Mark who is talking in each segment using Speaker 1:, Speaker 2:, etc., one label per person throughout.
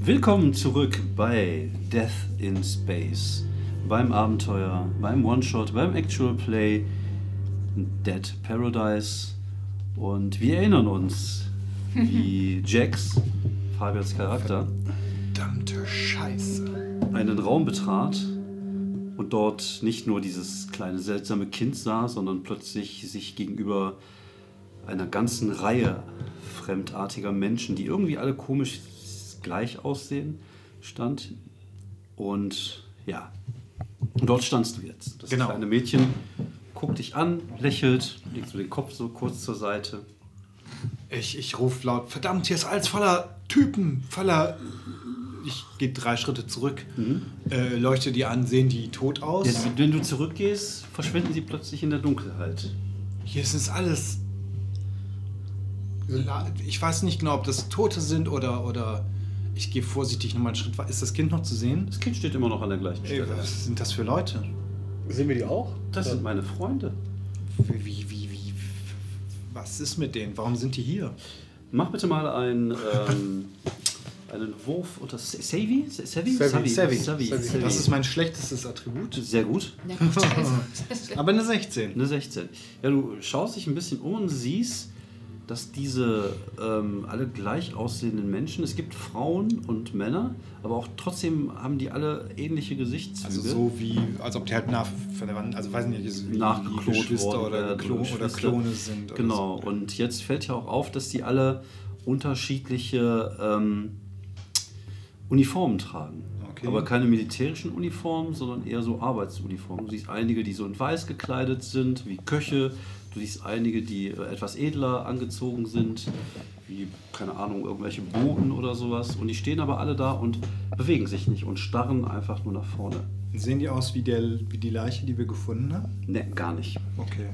Speaker 1: Willkommen zurück bei Death in Space, beim Abenteuer, beim One-Shot, beim Actual Play, Dead Paradise. Und wir erinnern uns, wie Jax, Fabians Charakter,
Speaker 2: Verdammte Scheiße.
Speaker 1: einen Raum betrat und dort nicht nur dieses kleine seltsame Kind sah, sondern plötzlich sich gegenüber einer ganzen Reihe fremdartiger Menschen, die irgendwie alle komisch gleich aussehen, stand. Und ja, und dort standst du jetzt. Das
Speaker 2: Genau.
Speaker 1: kleine Mädchen guckt dich an, lächelt, legst du den Kopf so kurz zur Seite.
Speaker 2: Ich, ich rufe laut, verdammt, hier ist alles voller Typen, voller... Ich gehe drei Schritte zurück,
Speaker 1: Mhm.
Speaker 2: äh, leuchte die an, sehen die tot aus.
Speaker 1: Jetzt, wenn du zurückgehst, verschwinden sie plötzlich in der Dunkelheit.
Speaker 2: Hier ist es alles... la- Ich weiß nicht genau, ob das Tote sind oder... oder ich gehe vorsichtig nochmal einen Schritt weiter. Ist das Kind noch zu sehen?
Speaker 1: Das Kind steht immer noch an der gleichen
Speaker 2: Ey,
Speaker 1: Stelle.
Speaker 2: was sind das für Leute?
Speaker 3: Sehen wir die auch?
Speaker 1: Das
Speaker 3: Dann-
Speaker 1: sind meine Freunde.
Speaker 2: Wie, wie, wie, wie... Was ist mit denen? Warum sind die hier?
Speaker 1: Mach bitte mal einen, ähm, einen Wurf unter Sa- Savvy? Sa- Savvy? Savvy.
Speaker 3: Savvy,
Speaker 2: Savvy.
Speaker 1: Savvy.
Speaker 3: Savvy.
Speaker 1: Savvy.
Speaker 2: Das ist mein schlechtestes Attribut.
Speaker 1: sehr gut.
Speaker 4: Na gut, also,
Speaker 2: Aber eine 16.
Speaker 1: Eine 16. Ja, du schaust dich ein bisschen um und siehst, dass diese ähm, alle gleich aussehenden Menschen, es gibt Frauen und Männer, aber auch trotzdem haben die alle ähnliche Gesichtszüge.
Speaker 2: Also so wie, als ob die halt nach verwandt, also weiß nicht, ist wie
Speaker 1: Nachgeklont
Speaker 2: wie Geschwister
Speaker 1: worden
Speaker 2: oder,
Speaker 1: werden
Speaker 2: Klon,
Speaker 1: oder
Speaker 2: oder
Speaker 1: Geschwister.
Speaker 2: Klone sind. oder
Speaker 1: Genau,
Speaker 2: so.
Speaker 1: und jetzt fällt ja auch auf, dass die alle unterschiedliche ähm, Uniformen tragen.
Speaker 2: Okay.
Speaker 1: Aber keine militärischen Uniformen, sondern eher so Arbeitsuniformen. Du siehst einige, die so in weiß gekleidet sind, wie Köche. Du siehst einige, die äh, etwas edler angezogen sind, wie, keine Ahnung, irgendwelche Boten oder sowas. Und die stehen aber alle da und bewegen sich nicht und starren einfach nur nach vorne.
Speaker 2: Sehen die aus wie, der, wie die Leiche, die wir gefunden haben?
Speaker 1: Ne, gar nicht.
Speaker 2: Okay.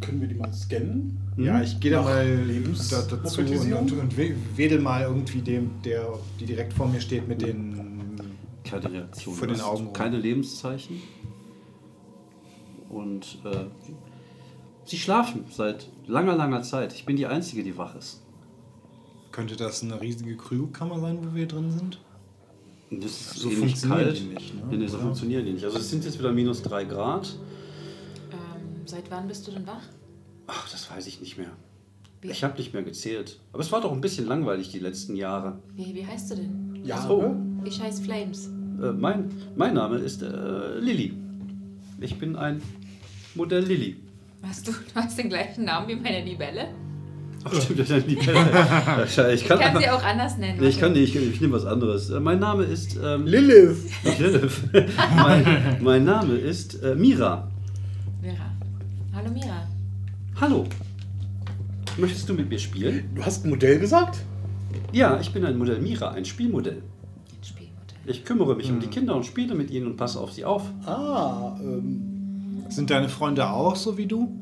Speaker 3: Können wir die mal scannen?
Speaker 1: Hm?
Speaker 2: Ja, ich gehe da
Speaker 3: Nach
Speaker 2: mal
Speaker 3: Lebens-
Speaker 2: da, dazu und,
Speaker 3: Konkretisierung?
Speaker 2: und, und we- wedel mal irgendwie dem, der, die direkt vor mir steht, mit den.
Speaker 1: keine Reaktion.
Speaker 2: Vor
Speaker 1: Du
Speaker 2: den
Speaker 1: hast
Speaker 2: Augen rum.
Speaker 1: Keine Lebenszeichen. Und äh, sie schlafen seit langer, langer Zeit. Ich bin die Einzige, die wach ist.
Speaker 2: Könnte das eine riesige Kryokammer sein, wo wir drin sind?
Speaker 1: Und das ist
Speaker 2: So
Speaker 1: ähnlich
Speaker 2: funktionieren
Speaker 1: kalt.
Speaker 2: die nicht, ne?
Speaker 1: Nee, nee, so
Speaker 2: Oder?
Speaker 1: funktionieren die nicht. Also es sind jetzt wieder minus 3 Grad.
Speaker 4: ähm, seit wann bist du denn wach?
Speaker 1: Ach, das weiß ich nicht mehr.
Speaker 4: Wie,
Speaker 1: Ich habe nicht mehr gezählt. Aber es war doch ein bisschen langweilig die letzten Jahre.
Speaker 4: wie, wie heißt du denn?
Speaker 3: Ja.
Speaker 1: So.
Speaker 4: Ich heiße Flames.
Speaker 1: Äh, mein, mein Name ist äh, Lilly. Ich bin ein Modell Lilly.
Speaker 4: Hast du, du hast den gleichen Namen wie meine Libelle?
Speaker 1: Ach, stimmt, das ist die Bälle. Scheiße, Ich
Speaker 4: Ich
Speaker 1: kann,
Speaker 4: kann
Speaker 1: einfach-
Speaker 4: sie auch anders nennen.
Speaker 1: Nee, ich kann nicht, ich, ich nehme was anderes. Äh, Mein Name ist. Ähm,
Speaker 3: Lilith!
Speaker 1: nicht Lilith. mein, mein Name ist äh, Mira.
Speaker 4: Mira. Hallo Mira.
Speaker 1: Hallo. Möchtest du mit mir spielen?
Speaker 3: Du hast ein Modell gesagt?
Speaker 1: Ja, ich bin ein Modell Mira, ein Spielmodell.
Speaker 4: Ein Spielmodell.
Speaker 1: Ich kümmere mich um die Kinder und spiele mit ihnen und passe auf sie auf.
Speaker 3: Ah, ähm,
Speaker 2: Sind deine Freunde auch so wie du?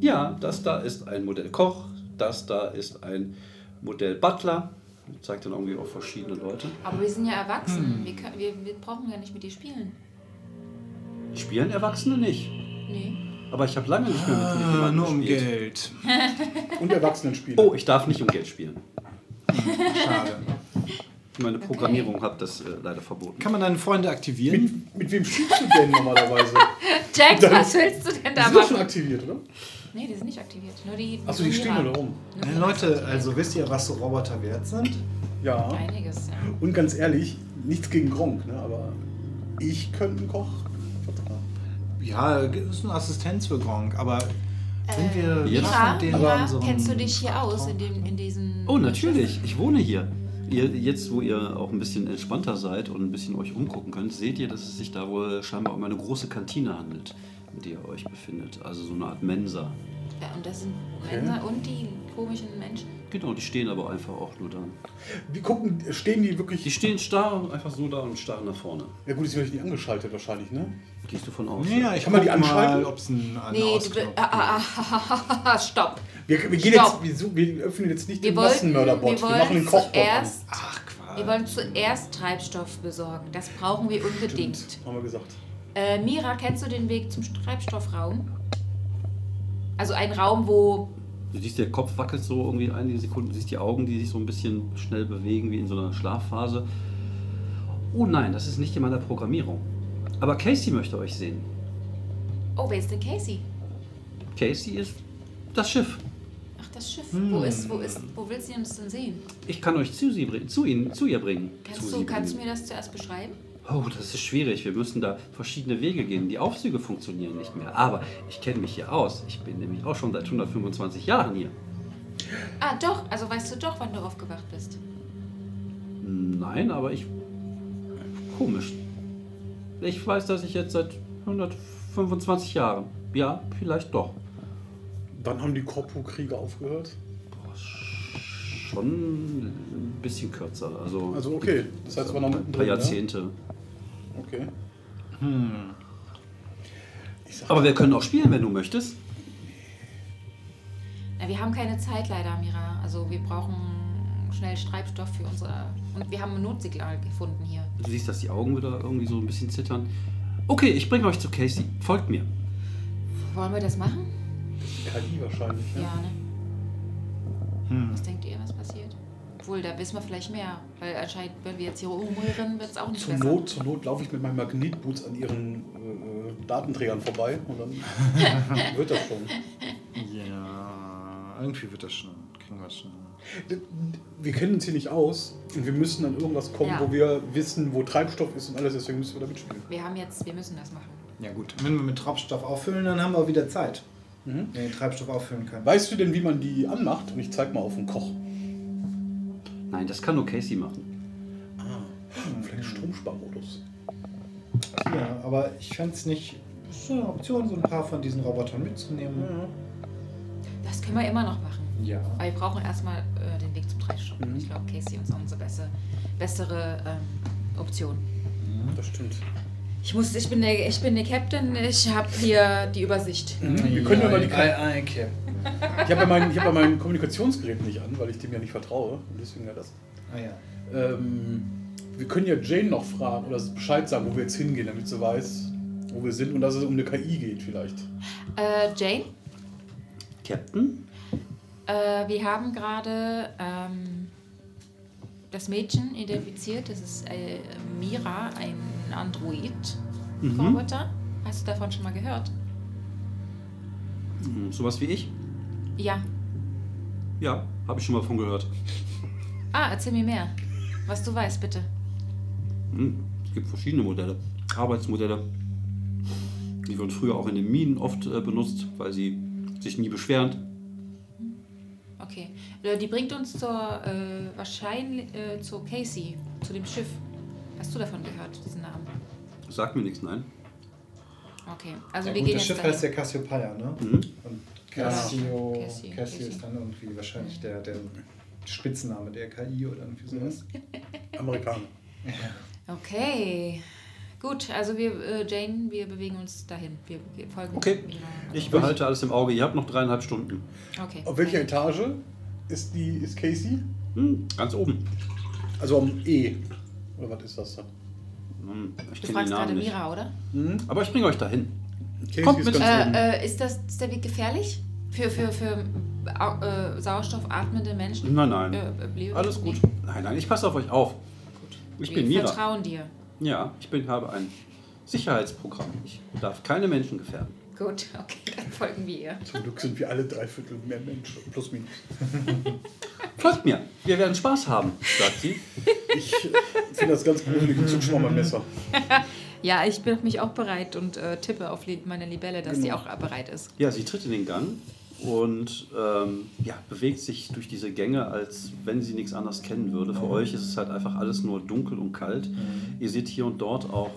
Speaker 1: Ja, das da ist ein Modell Koch, das da ist ein Modell Butler. Ich zeige dann irgendwie auf verschiedene Leute.
Speaker 4: Aber wir sind ja erwachsen. Wir, können, wir, wir brauchen ja nicht mit dir spielen.
Speaker 1: Spielen Erwachsene nicht.
Speaker 4: Nee.
Speaker 1: Aber ich habe lange nicht mehr mit jemandem
Speaker 2: nur um
Speaker 1: gespielt.
Speaker 2: Geld.
Speaker 3: und Erwachsenenspiele.
Speaker 1: Oh, ich darf nicht um Geld spielen.
Speaker 2: Schade.
Speaker 1: Meine Programmierung hat das äh, leider verboten.
Speaker 2: Kann man deine Freunde aktivieren?
Speaker 3: Mit, mit wem spielst du denn normalerweise?
Speaker 4: Jax,
Speaker 3: Dann-
Speaker 4: was willst du denn
Speaker 3: Die
Speaker 4: da
Speaker 3: sind doch schon
Speaker 4: machen?
Speaker 3: aktiviert, oder?
Speaker 4: Nee, die sind nicht aktiviert. Nur die.
Speaker 3: Achso,
Speaker 4: nur
Speaker 3: die stehen
Speaker 4: Mira.
Speaker 3: nur da rum.
Speaker 4: Nur
Speaker 2: Hey,
Speaker 4: Mira ist
Speaker 2: Leute,
Speaker 4: aktiviert.
Speaker 2: also wisst ihr, was so Roboter wert sind?
Speaker 3: Ja.
Speaker 4: Einiges, ja.
Speaker 3: Und ganz ehrlich, nichts gegen Gronk, ne? aber ich könnte einen Koch vertragen.
Speaker 2: Ja, ist eine Assistenz für Gronk, aber sind wir
Speaker 1: Jetzt-
Speaker 4: Äh, Mira,
Speaker 2: mit denen
Speaker 4: Mira
Speaker 2: unseren-
Speaker 4: Ähm, kennst du dich hier aus in, dem, in diesen.
Speaker 1: Oh, natürlich. Ich wohne hier. Ihr, jetzt, wo ihr auch ein bisschen entspannter seid und ein bisschen euch umgucken könnt, seht ihr, dass es sich da wohl scheinbar um eine große Kantine handelt, in der ihr euch befindet. Also so eine Art Mensa.
Speaker 4: Ja, und das sind Männer und die komischen Menschen.
Speaker 1: Genau, die stehen aber einfach auch nur da.
Speaker 3: Die gucken, stehen die wirklich.
Speaker 1: Die stehen starr, einfach so da und starren nach vorne.
Speaker 3: ja, gut, die sind vielleicht nicht angeschaltet wahrscheinlich, ne?
Speaker 1: Gehst du von aus?
Speaker 2: Naja, ich
Speaker 3: Kann man die
Speaker 2: guck
Speaker 3: anschalten?
Speaker 2: Mal, ob's ein, ein
Speaker 4: Nee, du.
Speaker 2: Ausknopf
Speaker 4: Ah, ah, ah, ah, ah, stopp.
Speaker 3: Wir, wir, gehen jetzt,
Speaker 4: Stopp.
Speaker 3: wir, suchen- wir öffnen jetzt nicht
Speaker 4: Wir
Speaker 3: den
Speaker 4: wollten, wir
Speaker 3: Massenmörderbot.
Speaker 4: wollten
Speaker 3: Wir, machen den Kochbot.
Speaker 4: zuerst.
Speaker 2: Ach, Quatsch.
Speaker 4: Wir wollen zuerst Treibstoff besorgen. Das brauchen wir unbedingt.
Speaker 3: Stimmt, haben wir gesagt.
Speaker 4: Äh, Mira, kennst du den Weg zum Treibstoffraum? Also ein Raum, wo
Speaker 1: Du siehst, der Kopf wackelt so irgendwie einige Sekunden, du siehst die Augen, die sich so ein bisschen schnell bewegen, wie in so einer Schlafphase. Oh nein, das ist nicht in meiner Programmierung. Aber Casey möchte euch sehen.
Speaker 4: Oh, wer ist denn Casey?
Speaker 1: Casey ist das Schiff.
Speaker 4: Ach, das Schiff.
Speaker 3: Hm.
Speaker 4: Wo ist, wo ist, wo willst du uns denn sehen?
Speaker 1: Ich kann euch zu, sie, bring- zu, ihnen, zu ihr bringen.
Speaker 4: Kannst
Speaker 1: zu
Speaker 4: du,
Speaker 1: sie
Speaker 4: kannst du
Speaker 1: bringen.
Speaker 4: mir das zuerst beschreiben?
Speaker 1: Oh, das ist schwierig. Wir müssen da verschiedene Wege gehen. Die Aufzüge funktionieren nicht mehr. Aber ich kenne mich hier aus. Ich bin nämlich auch schon seit 125 Jahren hier.
Speaker 4: Ah, doch. Also weißt du doch, wann du aufgewacht bist.
Speaker 1: Nein, aber ich. Komisch. Ich weiß, dass ich jetzt seit 125 Jahren. Ja, vielleicht doch.
Speaker 3: Wann haben die Korpu-Kriege aufgehört?
Speaker 1: Schon ein bisschen kürzer. Also,
Speaker 3: Also okay, das heißt, wir noch
Speaker 1: ein paar
Speaker 3: mittendrin, ja?
Speaker 1: Jahrzehnte.
Speaker 3: Okay. Hm. Ich sag,
Speaker 1: Aber wir können auch spielen, wenn du möchtest.
Speaker 4: Na, wir haben keine Zeit leider, Mira. Also wir brauchen schnell Treibstoff für unsere... Und wir haben ein Notsignal gefunden hier.
Speaker 1: Du siehst, dass die Augen wieder irgendwie so ein bisschen zittern. Okay, ich bringe euch zu Casey. Folgt mir.
Speaker 4: Wollen wir das machen?
Speaker 3: KI wahrscheinlich.
Speaker 4: Ja,
Speaker 3: Ja. Hm.
Speaker 4: ne? Was denkt ihr, was passiert? Obwohl, da wissen wir vielleicht mehr. Weil anscheinend, wenn wir jetzt hier rumrühren, wird es auch nicht
Speaker 3: Zur,
Speaker 4: besser.
Speaker 3: Not, zur Not laufe ich mit meinen Magnetboots an ihren äh, äh, Datenträgern vorbei und dann wird das schon.
Speaker 5: Ja, irgendwie wird das schon. Kriegen wir schon.
Speaker 3: Wir kennen uns hier nicht aus und wir müssen an irgendwas kommen,
Speaker 4: Ja.
Speaker 3: wo wir wissen, wo Treibstoff ist und alles, deswegen müssen wir da mitspielen.
Speaker 4: Wir haben jetzt... Wir müssen das machen.
Speaker 5: Ja, gut. Wenn wir mit Treibstoff auffüllen, dann haben wir wieder Zeit.
Speaker 3: Mhm.
Speaker 5: Wenn wir den Treibstoff auffüllen können.
Speaker 3: Weißt du denn, wie man die anmacht? Und ich zeig mal auf den Koch.
Speaker 1: Nein, das kann nur Casey machen.
Speaker 3: Ah. Vielleicht Stromsparmodus.
Speaker 5: Ja, aber ich fände es nicht. Das ist eine Option, so ein paar von diesen Robotern mitzunehmen.
Speaker 3: Mhm.
Speaker 4: Das können wir immer noch machen.
Speaker 5: Ja.
Speaker 4: Aber wir brauchen erstmal äh, den Weg zum Treibstoff.
Speaker 3: Mhm.
Speaker 4: Ich glaube, Casey ist unsere beste, bessere ähm, Option.
Speaker 3: Das stimmt.
Speaker 4: Ich muss, ich bin der, ich bin der Captain, ich habe hier die Übersicht.
Speaker 3: Wir können ja mal die Ka-
Speaker 5: Ei, ei, Cap.
Speaker 3: Ich habe ja, mein, ich hab ja mein Kommunikationsgerät nicht an, weil ich dem ja nicht vertraue. Und deswegen ja das.
Speaker 5: Ah ja.
Speaker 3: Ähm, wir können ja Jane noch fragen oder Bescheid sagen, wo wir jetzt hingehen, damit sie weiß, wo wir sind und dass es um eine KI geht vielleicht.
Speaker 4: Äh, Jane,
Speaker 1: Captain?
Speaker 4: äh, wir haben gerade ähm, das Mädchen identifiziert. Das ist äh, Mira, ein
Speaker 5: Mhm.
Speaker 4: Android-Roboter. Hast du davon schon mal gehört?
Speaker 1: Hm, sowas wie ich?
Speaker 4: Ja.
Speaker 1: Ja, habe ich schon mal von gehört.
Speaker 4: Ah, erzähl mir mehr. Was du weißt, bitte.
Speaker 1: Hm, es gibt verschiedene Modelle. Arbeitsmodelle. Die wurden früher auch in den Minen oft äh, benutzt, weil sie sich nie beschweren.
Speaker 4: Okay. Äh, Die bringt uns zur äh, wahrscheinlich äh, zur Casey, zu dem Schiff. Hast du davon gehört, diesen Namen?
Speaker 1: Sagt mir nichts, nein.
Speaker 4: Okay. Also
Speaker 5: ja
Speaker 4: wir
Speaker 5: gut,
Speaker 4: gehen
Speaker 5: das
Speaker 4: jetzt
Speaker 5: Schiff
Speaker 4: dahin.
Speaker 5: heißt ja Cassiopeia, ne?
Speaker 1: Mhm.
Speaker 5: Und Cassio,
Speaker 4: Genau. Cassio,
Speaker 5: Cassio,
Speaker 4: Cassio.
Speaker 5: ist dann irgendwie wahrscheinlich der, der Spitzname der KI oder irgendwie
Speaker 1: Mhm.
Speaker 5: sowas.
Speaker 3: Amerikaner.
Speaker 4: Okay. Gut, also wir, äh, Jane, wir bewegen uns dahin. Wir ge- folgen.
Speaker 1: Okay.
Speaker 4: Mila.
Speaker 1: Ich behalte alles im Auge. Ihr habt noch dreieinhalb Stunden.
Speaker 4: Okay.
Speaker 3: Auf welcher Etage ist die ist Casey?
Speaker 1: Hm, ganz oben.
Speaker 3: Also am E. Oder was ist das dann?
Speaker 1: Hm, ich
Speaker 4: Du
Speaker 1: kenne die
Speaker 4: fragst gerade
Speaker 1: Namen nicht.
Speaker 4: Mira, oder?
Speaker 1: Aber ich bringe euch dahin.
Speaker 3: Hm? Casey
Speaker 1: Kommt mit.
Speaker 3: oben.
Speaker 4: Äh, äh, ist, das, ist der Weg gefährlich? Für, für, für au- äh, sauerstoffatmende Menschen?
Speaker 1: Nein, nein.
Speaker 4: Äh, äh, Leo-
Speaker 1: Alles gut.
Speaker 4: Nee,
Speaker 1: Nein, nein, ich passe auf euch auf.
Speaker 4: gut.
Speaker 1: Ich
Speaker 4: wir
Speaker 1: bin Mira.
Speaker 4: vertrauen dir.
Speaker 1: Ja, ich bin, habe ein Sicherheitsprogramm. Ich darf keine Menschen gefährden.
Speaker 4: Gut, okay, dann folgen wir ihr.
Speaker 3: Zum Glück sind wir alle drei Viertel mehr Menschen. Plus minus.
Speaker 1: Folgt mir. Wir werden Spaß haben, sagt sie.
Speaker 3: Ich äh, finde das ganz gruselig und zück schon mal mein Messer.
Speaker 4: Ja, ich bin auf mich auch bereit und äh, tippe auf li meine Libelle, dass die
Speaker 3: Genau.
Speaker 4: auch bereit ist.
Speaker 1: Ja, sie tritt in den Gang und ähm, ja, bewegt sich durch diese Gänge, als wenn sie nichts anderes kennen würde. Für euch ist es halt einfach alles nur dunkel und kalt. Ihr seht hier und dort auch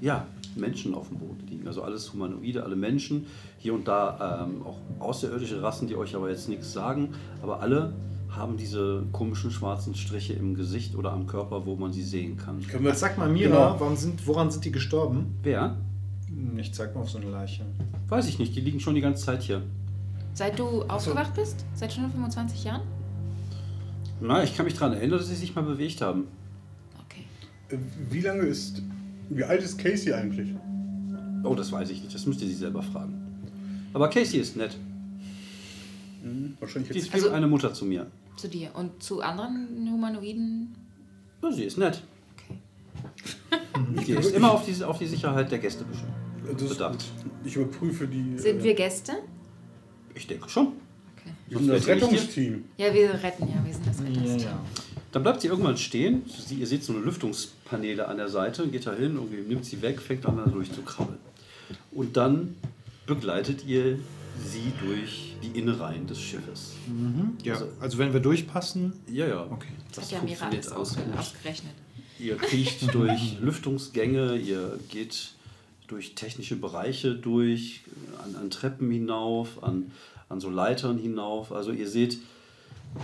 Speaker 1: äh, ja, Menschen auf dem Boden liegen. Also alles Humanoide, alle Menschen. Hier und da ähm, auch außerirdische Rassen, die euch aber jetzt nichts sagen. Aber alle haben diese komischen schwarzen Striche im Gesicht oder am Körper, wo man sie sehen kann.
Speaker 3: Können wir
Speaker 5: Was
Speaker 3: sagen?
Speaker 5: sag mal, Mira,
Speaker 3: Genau.
Speaker 5: warum sind, woran sind die gestorben?
Speaker 1: Wer?
Speaker 5: Hm, Ich zeig mal auf so eine Leiche.
Speaker 1: Weiß ich nicht. Die liegen schon die ganze Zeit hier.
Speaker 4: Seit du aufgewacht bist? Seit 125 Jahren?
Speaker 1: Na, ich kann mich daran erinnern, dass sie sich mal bewegt haben.
Speaker 4: Okay.
Speaker 3: Äh, Wie lange ist. Wie alt ist Casey eigentlich?
Speaker 1: Oh, das weiß ich nicht. Das müsst ihr sie selber fragen. Aber Casey ist nett.
Speaker 3: Mhm. Wahrscheinlich
Speaker 1: Die ist
Speaker 3: jetzt.
Speaker 1: wie
Speaker 4: Also-
Speaker 1: eine Mutter zu mir.
Speaker 4: Zu dir. Und zu anderen Humanoiden?
Speaker 1: Ja, sie ist nett.
Speaker 4: Okay.
Speaker 1: Die ist Also immer auf die, auf die Sicherheit der Gäste bestimmt.
Speaker 3: Das ist
Speaker 1: Bedacht.
Speaker 3: gut. Ich überprüfe die.
Speaker 4: Sind
Speaker 3: äh,
Speaker 4: wir Gäste?
Speaker 1: Ich denke schon.
Speaker 4: Okay.
Speaker 3: Wir sind das
Speaker 1: Sonst wär's ja nicht
Speaker 3: Rettungsteam.
Speaker 4: Ja, wir retten ja, wir sind das Rettungsteam.
Speaker 1: Dann bleibt sie irgendwann stehen. Sie, ihr seht so eine Lüftungspaneele an der Seite, geht da hin, irgendwie nimmt sie weg, fängt an, da durchzukrabbeln. Und dann begleitet ihr sie durch die Innereien des Schiffes.
Speaker 5: Ja,
Speaker 1: Also-
Speaker 5: also wenn wir durchpassen,
Speaker 1: Ja, ja.
Speaker 5: Okay.
Speaker 4: Das hat ja Mira alles
Speaker 1: aus.
Speaker 4: ausge- ausgerechnet.
Speaker 1: Ihr kriecht durch Lüftungsgänge, ihr geht durch technische Bereiche durch, an, an Treppen hinauf, an, an so Leitern hinauf. Also ihr seht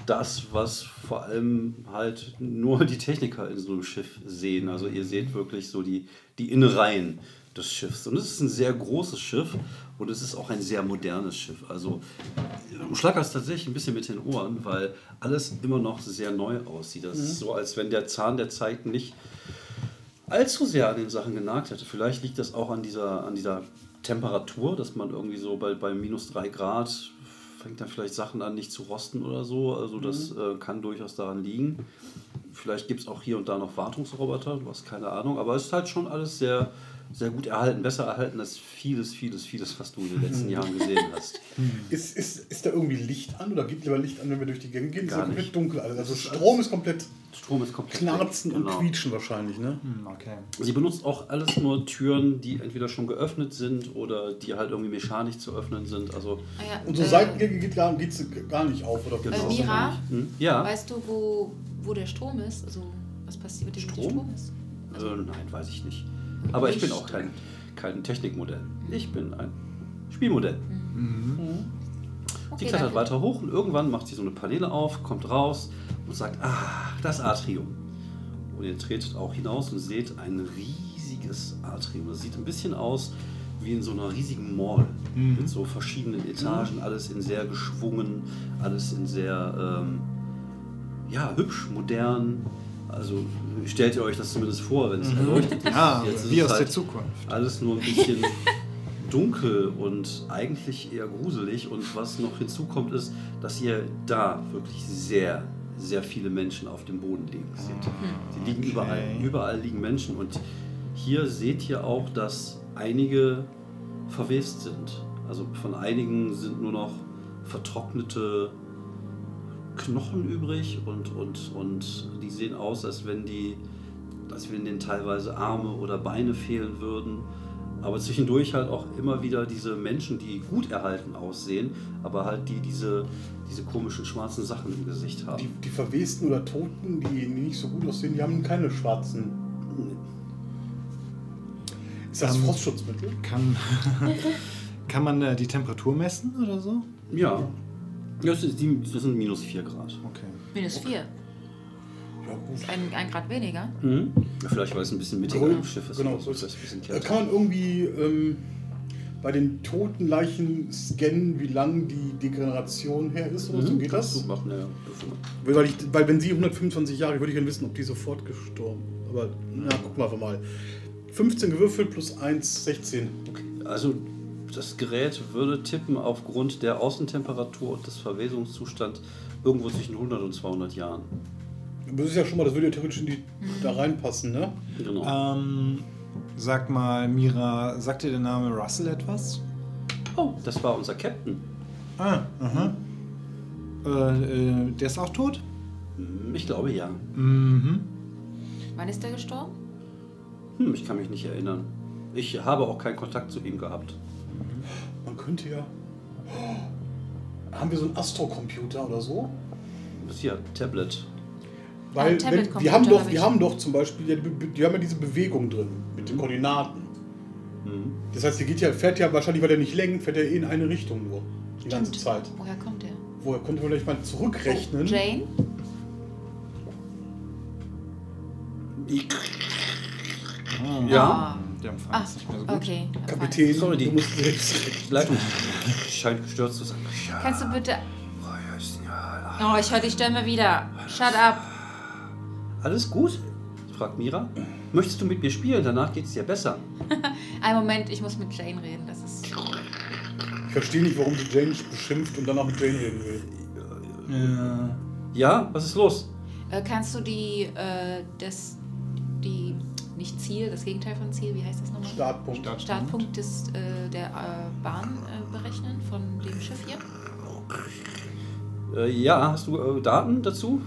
Speaker 1: das, was vor allem halt nur die Techniker in so einem Schiff sehen. Also ihr seht wirklich so die, die Innereien des Schiffs. Und es ist ein sehr großes Schiff und es ist auch ein sehr modernes Schiff. Also du schlackerst tatsächlich ein bisschen mit den Ohren, weil alles immer noch sehr neu aussieht. Das ist so, als wenn der Zahn der Zeit nicht allzu sehr an den Sachen genagt hätte. Vielleicht liegt das auch an dieser, an dieser Temperatur, dass man irgendwie so bei, bei minus 3 Grad fängt dann vielleicht Sachen an, nicht zu rosten oder so. Also das
Speaker 3: Mhm.
Speaker 1: äh, kann durchaus daran liegen. Vielleicht gibt es auch hier und da noch Wartungsroboter, du hast keine Ahnung. Aber es ist halt schon alles sehr, sehr gut erhalten. Besser erhalten als vieles, vieles, vieles, was du in den letzten Jahren gesehen hast.
Speaker 3: Ist, ist, ist da irgendwie Licht an oder gibt lieber Licht an, wenn wir durch die Gänge gehen?
Speaker 1: Gar
Speaker 3: ist ja
Speaker 1: nicht.
Speaker 3: komplett dunkel. alles. Also Strom ist komplett
Speaker 1: Strom ist komplett. weg.
Speaker 3: knarzen
Speaker 1: Genau.
Speaker 3: und quietschen wahrscheinlich, ne?
Speaker 5: hm, okay.
Speaker 1: Sie benutzt auch alles nur Türen, die entweder schon geöffnet sind oder die halt irgendwie mechanisch zu öffnen sind. Also,
Speaker 4: Ah ja,
Speaker 3: Unsere
Speaker 4: äh,
Speaker 3: Seitengänge geht gar, geht's gar nicht auf. Oder
Speaker 4: Äh,
Speaker 1: Genau.
Speaker 4: Mira,
Speaker 1: hm, ja.
Speaker 4: weißt du, wo, wo der Strom ist? Also, was passiert mit dem
Speaker 1: Strom?
Speaker 4: Strom ist? Also,
Speaker 1: äh, nein, weiß ich nicht. Aber ich bin auch kein, kein Technikmodell. Ich bin ein Spielmodell.
Speaker 5: Hm. Mhm.
Speaker 1: Sie
Speaker 4: Mhm. okay,
Speaker 1: klettert
Speaker 4: danke.
Speaker 1: weiter hoch und irgendwann macht sie so eine Paneele auf, kommt raus und sagt, ah, das Atrium. Und ihr tretet auch hinaus und seht ein riesiges Atrium. Das sieht ein bisschen aus wie in so einer riesigen Mall.
Speaker 5: Mhm.
Speaker 1: Mit so verschiedenen Etagen, alles in sehr geschwungen, alles in sehr, ähm, ja, hübsch, modern. Also stellt ihr euch das zumindest vor, wenn es erleuchtet ist.
Speaker 5: Mhm. Ja,
Speaker 1: ist
Speaker 5: wie
Speaker 1: es
Speaker 5: aus
Speaker 1: halt-
Speaker 5: der Zukunft.
Speaker 1: alles nur ein bisschen dunkel und eigentlich eher gruselig. Und was noch hinzukommt, ist, dass ihr da wirklich sehr, sehr viele Menschen auf dem Boden liegen seht. Die liegen
Speaker 5: Okay.
Speaker 1: überall. Überall liegen Menschen. Und hier seht ihr auch, dass einige verwest sind. Also von einigen sind nur noch vertrocknete Knochen übrig und, und, und die sehen aus, als wenn die als wenn denen teilweise Arme oder Beine fehlen würden. Aber zwischendurch halt auch immer wieder diese Menschen, die gut erhalten aussehen, aber halt die diese, diese komischen schwarzen Sachen im Gesicht
Speaker 3: Die,
Speaker 1: haben.
Speaker 3: die Verwesten oder Toten, die nicht so gut aussehen, die haben keine schwarzen. Ist das
Speaker 5: Ähm,
Speaker 3: Frostschutzmittel?
Speaker 5: Kann, kann man äh, die Temperatur messen oder so?
Speaker 1: Ja. Das, ist die, das sind minus 4 Grad.
Speaker 5: Okay.
Speaker 4: Minus 4.
Speaker 3: Ja, gut.
Speaker 4: Ein, ein Grad weniger.
Speaker 1: Mhm. Ja, vielleicht weil es ein bisschen mittiger
Speaker 3: Grün,
Speaker 1: im Schiff ist.
Speaker 3: genau,
Speaker 1: oder so,
Speaker 3: so
Speaker 1: ist
Speaker 3: ist
Speaker 1: das ein bisschen
Speaker 3: Äh,
Speaker 1: kälter.
Speaker 3: Kann man irgendwie ähm, bei den toten Leichen scannen, wie lang die Degeneration her ist oder so?
Speaker 1: Mhm,
Speaker 3: Geht
Speaker 1: kannst
Speaker 3: das?
Speaker 1: du machen, ja, ja. Dürfen wir.
Speaker 3: Weil, ich, weil wenn sie 125 Jahre, würde ich gerne wissen, ob die sofort gestorben. Aber na, gucken wir einfach mal. 15 gewürfelt plus 1, 16.
Speaker 1: Also das Gerät würde tippen aufgrund der Außentemperatur und des Verwesungszustands irgendwo zwischen 100 und 200 Jahren.
Speaker 3: Das ist ja schon mal, das würde ja theoretisch in die
Speaker 4: Mhm.
Speaker 3: da reinpassen, ne?
Speaker 1: Genau.
Speaker 2: Ah.
Speaker 5: Ähm, sag mal, Mira, sagt dir der Name Russell etwas?
Speaker 1: Oh, das war unser Captain.
Speaker 5: Ah, aha. Äh, äh, der ist auch tot?
Speaker 1: Hm, Ich glaube ja.
Speaker 5: Mhm.
Speaker 4: Wann ist der gestorben?
Speaker 1: Hm, ich kann mich nicht erinnern. Ich habe auch keinen Kontakt zu ihm gehabt.
Speaker 3: Man könnte ja. Oh, haben wir so einen Astrocomputer oder so?
Speaker 1: Das ist ja Tablet.
Speaker 3: Weil
Speaker 4: Ah,
Speaker 3: wenn, wir,
Speaker 4: Tablet-Computer
Speaker 3: haben
Speaker 4: hab
Speaker 3: doch,
Speaker 4: ich.
Speaker 3: wir haben doch zum Beispiel, ja, die, Be- die haben ja diese Bewegung drin mit den Koordinaten.
Speaker 1: Hm.
Speaker 3: Das heißt, die geht ja, fährt ja wahrscheinlich, weil er nicht lenkt, fährt er eh in eine Richtung nur. Die ganze
Speaker 4: Stimmt.
Speaker 3: Zeit.
Speaker 4: Woher kommt der?
Speaker 3: Woher könnte man vielleicht mal zurückrechnen?
Speaker 4: Oh, Jane?
Speaker 1: Ja.
Speaker 4: Ah.
Speaker 5: Der Empfang
Speaker 4: Ah,
Speaker 5: ist nicht mehr so gut.
Speaker 4: okay.
Speaker 3: Kapitän,
Speaker 1: Sorry, die-
Speaker 3: du musst selbst.
Speaker 1: Die Leitung scheint gestört zu sein.
Speaker 4: Fein. Kannst du bitte. Oh, ich höre die Stimme wieder. Shut up.
Speaker 1: Alles gut? fragt Mira. Möchtest du mit mir spielen? Danach geht es dir besser.
Speaker 4: Einen Moment, ich muss mit Jane reden. Das ist.
Speaker 3: verstehe nicht, warum sie Jane beschimpft und danach mit Jane reden will.
Speaker 5: Ja.
Speaker 1: Ja, was ist los?
Speaker 4: Äh, kannst du die, äh, das, die, nicht Ziel, das Gegenteil von Ziel, wie heißt das nochmal?
Speaker 3: Startpunkt.
Speaker 5: Startpunkt.
Speaker 1: Mhm.
Speaker 4: Startpunkt des, äh, der äh, Bahn äh, berechnen von dem Schiff hier?
Speaker 1: Äh, ja, hast du äh, Daten dazu?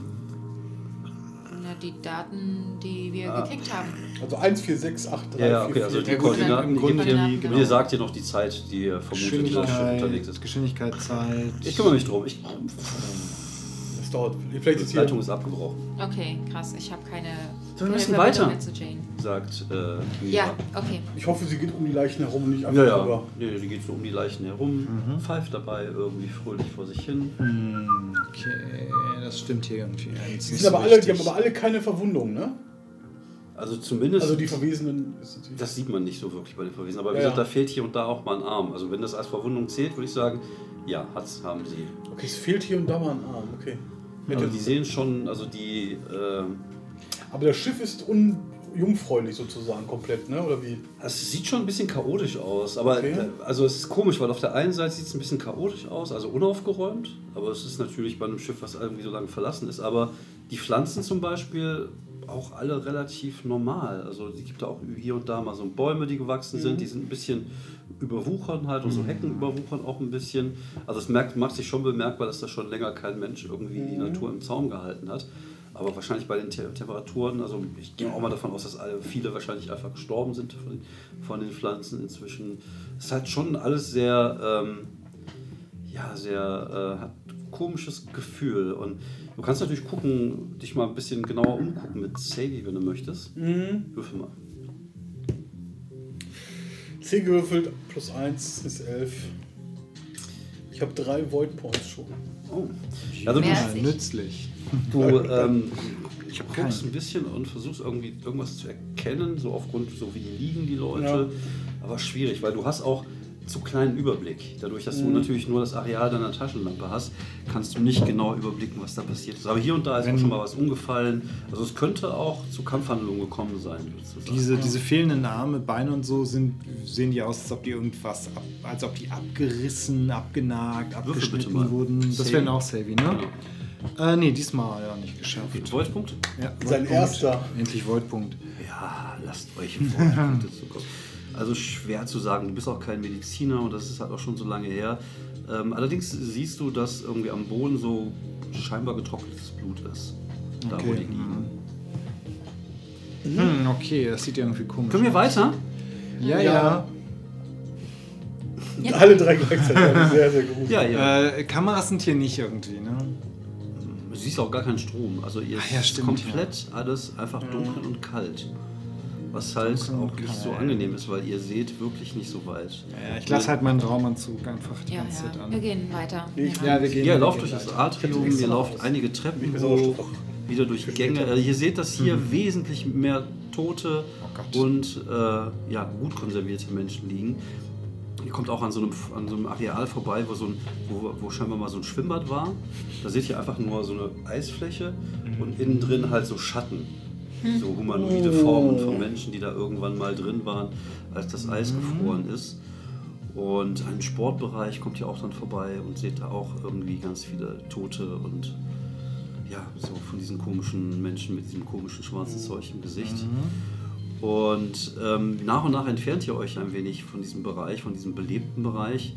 Speaker 4: Na, die Daten, die wir
Speaker 1: Ah.
Speaker 4: gekickt haben.
Speaker 3: Also 1, 4, 6, 8, 3,
Speaker 1: Ja, ja,
Speaker 3: 4,
Speaker 1: okay, also die
Speaker 5: Ja, gut,
Speaker 1: Koordinaten,
Speaker 5: im
Speaker 1: die
Speaker 5: Grunde
Speaker 1: gibt ihr,
Speaker 4: die-
Speaker 1: genau.
Speaker 4: genau.
Speaker 1: ihr sagt dir noch die Zeit, die ihr vermutet, dass das Schiff unterwegs
Speaker 5: Geschwindigkeit,
Speaker 1: ist.
Speaker 5: Geschwindigkeit, Zeit.
Speaker 1: Ich kümmere mich drum. Ich,
Speaker 3: Das dauert. Vielleicht ist
Speaker 1: die
Speaker 3: hier.
Speaker 1: Leitung ist abgebrochen,
Speaker 4: Okay, krass. Ich habe keine.
Speaker 1: So, wir
Speaker 4: keine
Speaker 1: müssen
Speaker 4: Verbindung
Speaker 1: weiter.
Speaker 4: mehr Zu Jane.
Speaker 1: sagt äh,
Speaker 4: Ja,
Speaker 1: Mira.
Speaker 4: okay.
Speaker 3: Ich hoffe, sie geht um die Leichen herum und nicht einfach
Speaker 1: Ja, ja.
Speaker 3: drüber.
Speaker 1: Nee, die geht so um die Leichen herum, pfeift dabei irgendwie fröhlich vor sich hin.
Speaker 5: Hm, Okay, das stimmt hier irgendwie. Das
Speaker 3: Die, sind aber alle, die haben aber alle keine Verwundung, ne?
Speaker 1: Also zumindest,
Speaker 3: Also die Verwesenden ist natürlich.
Speaker 1: das sieht man nicht so wirklich bei den Verwesen. Aber wie
Speaker 3: Ja,
Speaker 1: gesagt,
Speaker 3: ja.
Speaker 1: da fehlt hier und da auch mal ein Arm. Also wenn das als Verwundung zählt, würde ich sagen, ja, hat's, haben sie.
Speaker 3: Okay, es fehlt hier und da mal ein Arm, okay.
Speaker 1: Also die sehen schon, also die, äh,
Speaker 3: Aber das Schiff ist unjungfräulich sozusagen komplett, ne? Oder wie?
Speaker 1: es sieht schon ein bisschen chaotisch aus. Aber
Speaker 3: Okay.
Speaker 1: äh, also es ist komisch, weil auf der einen Seite sieht es ein bisschen chaotisch aus, also unaufgeräumt. Aber es ist natürlich bei einem Schiff, was irgendwie so lange verlassen ist. Aber die Pflanzen zum Beispiel auch alle relativ normal. Also es gibt da auch hier und da mal so Bäume, die gewachsen sind. Die sind ein bisschen überwuchern halt und so Hecken überwuchern auch ein bisschen. Also es merkt, macht sich schon bemerkbar, dass da schon länger kein Mensch irgendwie die Natur im Zaum gehalten hat. Aber wahrscheinlich bei den Te Temperaturen, also ich gehe auch mal davon aus, dass alle, viele wahrscheinlich einfach gestorben sind von den, von den Pflanzen inzwischen. Es ist halt schon alles sehr, ähm, ja, sehr, äh, hat ein komisches Gefühl. Und du kannst natürlich gucken, dich mal ein bisschen genauer umgucken mit Savy, wenn du möchtest. Würfel mal.
Speaker 3: 10 gewürfelt, plus 1 ist 11. Ich habe drei Void Points schon.
Speaker 1: Oh. Also du,
Speaker 4: Mehr als ich.
Speaker 5: nützlich.
Speaker 1: du ähm, ich guckst
Speaker 5: keinen.
Speaker 1: ein bisschen und versuchst irgendwie irgendwas zu erkennen, so aufgrund, so wie liegen die Leute. Aber schwierig, weil du hast auch zu kleinen Überblick. Dadurch, dass du natürlich nur das Areal deiner Taschenlampe hast, kannst du nicht genau überblicken, was da passiert ist. Aber hier und da ist
Speaker 5: Wenn-
Speaker 1: auch schon mal was umgefallen. Also es könnte auch zu Kampfhandlungen gekommen sein. sozusagen.
Speaker 5: Diese, diese fehlenden Arme, Beine und so sind, sehen die aus, als ob die irgendwas, ab, als ob die abgerissen, abgenagt,
Speaker 1: Würfel bitte
Speaker 5: abgeschnitten
Speaker 1: mal.
Speaker 5: wurden. Das
Speaker 1: Saving.
Speaker 5: wären auch Savy, ne? Äh, nee, diesmal ja nicht geschafft.
Speaker 1: Okay, Voidpunkt?
Speaker 5: Ja,
Speaker 3: Sein
Speaker 5: Voidpunkt.
Speaker 3: erster.
Speaker 5: Endlich Voidpunkt.
Speaker 1: Ja, lasst euch in Voidpunkte zukommen. Also schwer zu sagen, du bist auch kein Mediziner und das ist halt auch schon so lange her. Ähm, allerdings siehst du, dass irgendwie am Boden so scheinbar getrocknetes Blut ist. Da wo die
Speaker 5: Okay.
Speaker 1: liegen.
Speaker 5: Hm, okay, das sieht ja irgendwie komisch
Speaker 1: Können wir weiter?
Speaker 5: Ja,
Speaker 3: Ja.
Speaker 5: ja.
Speaker 4: Jetzt-
Speaker 3: Alle drei gleichzeitig. Das ist sehr, sehr gut.
Speaker 1: Ja, ja.
Speaker 5: Äh, Kameras sind hier nicht irgendwie, ne?
Speaker 1: Du siehst auch gar keinen Strom. Also ihr
Speaker 5: Ah ja,
Speaker 1: ist
Speaker 5: stimmt,
Speaker 1: komplett alles einfach dunkel und kalt. Was halt
Speaker 5: Dunkel und
Speaker 1: auch nicht so
Speaker 5: kalt.
Speaker 1: angenehm ist, weil ihr seht wirklich nicht so weit.
Speaker 5: Ja, ich lasse halt meinen Raumanzug einfach die
Speaker 4: Ja,
Speaker 5: ganze Zeit
Speaker 4: ja. Wir
Speaker 5: an.
Speaker 4: gehen weiter.
Speaker 3: Nee, ich-
Speaker 5: Ja, wir gehen.
Speaker 1: Ihr
Speaker 5: wir
Speaker 1: lauft
Speaker 5: gehen
Speaker 1: durch das
Speaker 5: weiter.
Speaker 1: Atrium,
Speaker 3: Ich hab's
Speaker 1: ihr
Speaker 3: extra
Speaker 1: lauft
Speaker 3: raus.
Speaker 1: einige Treppen
Speaker 3: Ich bin
Speaker 1: hoch,
Speaker 3: sauer.
Speaker 1: wieder durch Gänge. Also ihr seht, dass hier
Speaker 5: Hm.
Speaker 1: wesentlich mehr tote
Speaker 3: Oh
Speaker 5: Gott.
Speaker 1: und äh, ja, gut konservierte Menschen liegen. Ihr kommt auch an so einem, an so einem Areal vorbei, wo, so ein, wo, wo scheinbar mal so ein Schwimmbad war. Da seht ihr einfach nur so eine Eisfläche und innen drin halt so Schatten. So humanoide Formen von Menschen, die da irgendwann mal drin waren, als das Eis gefroren ist. Und einen Sportbereich kommt ihr auch dann vorbei und seht da auch irgendwie ganz viele Tote und ja, so von diesen komischen Menschen mit diesem komischen schwarzen Zeug im Gesicht. Und ähm, nach und nach entfernt ihr euch ein wenig von diesem Bereich, von diesem belebten Bereich.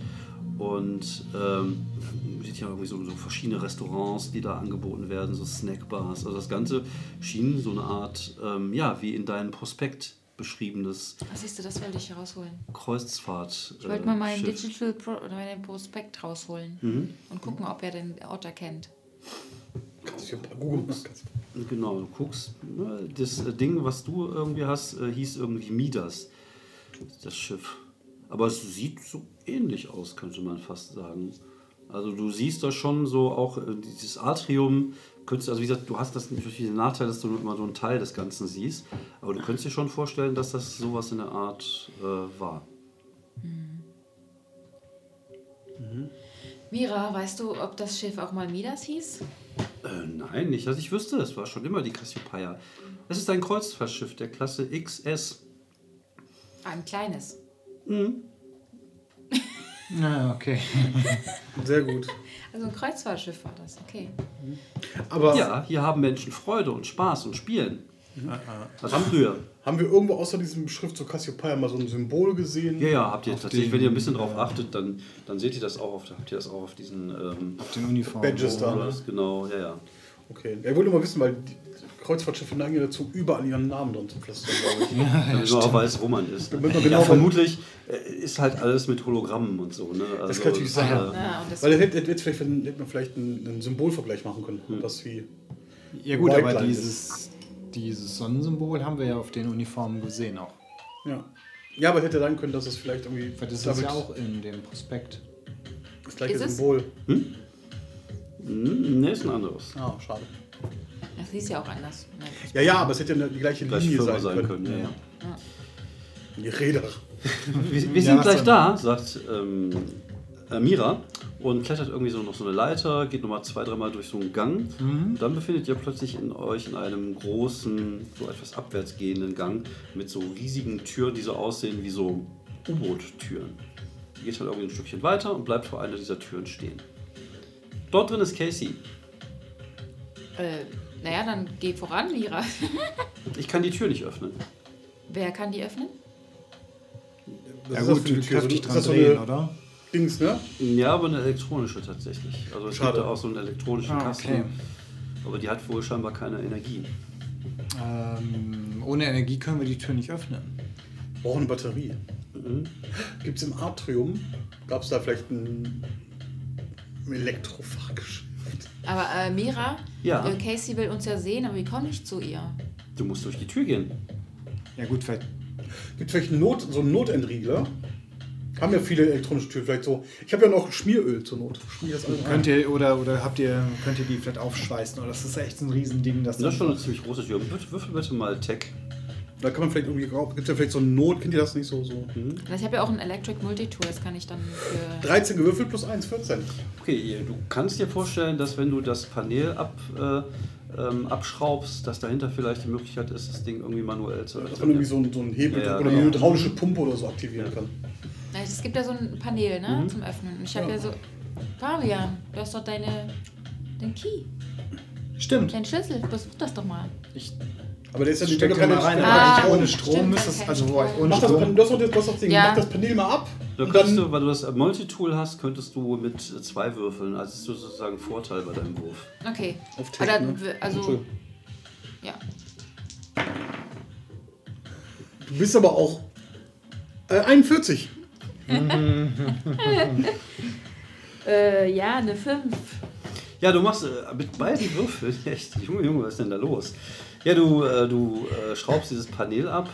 Speaker 1: Und ähm, dann seht ihr irgendwie so, so verschiedene Restaurants, die da angeboten werden, so Snackbars. Also das Ganze schien so eine Art, ähm, ja, wie in deinem Prospekt beschriebenes
Speaker 4: Was siehst du, das wollte ich rausholen.
Speaker 1: Kreuzfahrt. äh,
Speaker 4: Ich wollte mal meinen Digital Pro oder meinen Prospekt rausholen
Speaker 1: Mhm.
Speaker 4: und gucken, ob er den Ort erkennt.
Speaker 3: Kannst du hier ein paar Google machen. Kannst-
Speaker 1: Genau, du guckst. ne, Das äh, Ding, was du irgendwie hast, äh, hieß irgendwie Midas. Das Schiff. Aber es sieht so ähnlich aus, könnte man fast sagen. Also du siehst da schon so auch äh, dieses Atrium. Könntest, also wie gesagt, du hast das natürlich den Nachteil, dass du nur immer so einen Teil des Ganzen siehst. Aber du könntest dir schon vorstellen, dass das sowas in der Art äh, war.
Speaker 4: Mira, weißt du, ob das Schiff auch mal Midas hieß?
Speaker 1: Äh, nein, nicht, dass ich wüsste. Es war schon immer die Cassiopeia. Es ist ein Kreuzfahrtschiff der Klasse XS.
Speaker 4: Ah, Ein kleines.
Speaker 5: Na, okay.
Speaker 3: Sehr gut.
Speaker 4: Also ein Kreuzfahrtschiff war das, okay.
Speaker 3: Aber
Speaker 1: Ja, hier haben Menschen Freude und Spaß und Spielen. Das haben früher.
Speaker 3: haben wir irgendwo außer diesem Schriftzug Cassiopeia mal so ein Symbol gesehen?
Speaker 1: Ja, ja, habt ihr tatsächlich, wenn ihr ein bisschen drauf achtet, dann, dann seht ihr das auch auf, habt ihr das auch auf diesen ähm,
Speaker 5: Auf den Uniformen.
Speaker 3: Badges da. ne?
Speaker 1: Rollers, genau, ja, ja.
Speaker 3: Okay. Ja, ich wollte mal wissen, weil die Kreuzfahrtschiffe neigen ja dazu, überall ihren Namen dran zu pflastern, glaube ich.
Speaker 1: Damit man auch weiß, wo man ist. Ne?
Speaker 3: Damit man
Speaker 1: ja,
Speaker 3: genau-
Speaker 1: vermutlich äh, ist halt alles mit Hologrammen und so. Ne? Also,
Speaker 3: Das kann natürlich sein. ne?
Speaker 1: äh,
Speaker 4: Ah, und das,
Speaker 3: Weil da hätte, hätte, vielleicht, hätte man vielleicht einen, einen Symbolvergleich machen können. Was wie.
Speaker 5: Ja gut,
Speaker 3: White
Speaker 5: aber
Speaker 3: Line
Speaker 5: dieses, dieses Sonnensymbol haben wir ja auf den Uniformen gesehen auch.
Speaker 3: Ja. Ja, aber hätte sein können, dass es vielleicht irgendwie.
Speaker 5: Vielleicht ist das ja
Speaker 3: damit
Speaker 5: auch in dem Prospekt.
Speaker 3: das gleiche
Speaker 4: Ist es?
Speaker 3: Symbol.
Speaker 1: Ne, ist ein anderes.
Speaker 3: Ah, schade.
Speaker 4: das hieß ja auch anders. Ja.
Speaker 3: Ja, ja, aber es hätte ja eine- die gleiche
Speaker 1: Gleich
Speaker 3: Linie
Speaker 1: Firma
Speaker 3: sein,
Speaker 1: sein
Speaker 3: können.
Speaker 1: können. Ja, ja.
Speaker 3: Die Räder.
Speaker 1: Wir, wir
Speaker 5: Ja,
Speaker 1: sind
Speaker 5: was
Speaker 1: gleich
Speaker 5: denn?
Speaker 1: da, sagt ähm, äh, Mira und klettert irgendwie so noch so eine Leiter, geht nochmal zwei, dreimal durch so einen Gang.
Speaker 5: Mhm.
Speaker 1: Dann befindet ihr plötzlich in euch in einem großen, so etwas abwärts gehenden Gang mit so riesigen Türen, die so aussehen wie so U-Boot-Türen. Ihr Geht halt irgendwie ein Stückchen weiter und bleibt vor einer dieser Türen stehen. Dort drin ist Casey.
Speaker 4: Äh, naja, dann geh voran, Lira.
Speaker 1: Ich kann die Tür nicht öffnen.
Speaker 4: Wer kann die öffnen?
Speaker 3: Was
Speaker 5: Ja
Speaker 3: ist das
Speaker 5: gut,
Speaker 3: für eine Tür?
Speaker 5: kräftig
Speaker 3: Ist
Speaker 5: dran
Speaker 3: das so
Speaker 5: drehen,
Speaker 3: eine
Speaker 5: oder?
Speaker 3: Dings, ne?
Speaker 1: Ja, aber eine elektronische tatsächlich. Also es
Speaker 3: Schade.
Speaker 1: gibt da auch so einen elektronischen
Speaker 5: Ah,
Speaker 1: Kasten.
Speaker 5: okay.
Speaker 1: Aber die hat wohl scheinbar keine Energie.
Speaker 5: Ähm, ohne Energie können wir die Tür nicht öffnen.
Speaker 3: Brauchen eine Batterie. Gibt es im Atrium, gab es da vielleicht ein Elektrofachgeschäft?
Speaker 4: Aber äh, Mira,
Speaker 1: Ja.
Speaker 4: äh, Casey will uns ja sehen, aber wir kommen nicht zu ihr.
Speaker 1: Du musst durch die Tür gehen.
Speaker 5: Ja gut, vielleicht
Speaker 3: Gibt es vielleicht einen Not, so einen Notentriegler? Haben ja viele elektronische Türen, vielleicht so. Ich habe ja noch Schmieröl zur Not. Also Schmier das alles
Speaker 5: könnt ihr oder, oder habt ihr könnt ihr die vielleicht aufschweißen oder das ist echt ein Riesending, das
Speaker 1: Das ist schon eine
Speaker 5: dann-
Speaker 1: ziemlich große Tür. Bitte- Würfel bitte mal Tech.
Speaker 3: Da kann man vielleicht irgendwie, gibt es ja vielleicht so eine Not, kennt ihr das nicht so? so.
Speaker 4: Ich habe ja auch ein Electric Multitool, das kann ich dann für.
Speaker 3: 13 gewürfelt plus 1, 14.
Speaker 1: Okay, ihr- du kannst dir vorstellen, dass wenn du das Panel ab, äh, ähm, abschraubst, dass dahinter vielleicht die Möglichkeit ist, das Ding irgendwie manuell zu
Speaker 3: Dass man irgendwie
Speaker 1: öffnen.
Speaker 3: so einen, so einen Hebel
Speaker 1: Ja, ja,
Speaker 3: oder
Speaker 1: genau.
Speaker 3: eine hydraulische Pumpe oder so aktivieren kann.
Speaker 4: Na, Es gibt ja so ein Panel, ne? Zum Öffnen. Und ich habe ja.
Speaker 3: Ja.
Speaker 4: so. Fabian, du hast doch deine. Den Key,
Speaker 5: Stimmt.
Speaker 4: deinen Schlüssel, versuch das doch mal.
Speaker 5: Ich
Speaker 3: Aber der ist ja
Speaker 5: stecke
Speaker 3: der
Speaker 5: den mal
Speaker 3: kann
Speaker 5: rein,
Speaker 3: ja
Speaker 4: Ah,
Speaker 5: aber nicht ohne
Speaker 4: stimmt,
Speaker 5: Strom
Speaker 4: da
Speaker 5: ist das
Speaker 4: kann
Speaker 5: also
Speaker 4: ich-
Speaker 5: wo ich ohne
Speaker 3: Mach das,
Speaker 5: Strom.
Speaker 3: das, das, das, das Ding,
Speaker 4: Ja.
Speaker 3: mach das Panel mal ab.
Speaker 1: Da
Speaker 3: und
Speaker 1: kannst
Speaker 3: dann
Speaker 1: du, weil du das Multitool hast, könntest du mit äh, zwei würfeln. Also ist sozusagen Vorteil bei deinem Wurf.
Speaker 4: Okay.
Speaker 3: Auf Tech,
Speaker 4: Oder,
Speaker 3: ne?
Speaker 4: w- Also.
Speaker 3: Entschuldigung.
Speaker 4: Ja.
Speaker 3: Du bist aber auch äh, 41.
Speaker 4: Äh, ja, eine 5.
Speaker 1: Ja, du machst äh, mit beiden Würfeln, echt, Junge, Junge, was ist denn da los? Ja, du, äh, du äh, schraubst dieses Panel ab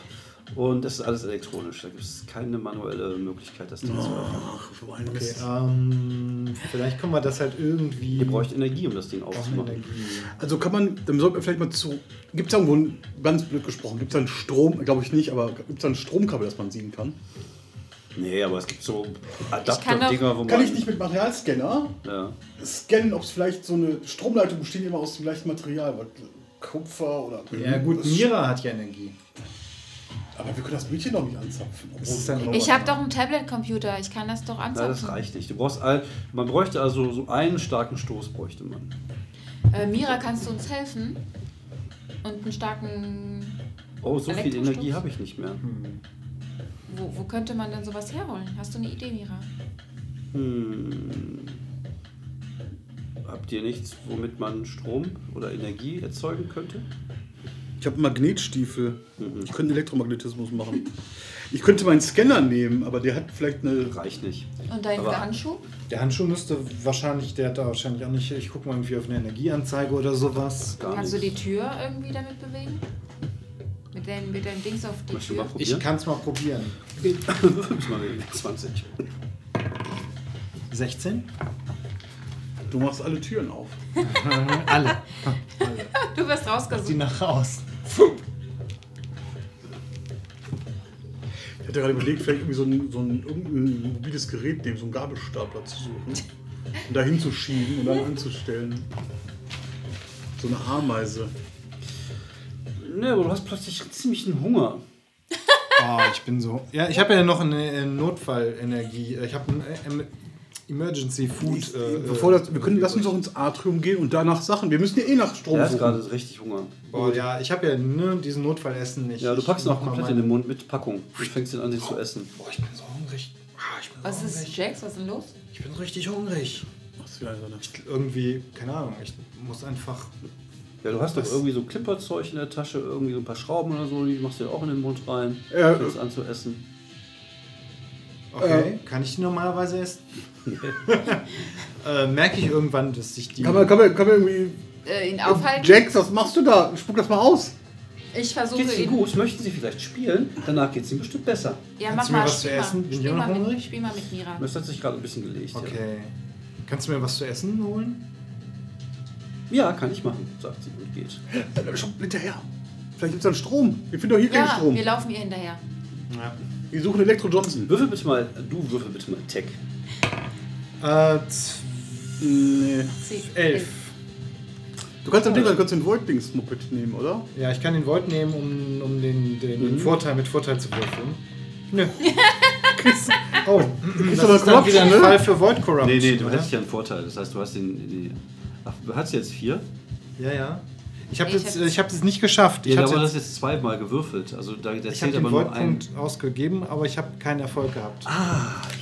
Speaker 1: und es ist alles elektronisch. Da gibt es keine manuelle Möglichkeit, das Ding zu
Speaker 3: Oh.
Speaker 1: öffnen.
Speaker 3: Ach, für einen
Speaker 5: Okay,
Speaker 3: Mist.
Speaker 5: ähm, vielleicht können wir das halt irgendwie
Speaker 1: Ihr bräucht Energie, um das Ding
Speaker 5: brauchen
Speaker 1: aufzumachen.
Speaker 5: Energie.
Speaker 3: Also kann man, dann sollten wir vielleicht mal zu. Gibt es da irgendwo, ein- ganz blöd gesprochen, gibt es da einen Strom, glaube ich nicht, aber gibt es da ein Stromkabel, das man ziehen kann?
Speaker 1: Nee, aber es gibt so
Speaker 4: kann doch-
Speaker 1: Adapter-Dinger, wo man.
Speaker 3: Kann ich nicht mit Materialscanner
Speaker 1: Ja.
Speaker 3: scannen, ob es vielleicht so eine Stromleitung besteht, immer aus dem gleichen Material, weil Kupfer oder.
Speaker 5: Ja gut,
Speaker 3: Das-
Speaker 5: Mira hat ja Energie.
Speaker 3: Aber wir können das Mädchen doch nicht anzapfen. obwohl-
Speaker 5: Das ist dann-
Speaker 4: Ich habe doch einen Tablet-Computer, ich kann das doch
Speaker 1: Na,
Speaker 4: anzapfen.
Speaker 1: das reicht nicht. Du brauchst all, man bräuchte also so einen starken Stoß bräuchte man.
Speaker 4: Äh, Mira, kannst du uns helfen? Und einen starken.
Speaker 1: Oh, so viel
Speaker 4: Elektrostoß?
Speaker 1: Energie habe ich nicht mehr.
Speaker 4: Wo, wo könnte man denn sowas herholen? Hast du eine Idee, Mira?
Speaker 1: Hm. Habt ihr nichts, womit man Strom oder Energie erzeugen könnte?
Speaker 3: Ich habe Magnetstiefel. Ich könnte Elektromagnetismus machen. Ich könnte meinen Scanner nehmen, aber der hat vielleicht eine.
Speaker 1: Reicht nicht.
Speaker 4: Und deinen
Speaker 1: Aber-
Speaker 4: Handschuh?
Speaker 5: Der Handschuh müsste wahrscheinlich, der hat da wahrscheinlich auch nicht, ich gucke mal irgendwie auf eine Energieanzeige oder sowas.
Speaker 1: Gar
Speaker 4: Kannst du die
Speaker 1: nichts.
Speaker 4: Tür irgendwie damit bewegen? Mit deinem, mit deinem Dings auf die
Speaker 1: Möchtest du
Speaker 4: Tür?
Speaker 1: mal probieren?
Speaker 5: Ich kann es mal probieren.
Speaker 1: Würfel's mal mit 20.
Speaker 5: 16?
Speaker 3: Du machst alle Türen auf.
Speaker 5: Alle.
Speaker 4: Du wirst
Speaker 5: Die
Speaker 4: rausgesucht.
Speaker 5: nach außen.
Speaker 3: Ich hatte gerade überlegt, vielleicht irgendwie so ein, so ein, irgendein mobiles Gerät nehmen, so einen Gabelstapler zu suchen. Und da hinzuschieben und dann anzustellen. So eine Ameise.
Speaker 1: Ne, aber du hast plötzlich ziemlich einen Hunger.
Speaker 2: Oh, ich bin so. Ja, ich habe ja noch eine äh, Notfallenergie. Ich habe ein äh, em- Emergency Food. äh, äh,
Speaker 3: Bevor das, wir können, lass uns auch ins Atrium gehen und danach Sachen. Wir müssen ja eh nach Strom
Speaker 1: Der hat
Speaker 3: suchen.
Speaker 1: gerade richtig Hunger.
Speaker 2: Boah, ja, ich habe ja ne, diesen Notfallessen nicht.
Speaker 1: Ja, du packst ihn
Speaker 2: Ich
Speaker 1: auch
Speaker 2: mach
Speaker 1: komplett
Speaker 2: mal
Speaker 1: in den Mund mit Packung und fängst ihn an, sie zu essen.
Speaker 2: Boah, ich bin so hungrig. Ah, ich bin
Speaker 4: Was
Speaker 2: so
Speaker 4: ist,
Speaker 2: hungrig.
Speaker 4: Jax, was ist denn los?
Speaker 2: Ich bin richtig hungrig.
Speaker 3: Ach, ist wieder ne? einer.
Speaker 2: Irgendwie, keine Ahnung, ich muss einfach.
Speaker 1: Ja, du hast doch
Speaker 2: Was?
Speaker 1: irgendwie so Klipperzeug in der Tasche, irgendwie so ein paar Schrauben oder so, die machst du dir auch in den Mund rein.
Speaker 3: Ja,
Speaker 1: fängst an zu essen.
Speaker 2: Okay,
Speaker 3: Äh.
Speaker 2: kann ich die normalerweise essen? äh, Merke ich irgendwann, dass ich die.
Speaker 3: Kann man, kann man, kann man irgendwie.
Speaker 4: Äh, ihn aufhalten?
Speaker 3: Jax, was machst du da? Spuck das mal aus.
Speaker 4: ich versuche
Speaker 1: Geht's Ihnen
Speaker 4: ihn.
Speaker 1: gut? Möchten Sie vielleicht spielen? Danach geht's Ihnen bestimmt besser.
Speaker 4: Ja,
Speaker 2: Kannst
Speaker 4: mach
Speaker 2: du mir
Speaker 4: mal,
Speaker 2: was zu
Speaker 4: spiel mal.
Speaker 2: essen? Bin ich
Speaker 4: Spiel
Speaker 2: auch noch
Speaker 4: mal, mit,
Speaker 2: hungrig?
Speaker 4: spiel mal mit Mira.
Speaker 1: Das hat sich gerade ein bisschen gelegt.
Speaker 2: Okay. Kannst du mir was zu essen holen?
Speaker 1: Ja. ja, kann ich machen, sagt sie und geht.
Speaker 3: Äh, Schon hinterher. Vielleicht gibt's dann Strom. Wir finden doch hier keinen
Speaker 4: Ja,
Speaker 3: Strom.
Speaker 4: wir laufen ihr hinterher.
Speaker 2: Ja.
Speaker 3: Wir suchen Elektro Johnson.
Speaker 1: Würfel bitte mal, du würfel bitte mal Tech.
Speaker 2: Äh, z-
Speaker 3: Nee.
Speaker 4: Sie,
Speaker 2: elf.
Speaker 3: Du kannst am Ding, du kannst den Void-Dings-Moped nehmen, oder?
Speaker 2: Ja, ich kann den Void nehmen, um, um den, den,
Speaker 1: Mhm.
Speaker 2: den Vorteil mit Vorteil zu würfeln. Nö. oh,
Speaker 3: kriegst
Speaker 2: das
Speaker 3: aber
Speaker 2: ist dann
Speaker 3: Corruption,
Speaker 2: wieder ein
Speaker 3: ne?
Speaker 2: Fall für Void Corruption.
Speaker 1: Nee, nee, du
Speaker 2: oder?
Speaker 1: hättest ja einen Vorteil. Das heißt, du hast den. Die, ach, du hast jetzt vier?
Speaker 2: Ja, ja. Ich habe
Speaker 4: Ich
Speaker 2: das,
Speaker 4: hab-
Speaker 2: ich hab das nicht geschafft. Ich
Speaker 1: Ja,
Speaker 2: habe
Speaker 1: aber das
Speaker 2: jetzt,
Speaker 1: ist jetzt zweimal gewürfelt. Also da, der
Speaker 2: ich hab
Speaker 1: zählt
Speaker 2: den
Speaker 1: aber nur ein.
Speaker 2: Void-Punkt ausgegeben, aber ich habe keinen Erfolg gehabt.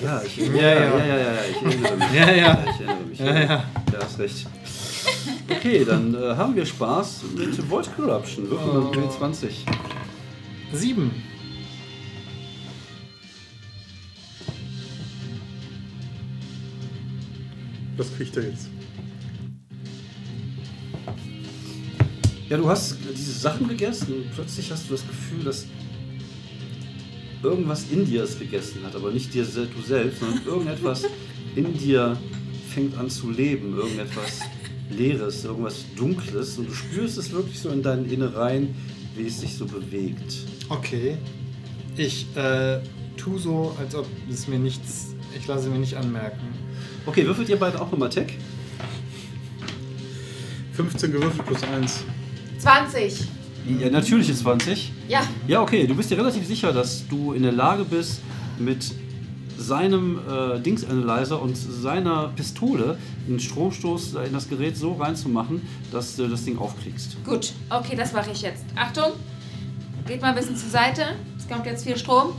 Speaker 1: Ja, ich,
Speaker 2: Ja,
Speaker 1: ja,
Speaker 2: ja.
Speaker 1: ja, ja, ja, ich erinnere mich.
Speaker 2: Ja, ja.
Speaker 1: Ich erinnere mich.
Speaker 2: Ja, ja.
Speaker 1: Du hast recht. Okay, dann äh, haben wir Spaß mit Volt Corruption. Würfel mal mit W20.
Speaker 2: Sieben.
Speaker 3: Das kriegt er jetzt.
Speaker 1: Ja, du hast diese Sachen gegessen und plötzlich hast du das Gefühl, dass irgendwas in dir es gegessen hat, aber nicht dir sel- du selbst, sondern irgendetwas in dir fängt an zu leben, irgendetwas Leeres, irgendwas Dunkles und du spürst es wirklich so in deinen Innereien, wie es sich so bewegt.
Speaker 2: Okay. Ich äh, tu so, als ob es mir nichts. Ich lasse mir nicht anmerken.
Speaker 1: Okay, würfelt ihr beide auch nochmal Tech?
Speaker 3: 15 gewürfelt plus 1.
Speaker 4: 20.
Speaker 1: Ja, natürliche 20.
Speaker 4: Ja,
Speaker 1: Ja, okay, du bist dir relativ sicher, dass du in der Lage bist, mit seinem äh, Dings-Analyzer und seiner Pistole einen Stromstoß in das Gerät so reinzumachen, dass du das Ding aufkriegst.
Speaker 4: gut. Okay, das mache ich jetzt. Achtung. Geht mal ein bisschen zur Seite. Es kommt jetzt viel Strom.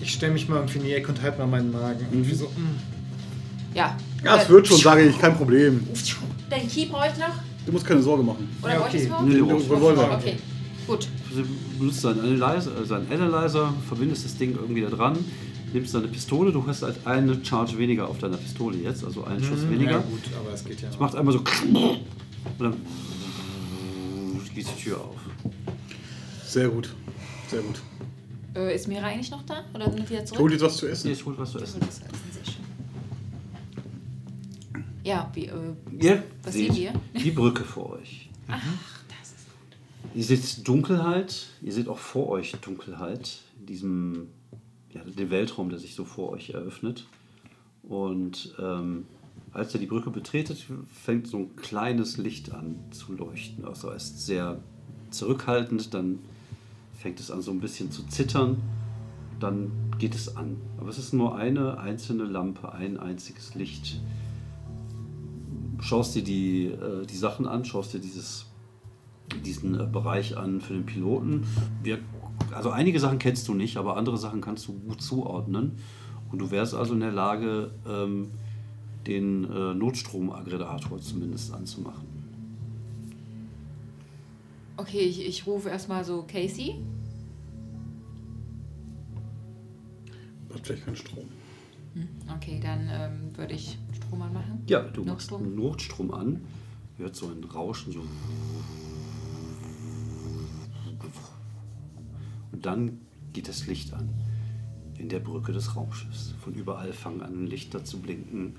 Speaker 2: Ich stelle mich mal irgendwie in die Ecke und halte mal meinen Magen.
Speaker 1: Mhm.
Speaker 2: Irgendwie so. mm.
Speaker 4: Ja.
Speaker 3: Ja, es
Speaker 4: Äh,
Speaker 3: wird schon, sage ich, kein Problem.
Speaker 4: Dein Key brauche ich noch?
Speaker 3: Du musst keine Sorge machen.
Speaker 4: Oder
Speaker 2: Ja,
Speaker 4: brauche ich
Speaker 2: okay.
Speaker 4: es noch?
Speaker 1: Nee,
Speaker 3: Den
Speaker 1: du brauchst-
Speaker 3: Revolver.
Speaker 4: Okay, gut.
Speaker 1: Du benutzt seinen Analyzer, äh, seinen Analyzer, verbindest das Ding irgendwie da dran, nimmst deine Pistole, du hast halt eine Charge weniger auf deiner Pistole jetzt, also einen Schuss
Speaker 2: mm, Ja,
Speaker 1: weniger.
Speaker 2: gut, aber es geht ja.
Speaker 1: Es
Speaker 2: Noch.
Speaker 1: macht einmal so und dann geht die Tür auf.
Speaker 3: Sehr gut. Sehr gut.
Speaker 4: Äh, ist Mira eigentlich noch da? Oder sind wir wieder
Speaker 3: Ich hol
Speaker 4: zurück?
Speaker 3: dir jetzt was zu
Speaker 1: Nee,
Speaker 3: essen.
Speaker 1: ich hol was zu essen.
Speaker 4: Das ist sehr schön. Ja, wie, äh,
Speaker 1: Ihr
Speaker 4: Was
Speaker 1: seht
Speaker 4: sehen
Speaker 1: die Brücke vor euch.
Speaker 4: das ist
Speaker 1: Ihr seht Dunkelheit, ihr seht auch vor euch Dunkelheit, in diesem ja, den Weltraum, der sich so vor euch eröffnet. Und ähm, als ihr die Brücke betretet, fängt so ein kleines Licht an zu leuchten. Also erst sehr zurückhaltend, dann fängt es an so ein bisschen zu zittern, dann geht es an. Aber es ist nur eine einzelne Lampe, ein einziges Licht. Schaust dir die, äh, die Sachen an, schaust dir dieses diesen äh, Bereich an für den Piloten. Wir, also einige Sachen kennst du nicht, aber andere Sachen kannst du gut zuordnen. Und du wärst also in der Lage, ähm, den äh, Notstromaggregator zumindest anzumachen.
Speaker 4: Okay, ich, ich rufe erstmal so Casey.
Speaker 3: Hat vielleicht keinen Strom.
Speaker 4: Hm, Okay, dann ähm, würde ich Strom anmachen.
Speaker 1: Ja, du machst
Speaker 4: Notstrom.
Speaker 1: einen Notstrom an, hört so ein Rauschen so. Und dann geht das Licht an in der Brücke des Raumschiffs. Von überall fangen an Lichter zu blinken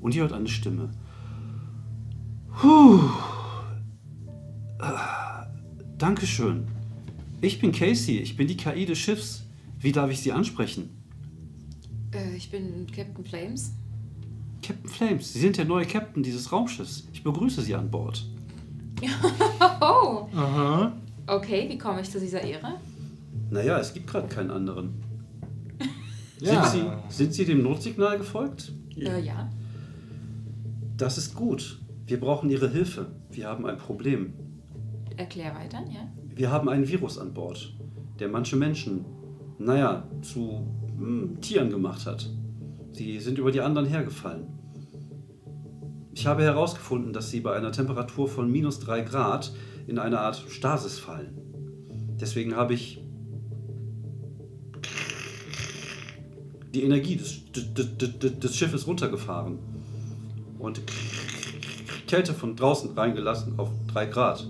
Speaker 1: und ihr hört eine Stimme. Puh. Ah, Dankeschön. Ich bin Casey, ich bin die KI des Schiffs. Wie darf ich Sie ansprechen?
Speaker 4: Äh, ich bin Captain Flames.
Speaker 1: Captain Flames, Sie sind der neue Captain dieses Raumschiffs. Ich begrüße Sie an Bord.
Speaker 4: Oh,
Speaker 2: Aha.
Speaker 4: okay, wie komme ich zu dieser Ehre?
Speaker 1: Naja, es gibt gerade keinen anderen.
Speaker 5: Ja.
Speaker 1: Sind, Sie, sind Sie dem Notsignal gefolgt?
Speaker 4: Äh, ja.
Speaker 1: Das ist gut. Wir brauchen Ihre Hilfe. Wir haben ein Problem.
Speaker 4: Erklär weiter, ja.
Speaker 1: Wir haben einen Virus an Bord, der manche Menschen, naja, zu hm, Tieren gemacht hat. Sie sind über die anderen hergefallen. Ich habe herausgefunden, dass sie bei einer Temperatur von minus 3 Grad in eine Art Stasis fallen. Deswegen habe ich die Energie des, des, des, des Schiffes runtergefahren und Kälte von draußen reingelassen auf 3 Grad.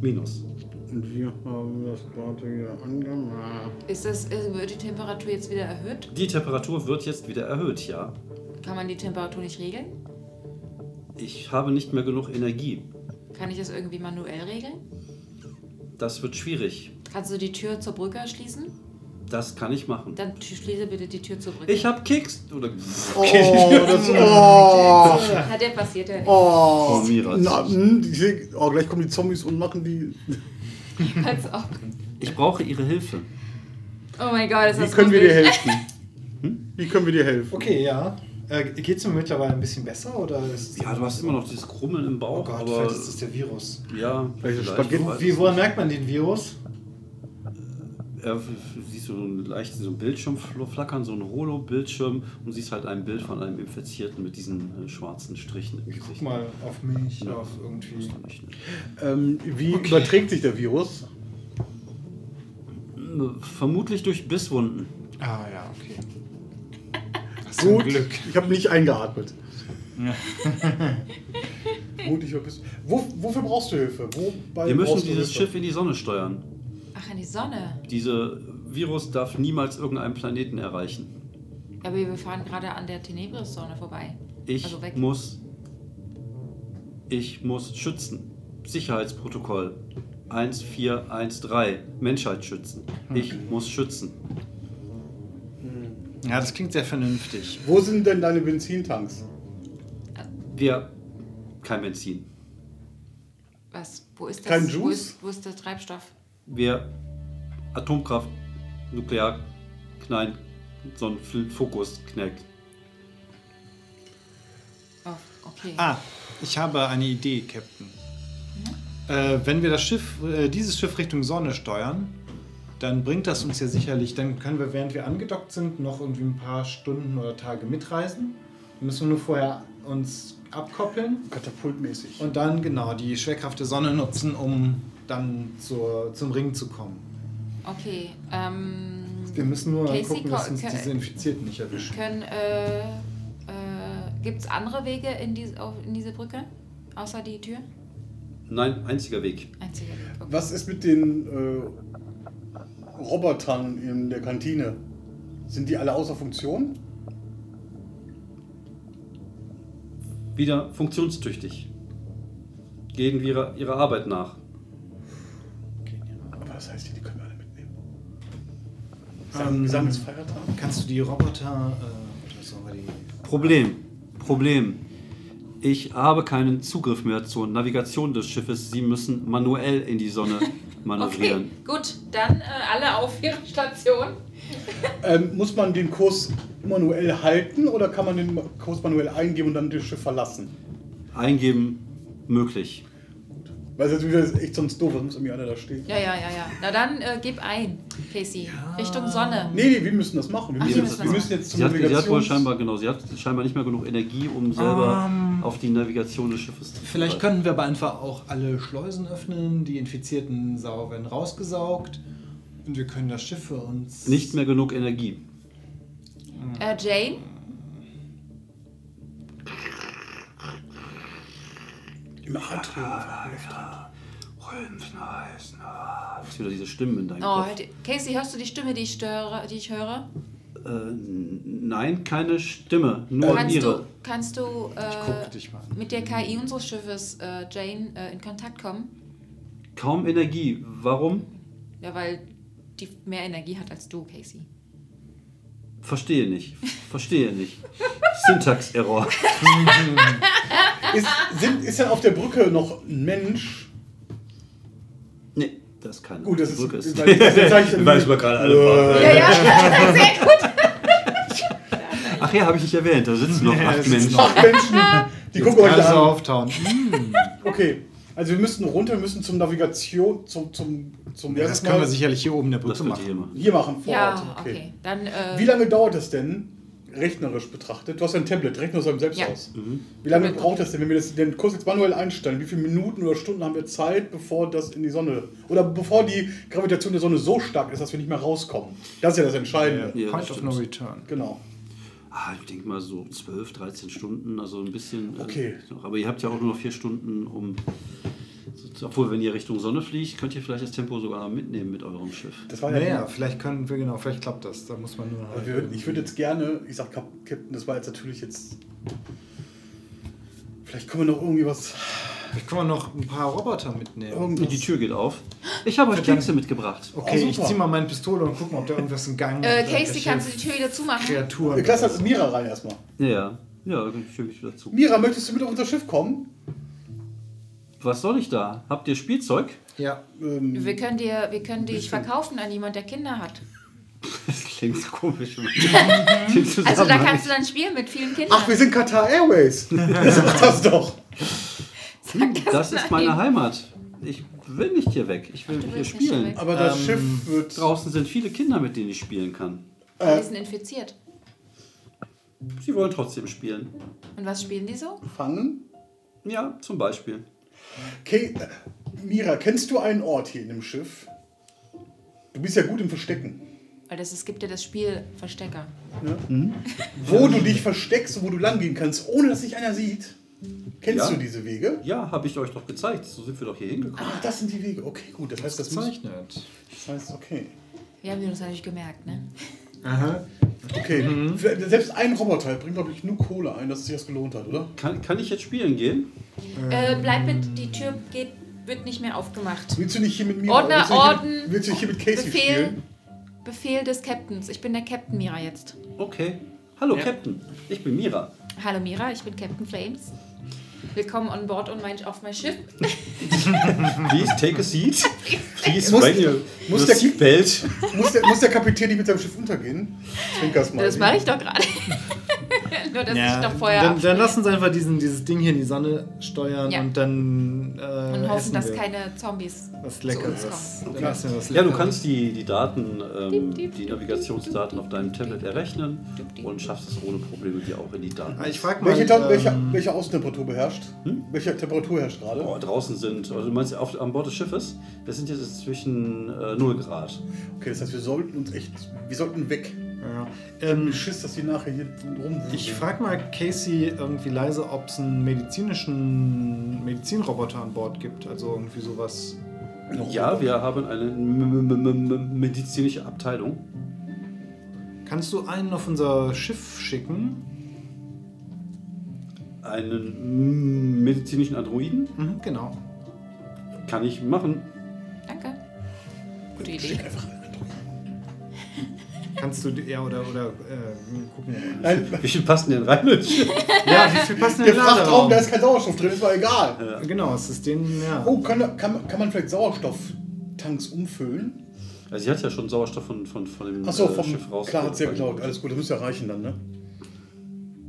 Speaker 1: Minus.
Speaker 3: Und wir haben das Bad wieder angemacht.
Speaker 4: Ist das, äh, wird die Temperatur jetzt wieder erhöht?
Speaker 1: Die Temperatur wird jetzt wieder erhöht, ja.
Speaker 4: Kann man die Temperatur nicht regeln?
Speaker 1: Ich habe nicht mehr genug Energie.
Speaker 4: Kann ich das irgendwie manuell regeln?
Speaker 1: Das wird schwierig.
Speaker 4: Kannst du die Tür zur Brücke schließen?
Speaker 1: Das kann ich machen.
Speaker 4: Dann t- schließe bitte die Tür zur Brücke.
Speaker 1: Ich habe Keks. Oder.
Speaker 3: Oh,
Speaker 1: Ähm.
Speaker 3: das oh,
Speaker 4: Hat der passiert ja nicht.
Speaker 3: oh.
Speaker 1: Oh, Mira.
Speaker 3: Na, hm, die, oh, gleich kommen die Zombies und machen die.
Speaker 4: Als ob.
Speaker 1: Ich brauche Ihre Hilfe.
Speaker 4: Oh mein Gott, ist
Speaker 3: Wie
Speaker 4: das
Speaker 3: können wir dir
Speaker 4: gruselig.
Speaker 3: helfen? Hm? Wie können wir dir helfen?
Speaker 2: Okay, ja. Äh, Geht es mir mittlerweile ein bisschen besser oder ist
Speaker 1: Ja, du hast immer noch dieses Krummeln im
Speaker 2: Oh
Speaker 1: Bauch,
Speaker 2: Gott,
Speaker 1: aber.
Speaker 2: vielleicht ist das der Virus.
Speaker 1: ja,
Speaker 3: Welche
Speaker 1: vielleicht,
Speaker 3: Spaghetti-
Speaker 1: weiß
Speaker 2: Wie,
Speaker 1: ich
Speaker 2: woran merkt man den Virus?
Speaker 1: nicht. Ja, f- f- siehst du so einen leichten so einen Bildschirm fl- flackern, so einen Holo-Bildschirm und siehst halt ein Bild von einem Infizierten mit diesen äh, schwarzen Strichen im
Speaker 2: Ich guck
Speaker 1: Gesicht.
Speaker 2: mal auf mich,
Speaker 1: Ja.
Speaker 2: auf irgendwie.
Speaker 1: Musst du nicht, ne?
Speaker 3: Ähm, wie überträgt sich der Virus?
Speaker 1: ne? Vermutlich durch Bisswunden.
Speaker 2: Ah ja, okay. Hast du
Speaker 3: Gut,
Speaker 2: ein Glück.
Speaker 3: ich habe nicht eingeatmet. Gut, ich hab es- Wo, wofür brauchst du Hilfe? Wobei
Speaker 1: Wir müssen
Speaker 3: brauchst du
Speaker 1: dieses
Speaker 3: Hilfe?
Speaker 1: Schiff in die Sonne steuern.
Speaker 4: Ach, in die Sonne.
Speaker 1: Diese Virus darf niemals irgendeinen Planeten erreichen.
Speaker 4: Aber wir fahren gerade an der Tenebris-Sonne vorbei.
Speaker 1: Ich
Speaker 4: Also weg.
Speaker 1: muss. Ich muss schützen. Sicherheitsprotokoll 1413. Menschheit schützen. Ich muss schützen.
Speaker 2: Ja, das klingt sehr vernünftig.
Speaker 3: Wo sind denn deine Benzintanks?
Speaker 1: Wir. Kein Benzin.
Speaker 4: Was? Wo ist das?
Speaker 3: Kein
Speaker 4: Wo
Speaker 3: Juice?
Speaker 4: ist, wo ist der Treibstoff?
Speaker 1: Wir. Atomkraft. Nuklear. Nein. So ein Fl- Fokus. Knack.
Speaker 4: Oh, okay.
Speaker 2: Ah, ich habe eine Idee, Captain. Äh, wenn wir das Schiff, äh, dieses Schiff Richtung Sonne steuern, dann bringt das uns ja sicherlich, dann können wir, während wir angedockt sind, noch irgendwie ein paar Stunden oder Tage mitreisen. Wir müssen nur vorher uns abkoppeln
Speaker 3: Katapultmäßig.
Speaker 2: und dann genau die Schwerkraft der Sonne nutzen, um dann zur, zum Ring zu kommen.
Speaker 4: Okay. Ähm,
Speaker 2: Wir müssen nur
Speaker 4: Casey,
Speaker 2: gucken, dass
Speaker 4: ko-
Speaker 2: uns
Speaker 4: ko-
Speaker 2: diese Infizierten nicht erwischen.
Speaker 4: können, äh, äh, gibt's andere Wege in, die, auf, in diese Brücke? Außer die Tür?
Speaker 1: Nein, einziger Weg.
Speaker 4: Einziger Weg. Okay.
Speaker 3: Was ist mit den äh, Robotern in der Kantine? Sind die alle außer Funktion?
Speaker 1: Wieder funktionstüchtig. Gehen wir ihrer- ihrer Arbeit nach.
Speaker 3: Aber das heißt, die können wir alle mitnehmen.
Speaker 2: Ähm,
Speaker 3: Ähm, Sagen, sagen es Feiertag?
Speaker 2: Kannst du die Roboter äh, oder sollen wir die.
Speaker 1: Problem, Problem. Ich habe keinen Zugriff mehr zur Navigation des Schiffes. Sie müssen manuell in die Sonne
Speaker 4: Okay,
Speaker 1: manövrieren.
Speaker 4: gut. Dann äh, alle auf ihre Station.
Speaker 3: Ähm, muss man den Kurs manuell halten oder kann man den Kurs manuell eingeben und dann das Schiff verlassen?
Speaker 1: Eingeben möglich.
Speaker 3: Weil sonst wieder ist echt sonst doof, was muss irgendwie einer da stehen.
Speaker 4: Ja, ja, ja, ja. Na dann äh, gib ein, Casey. Richtung Sonne.
Speaker 3: Nee, nee, wir müssen das machen. Wir
Speaker 4: Ach,
Speaker 3: müssen,
Speaker 4: wir
Speaker 3: jetzt,
Speaker 4: müssen
Speaker 3: wir
Speaker 4: das
Speaker 3: müssen jetzt zum
Speaker 1: Sie hat, sie hat wohl
Speaker 3: Navigations-
Speaker 1: scheinbar genau, sie hat scheinbar nicht mehr genug Energie, um selber
Speaker 2: Ähm.
Speaker 1: auf die Navigation des Schiffes zu können.
Speaker 2: Vielleicht könnten wir aber einfach auch alle Schleusen öffnen, die infizierten Sau werden rausgesaugt und wir können das Schiff für uns.
Speaker 1: Nicht mehr genug Energie.
Speaker 4: Äh, Jane?
Speaker 3: Im Antrieb.
Speaker 1: ah, Ist wieder diese Stimmen in deinem
Speaker 4: Oh,
Speaker 1: Kopf.
Speaker 4: hört ihr- Casey, hörst du die Stimme, die ich, störe, die ich höre?
Speaker 1: Äh, n- nein, keine Stimme, nur
Speaker 4: Kannst
Speaker 1: Äh, ihre.
Speaker 4: du, kannst du
Speaker 2: Guck
Speaker 4: äh,
Speaker 2: dich mal.
Speaker 4: mit der KI unseres Schiffes, äh, Jane, äh, in Kontakt kommen?
Speaker 1: Kaum Energie. Warum?
Speaker 4: Ja, weil die mehr Energie hat als du, Casey.
Speaker 1: Verstehe nicht. Verstehe nicht. Syntax-Error.
Speaker 3: Ist, sind, ist denn auf der Brücke noch ein Mensch?
Speaker 1: Nee. Da ist keine
Speaker 3: Gut, das ist. Äh,
Speaker 1: Brücke.
Speaker 3: Das
Speaker 1: Ist.
Speaker 3: sage ich, das sag ich dann
Speaker 6: Weiß
Speaker 3: nicht.
Speaker 6: man gerade alle Farben.
Speaker 4: Ja, ja, sehr gut.
Speaker 1: Ach ja, habe ich nicht erwähnt. Da sitzen noch
Speaker 2: Ja, da
Speaker 1: acht
Speaker 2: sitzen
Speaker 1: Menschen.
Speaker 3: Ach, Menschen, die gucken euch
Speaker 2: Alles
Speaker 3: da an.
Speaker 2: auftauen. Hm,
Speaker 3: Okay, also wir müssen runter, wir müssen zum Navigation, zum, zum, zum
Speaker 2: Ja, das
Speaker 3: ersten
Speaker 2: können
Speaker 3: Mal
Speaker 2: wir sicherlich hier oben in der
Speaker 1: Das
Speaker 2: Brücke
Speaker 1: könnt ihr hier
Speaker 2: machen.
Speaker 1: machen.
Speaker 3: hier machen vor
Speaker 4: Ja,
Speaker 3: Ort.
Speaker 4: okay. Dann, äh,
Speaker 3: Wie lange dauert das denn, rechnerisch betrachtet? Du hast ja ein Tablet, rechne das einem selbst
Speaker 4: Ja.
Speaker 3: aus.
Speaker 1: Mhm.
Speaker 3: Wie lange braucht das denn, wenn wir das, den Kurs jetzt manuell einstellen? Wie viele Minuten oder Stunden haben wir Zeit, bevor das in die Sonne oder bevor die Gravitation der Sonne so stark ist, dass wir nicht mehr rauskommen? Das ist ja das Entscheidende.
Speaker 1: Ja,
Speaker 2: Point
Speaker 1: das
Speaker 2: of
Speaker 1: stimmt.
Speaker 2: no return.
Speaker 3: Genau.
Speaker 1: Ah, ich denke mal so 12, 13 Stunden, also ein bisschen. äh,
Speaker 3: Okay.
Speaker 1: noch. aber ihr habt ja auch nur noch vier Stunden, um. Obwohl, wenn ihr Richtung Sonne fliegt, könnt ihr vielleicht das Tempo sogar noch mitnehmen mit eurem Schiff.
Speaker 3: Das war ja.
Speaker 2: Naja, vielleicht können wir, genau, vielleicht klappt das. Da muss man nur
Speaker 3: Also
Speaker 2: halt
Speaker 3: wir würden- ich würde jetzt gerne, ich sag Kap- Captain, das war jetzt natürlich jetzt. Vielleicht können wir noch irgendwie was.
Speaker 2: Vielleicht können wir noch ein paar Roboter mitnehmen.
Speaker 3: Irgendwas.
Speaker 1: Die Tür geht auf. Ich habe euch Kekse mitgebracht.
Speaker 2: Okay,
Speaker 3: Oh,
Speaker 2: ich
Speaker 3: super.
Speaker 2: zieh mal meine Pistole und guck mal, ob da irgendwas im Gang
Speaker 4: äh,
Speaker 2: oder
Speaker 4: Casey,
Speaker 2: irgendwelche
Speaker 4: kannst du die Tür wieder zumachen?
Speaker 2: Kreaturen.
Speaker 3: Wir lassen das Mira rein erstmal.
Speaker 1: Ja, ja. Ja, dann stimme ich wieder zu.
Speaker 3: Mira, möchtest du mit auf unser Schiff kommen?
Speaker 1: Was soll ich da? Habt ihr Spielzeug?
Speaker 2: Ja.
Speaker 3: Ähm,
Speaker 4: Wir können, dir, wir können dich verkaufen an jemand, der Kinder hat.
Speaker 1: Das klingt so komisch.
Speaker 4: Also da kannst du dann spielen mit vielen Kindern.
Speaker 3: ach, wir sind Qatar Airways. Sag das doch.
Speaker 1: Hm, Das ist meine Heimat. Ich will nicht hier weg. Ich will
Speaker 4: du
Speaker 1: hier
Speaker 4: willst nicht hier
Speaker 1: spielen.
Speaker 4: weg.
Speaker 3: Aber das
Speaker 2: Ähm,
Speaker 3: Schiff wird.
Speaker 1: Draußen sind viele Kinder, mit denen ich spielen kann.
Speaker 3: äh,
Speaker 4: Die sind infiziert.
Speaker 1: Sie wollen trotzdem spielen.
Speaker 4: Und was spielen die so?
Speaker 3: fangen.
Speaker 1: Ja, zum Beispiel.
Speaker 3: Okay, äh, Mira, kennst du einen Ort hier in dem Schiff? Du bist ja gut im Verstecken.
Speaker 4: Weil das, es gibt ja das Spiel Verstecker.
Speaker 3: Wo du dich versteckst und wo du langgehen kannst, ohne dass dich einer sieht. Kennst
Speaker 1: Ja.
Speaker 3: du diese Wege?
Speaker 1: Ja, habe ich euch doch gezeigt. So sind wir doch hier hingekommen.
Speaker 3: Ach, das sind die Wege. Okay, gut. Das heißt, das, muss,
Speaker 2: Zeichnet.
Speaker 3: das heißt, okay.
Speaker 4: Wir haben uns natürlich gemerkt, ne?
Speaker 2: Aha.
Speaker 3: Okay, Für- selbst ein Roboter bringt, glaube ich, nur Kohle ein, dass es sich das gelohnt hat, oder?
Speaker 1: Kann, kann ich jetzt spielen gehen?
Speaker 4: Äh, bleib mit, die Tür geht, wird nicht mehr aufgemacht.
Speaker 3: Willst du nicht hier mit mir
Speaker 4: Ordner,
Speaker 3: willst du nicht Hier
Speaker 4: Orden,
Speaker 3: mit, willst du nicht hier mit Casey
Speaker 4: Befehl.
Speaker 3: spielen?
Speaker 4: Befehl des Captains. Ich bin der Captain Mira jetzt.
Speaker 1: Okay. Hallo, Captain. Ich bin Mira.
Speaker 4: Hallo Mira, ich bin Captain Flames. Willkommen on board und mein, auf mein Schiff.
Speaker 6: Please take a seat. Please
Speaker 3: Muss-
Speaker 6: find your,
Speaker 3: muss
Speaker 6: your
Speaker 3: der-
Speaker 6: seatbelt.
Speaker 3: Muss der, muss der Kapitän nicht mit seinem Schiff untergehen? Zwinker's mal.
Speaker 4: Das mache ich doch gerade. Nur, dass ich doch vorher
Speaker 2: dann, dann
Speaker 4: abspiele.
Speaker 2: lass uns einfach diesen, dieses Ding hier in die Sonne steuern
Speaker 4: Ja.
Speaker 2: und dann äh,
Speaker 4: Und hoffen,
Speaker 2: essen
Speaker 4: dass
Speaker 2: wir
Speaker 4: keine Zombies
Speaker 2: was
Speaker 4: zu uns
Speaker 2: Leckeres. Dann essen wir was
Speaker 1: Ja, du
Speaker 2: Leckeres.
Speaker 1: kannst die, die Daten, ähm, die Navigationsdaten auf deinem Tablet errechnen und schaffst es ohne Probleme dir auch in die Daten.
Speaker 2: Ah, Ich frag mal.
Speaker 3: Welche, Tat- welche,
Speaker 2: ähm,
Speaker 3: welche Außentemperatur beherrscht? Welche Temperatur herrscht gerade?
Speaker 1: Hm? Boah, draußen sind, also du meinst auf, an Bord des Schiffes, das sind jetzt zwischen äh, 0 Grad.
Speaker 3: Okay, das heißt, wir sollten uns echt. Wir sollten weg.
Speaker 2: ja. ähm,
Speaker 3: Schiss, dass die nachher hier rumwühlen.
Speaker 2: ich frag mal Casey irgendwie leise, ob es einen medizinischen Medizinroboter an Bord gibt. Also irgendwie sowas.
Speaker 3: Noch
Speaker 1: Ja, wir haben eine m- m- m- m- medizinische Abteilung.
Speaker 2: Kannst du einen auf unser Schiff schicken?
Speaker 1: Einen m- medizinischen Androiden
Speaker 2: Mhm, genau.
Speaker 1: kann ich machen.
Speaker 4: Danke. Gute Idee.
Speaker 2: Kannst du, ja, oder, oder, äh, gucken wir mal.
Speaker 3: Nein,
Speaker 1: Wie viel passen denn rein? ins Schiff?
Speaker 2: Ja, wie viel passen
Speaker 3: der
Speaker 2: denn
Speaker 3: Frachtraum, da ist kein Sauerstoff drin, ist mal egal.
Speaker 2: Genau, es ist den, ja.
Speaker 3: Oh, kann, kann, kann man vielleicht Sauerstofftanks umfüllen?
Speaker 1: Also sie hat ja schon Sauerstoff von, von, von dem
Speaker 3: Achso,
Speaker 1: äh,
Speaker 3: vom.
Speaker 1: Schiff raus.
Speaker 3: klar, hat sie ja geklaut. Alles gut, das müsste ja reichen dann, ne?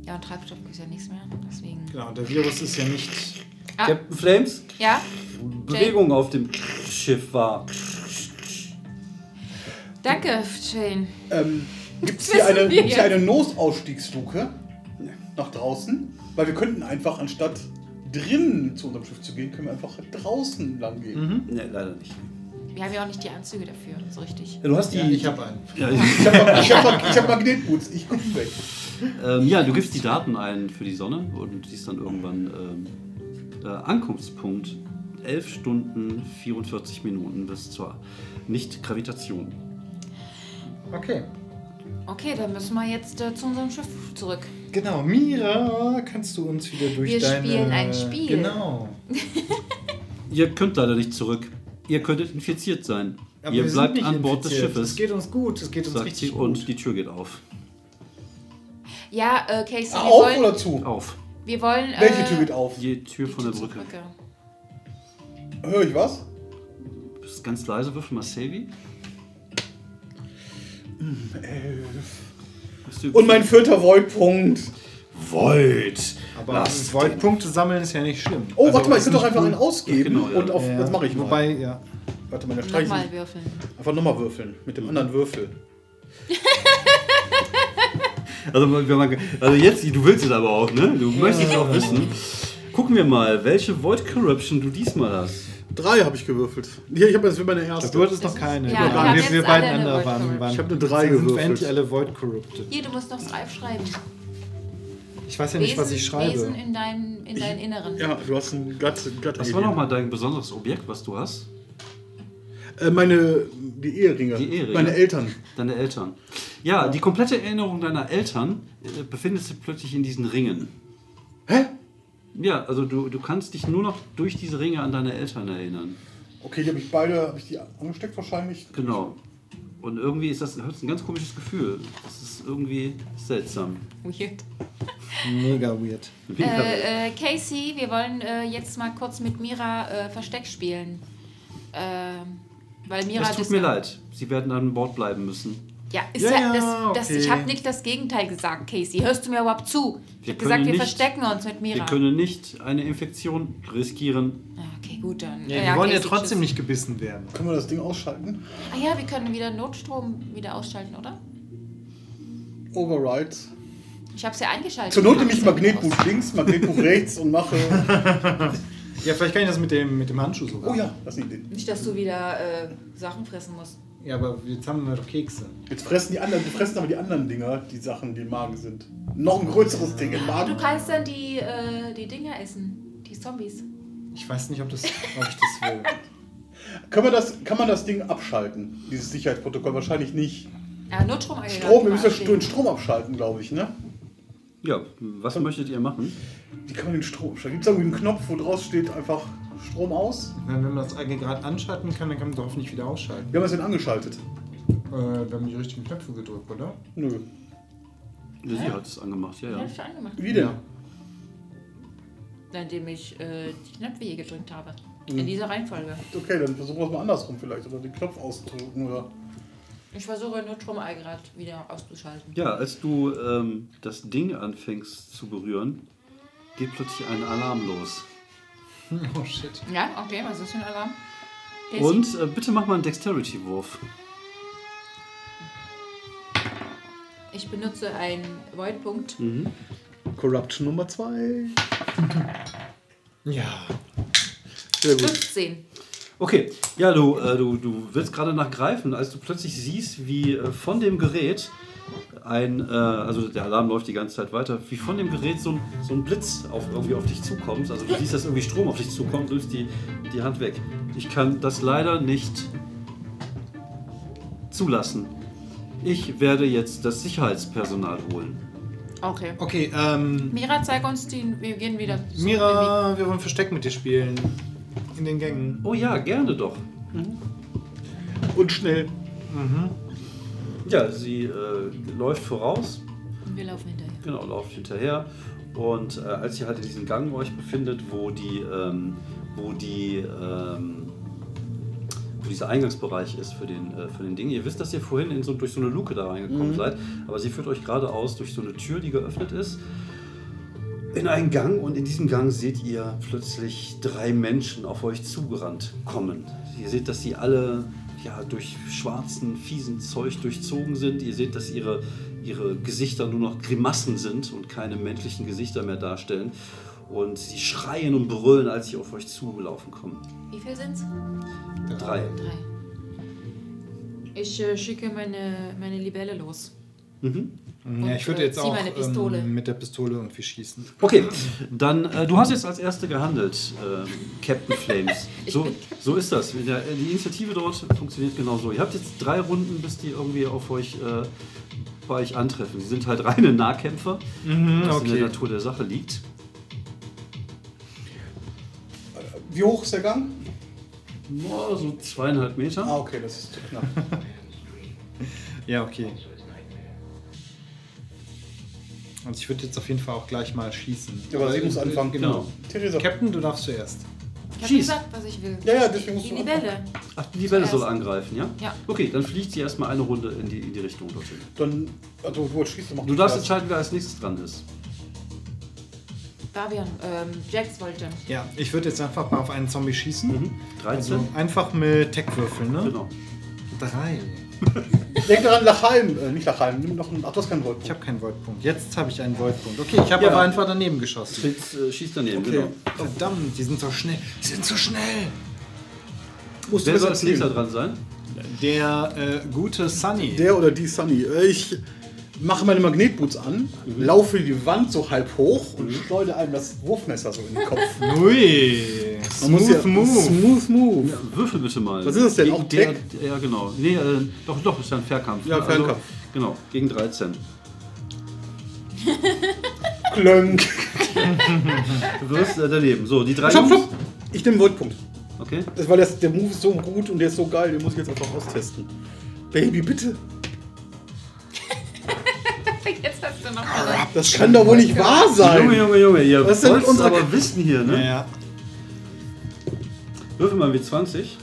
Speaker 4: Ja, und Treibstoff ist ja nichts mehr. Deswegen.
Speaker 2: Genau, der Virus ist ja nicht.
Speaker 3: genau.
Speaker 4: Ah,
Speaker 1: Captain Flames,
Speaker 4: ja?
Speaker 1: Bewegung auf dem Schiff war.
Speaker 4: Danke, Shane.
Speaker 3: Ähm, Gibt es
Speaker 4: Das
Speaker 3: hier,
Speaker 4: wissen
Speaker 3: eine-
Speaker 4: wir
Speaker 3: gibt's hier
Speaker 4: jetzt.
Speaker 3: eine Notausstiegsluke nach draußen? Weil wir könnten einfach, anstatt drinnen zu unserem Schiff zu gehen, können wir einfach draußen lang gehen.
Speaker 1: Ne, leider nicht.
Speaker 4: Wir haben ja auch nicht die Anzüge dafür, so richtig.
Speaker 1: Ja, Du hast die.
Speaker 2: Ja, ich habe einen.
Speaker 1: ja,
Speaker 3: Ich habe ich hab, ich hab Magnetboots, ich gucke weg.
Speaker 1: ähm, ja, du gibst die Daten ein für die Sonne und siehst dann irgendwann ähm, äh, Ankunftspunkt 11 Stunden 44 Minuten bis zur Nicht-Gravitation.
Speaker 2: Okay.
Speaker 4: Okay, dann müssen wir jetzt äh, zu unserem Schiff zurück.
Speaker 2: Genau, Mira, kannst du uns wieder durch
Speaker 4: Wir
Speaker 2: deine...
Speaker 4: spielen ein Spiel.
Speaker 2: Genau.
Speaker 1: Ihr könnt leider nicht zurück. Ihr könntet infiziert sein.
Speaker 2: Aber
Speaker 1: Ihr
Speaker 2: wir sind
Speaker 1: bleibt
Speaker 2: nicht
Speaker 1: an Bord des
Speaker 2: infiziert. Es
Speaker 1: Schiffes,
Speaker 2: geht uns gut, es geht uns
Speaker 1: sagt sie,
Speaker 2: richtig
Speaker 1: und
Speaker 2: gut.
Speaker 1: die Tür geht auf.
Speaker 4: Ja, äh, Casey, wir
Speaker 3: Auf
Speaker 4: wollen.
Speaker 3: oder zu?
Speaker 1: Auf.
Speaker 4: Wir wollen äh,
Speaker 3: Welche Tür geht auf?
Speaker 1: Die Tür
Speaker 4: die
Speaker 1: von der
Speaker 4: Tür zur
Speaker 1: Brücke.
Speaker 3: Höre ich was?
Speaker 1: bist ganz leise, würfel mal Savy. Hast du
Speaker 7: Und mein vierter Void-Punkt.
Speaker 1: Void!
Speaker 2: Aber
Speaker 1: Lass
Speaker 2: Void-Punkte sammeln ist ja nicht schlimm.
Speaker 7: Oh, warte mal, ich könnte doch einfach einen ausgeben.
Speaker 1: Genau, ja.
Speaker 7: Und auf,
Speaker 2: Ja,
Speaker 7: das mache ich mal.
Speaker 2: Wobei, ja.
Speaker 7: warte mal, da streich
Speaker 4: Nochmal
Speaker 7: ich.
Speaker 4: würfeln.
Speaker 7: Einfach nochmal würfeln. Mit dem anderen Würfel.
Speaker 1: Also, wenn man, also jetzt, du willst es aber auch, ne? Du möchtest es auch wissen. Gucken wir mal, welche Void Corruption du diesmal hast.
Speaker 3: Drei habe ich gewürfelt. Hier, ich habe jetzt für meine erste.
Speaker 2: Also, Du hattest noch keine.
Speaker 4: Ja, wir haben
Speaker 2: wir,
Speaker 4: jetzt
Speaker 2: wir
Speaker 4: alle
Speaker 2: beiden
Speaker 4: eine
Speaker 2: andere
Speaker 4: Void
Speaker 2: waren,
Speaker 4: Corruption.
Speaker 2: waren.
Speaker 3: Ich hab eine drei
Speaker 2: sind
Speaker 3: gewürfelt.
Speaker 2: endlich alle Void Corrupted.
Speaker 4: Hier, du musst noch drauf schreiben.
Speaker 2: Ich weiß ja nicht, was ich schreibe.
Speaker 4: Wesen in deinem in deinen Inneren.
Speaker 3: Ja, du hast einen Gatt. einen Gatt
Speaker 1: Was war nochmal dein besonderes Objekt, was du hast?
Speaker 3: Äh, meine, die Eheringe.
Speaker 1: Die Eheringe.
Speaker 3: Meine Eltern.
Speaker 1: Deine Eltern. Ja, die komplette Erinnerung deiner Eltern äh, befindet sich plötzlich in diesen Ringen.
Speaker 3: Hä?
Speaker 1: Ja, also du, du kannst dich nur noch durch diese Ringe an deine Eltern erinnern.
Speaker 3: Okay, die habe ich beide, habe ich die angesteckt wahrscheinlich.
Speaker 1: Genau. Und irgendwie ist das, das ist ein ganz komisches Gefühl. Das ist irgendwie seltsam.
Speaker 4: Weird.
Speaker 2: Mega weird.
Speaker 4: Äh, äh, Casey, wir wollen äh, jetzt mal kurz mit Mira äh, Versteck spielen. Ähm, weil Mira
Speaker 1: es tut
Speaker 4: das-
Speaker 1: mir leid. Sie werden an Bord bleiben müssen.
Speaker 4: Ja, ist
Speaker 2: Ja,
Speaker 4: ja,
Speaker 2: ja,
Speaker 4: das, das, ich
Speaker 2: okay.
Speaker 4: habe nicht das Gegenteil gesagt, Casey. Hörst du mir überhaupt zu? Ich
Speaker 1: Wir
Speaker 4: habe gesagt,
Speaker 1: können
Speaker 4: wir
Speaker 1: nicht-
Speaker 4: verstecken uns mit Mira.
Speaker 1: Wir können nicht eine Infektion riskieren.
Speaker 4: Ah, okay, gut dann.
Speaker 2: Ja, wir wollen ja
Speaker 4: Casey,
Speaker 2: trotzdem
Speaker 4: tschüss.
Speaker 2: nicht gebissen werden.
Speaker 3: Können wir das Ding ausschalten?
Speaker 4: Ah ja, wir können wieder Notstrom wieder ausschalten, oder?
Speaker 3: Override.
Speaker 4: Ich habe es ja eingeschaltet.
Speaker 3: Zur Not nehme
Speaker 4: Ich
Speaker 3: ich
Speaker 4: hab's ja wieder
Speaker 3: Magnetbuch links, Magnetbuch rechts und mache.
Speaker 2: Ja, vielleicht kann ich das mit dem, mit dem Handschuh sogar.
Speaker 3: Oh ja, das ist eine Idee.
Speaker 4: Nicht, dass du wieder äh, Sachen fressen musst.
Speaker 2: Ja, aber jetzt haben wir doch Kekse.
Speaker 3: Jetzt fressen die anderen, die fressen aber die anderen Dinger, die Sachen, die im Magen sind. Noch ein größeres Ding im
Speaker 4: Aber
Speaker 3: Magen.
Speaker 4: du kannst dann die, äh, die Dinger essen, die Zombies.
Speaker 2: Ich weiß nicht, ob, das, ob ich das will.
Speaker 3: Können wir das, kann man das Ding abschalten? Dieses Sicherheitsprotokoll wahrscheinlich nicht.
Speaker 4: Ja, Notstrom eingegangen.
Speaker 3: Strom, wir müssen
Speaker 4: Stehen.
Speaker 3: den Strom abschalten, glaube ich, ne?
Speaker 1: Ja, was möchtet ihr machen?
Speaker 3: Wie kann man den Strom abschalten? Gibt es irgendwie einen Knopf, wo draus steht einfach Strom aus?
Speaker 2: Wenn wenn man das eigene gerade anschalten kann, dann kann man doch hoffentlich wieder ausschalten.
Speaker 3: Wir haben es denn angeschaltet.
Speaker 2: Äh, wir haben die richtigen Knöpfe gedrückt, oder?
Speaker 3: Nö.
Speaker 1: Sie hat es angemacht, ja,
Speaker 4: Ja,
Speaker 1: ja.
Speaker 4: hab ich schon angemacht.
Speaker 3: Wie denn?
Speaker 4: Nachdem ich äh, die Knöpfe hier gedrückt habe.
Speaker 3: Mhm.
Speaker 4: In dieser Reihenfolge.
Speaker 3: Okay, dann versuchen wir es mal andersrum vielleicht. Oder den Knopf ausdrücken oder.
Speaker 4: Ich versuche Notstrom Allgrad wieder auszuschalten.
Speaker 1: Ja, als du ähm, das Ding anfängst zu berühren, geht plötzlich ein Alarm los.
Speaker 2: Oh shit.
Speaker 4: Ja, okay, was ist für ein Alarm? Casey?
Speaker 1: Und äh, bitte mach mal einen Dexterity-Wurf.
Speaker 4: Ich benutze einen Void-Punkt.
Speaker 3: Corruption Nummer 2.
Speaker 2: Ja.
Speaker 4: 15.
Speaker 1: Okay, ja, du, äh, du, du willst gerade nachgreifen, als du plötzlich siehst, wie äh, von dem Gerät ein, äh, also der Alarm läuft die ganze Zeit weiter, wie von dem Gerät so ein, so ein Blitz auf, irgendwie auf dich zukommt. Also du siehst, dass irgendwie Strom auf dich zukommt, du nimmst die, die Hand weg. Ich kann das leider nicht zulassen. Ich werde jetzt das Sicherheitspersonal holen.
Speaker 4: Okay.
Speaker 2: Okay, ähm.
Speaker 4: Mira, zeig uns den. Wir gehen wieder. zurück in
Speaker 2: Mira, wir wollen Versteck mit dir spielen. In den Gängen.
Speaker 1: Oh ja, gerne doch.
Speaker 3: Und schnell.
Speaker 1: Ja, sie äh, läuft voraus
Speaker 4: die- und Wir laufen hinterher.
Speaker 1: Genau, lauft hinterher. Und äh, als ihr halt in diesem Gang euch befindet, wo die, ähm, wo die, ähm, wo dieser Eingangsbereich ist für den, äh, für den Ding. Ihr wisst, dass ihr vorhin in so, durch so eine Luke da reingekommen seid, aber sie führt euch geradeaus durch so eine Tür, die geöffnet ist, in einen Gang und in diesem Gang seht ihr plötzlich drei Menschen auf euch zugerannt kommen. Ihr seht, dass sie alle ja, durch schwarzen, fiesen Zeug durchzogen sind. Ihr seht, dass ihre, ihre Gesichter nur noch Grimassen sind und keine menschlichen Gesichter mehr darstellen. Und sie schreien und brüllen, als sie auf euch zugelaufen kommen.
Speaker 4: Wie viel sind's?
Speaker 1: Drei.
Speaker 4: Drei. Ich äh, schicke meine, meine Libelle los.
Speaker 1: Mhm.
Speaker 2: Ja, ich würde
Speaker 4: äh,
Speaker 2: jetzt
Speaker 4: zieh
Speaker 2: auch
Speaker 4: meine Pistole.
Speaker 2: Ähm, mit der Pistole irgendwie schießen.
Speaker 1: Okay, dann äh, du hast jetzt als Erste gehandelt, ähm, Captain Flames. So, so ist das. Mit der, die Initiative dort funktioniert genau so. Ihr habt jetzt drei Runden, bis die irgendwie auf euch äh, bei euch antreffen. Sie sind halt reine Nahkämpfer, was in der Natur der Sache liegt.
Speaker 3: Wie hoch ist der Gang?
Speaker 1: Boah, so zweieinhalb Meter.
Speaker 3: Ah, okay, das ist zu knapp.
Speaker 2: Ja, okay. Und ich würde jetzt auf jeden Fall auch gleich mal schießen.
Speaker 3: Ja, aber sie muss
Speaker 2: äh,
Speaker 3: anfangen.
Speaker 2: Genau.
Speaker 3: Theresa.
Speaker 2: Captain, du darfst zuerst.
Speaker 4: Ich habe
Speaker 1: Schieß.
Speaker 4: gesagt, was ich will.
Speaker 7: Ja, ja, deswegen musst
Speaker 4: Die
Speaker 7: du
Speaker 4: Libelle.
Speaker 1: Ach, die Libelle soll
Speaker 4: Zuerst.
Speaker 1: angreifen, ja?
Speaker 4: Ja.
Speaker 1: Okay, dann fliegt sie erstmal eine Runde in die, in die Richtung dorthin.
Speaker 7: Dann, also gut, schießt du mal.
Speaker 1: Du darfst entscheiden, wer als nächstes dran ist.
Speaker 4: Davian, ähm, Jax wollte.
Speaker 2: Ja, ich würde jetzt einfach mal auf einen Zombie schießen.
Speaker 1: 13?
Speaker 2: Also einfach mit Tech-Würfeln, ne?
Speaker 1: Genau.
Speaker 2: Drei.
Speaker 7: Denk daran, Lachheim. Äh, nicht Lachheim, nimm noch einen. Ach, du hast keinen Wolken.
Speaker 2: Ich habe keinen Voltpunkt. Jetzt habe ich einen Voltpunkt. Okay, ich habe
Speaker 1: Ja.
Speaker 2: aber einfach daneben geschossen. Oh,
Speaker 1: Fritz äh, schießt daneben, genau.
Speaker 2: Verdammt, die sind so schnell. Die sind so schnell.
Speaker 7: Musst
Speaker 1: Wer
Speaker 7: besser
Speaker 1: soll als
Speaker 7: erzählen.
Speaker 1: nächster dran sein?
Speaker 2: Der äh, gute Sunny.
Speaker 7: Der oder die Sunny. Äh, Ich mache meine Magnetboots an, laufe die Wand so halb hoch und schleudere einem das Wurfmesser so in den Kopf.
Speaker 2: Ui.
Speaker 7: Man muss
Speaker 2: Smooth
Speaker 7: ja-
Speaker 2: Move.
Speaker 7: Smooth Move.
Speaker 1: Würfel bitte mal.
Speaker 7: Was ist das denn?
Speaker 1: Gegen
Speaker 7: Auch
Speaker 1: der, Ja, genau. Nee, äh, doch, doch, ist ja ein Fernkampf.
Speaker 7: Ja,
Speaker 1: ne?
Speaker 7: Fernkampf.
Speaker 1: genau, gegen 13.
Speaker 7: Klönk.
Speaker 1: Du wirst äh, daneben. So, die drei.
Speaker 7: Stopp,
Speaker 1: Jungs-
Speaker 7: stopp. Ich nehme Voltpunkt.
Speaker 1: Okay.
Speaker 7: Das, weil das, der Move ist so gut und der ist so geil, den muss ich jetzt einfach austesten. Baby, bitte.
Speaker 4: Jetzt hast du noch mal.
Speaker 7: Das kann doch wohl nicht wahr
Speaker 1: Junge,
Speaker 7: sein.
Speaker 1: Junge, Junge, ihr
Speaker 7: Was ist
Speaker 1: wollt
Speaker 7: denn mit unserer
Speaker 1: aber
Speaker 7: K-
Speaker 1: wissen hier, ne?
Speaker 2: Ja.
Speaker 1: Würfel mal wie 20.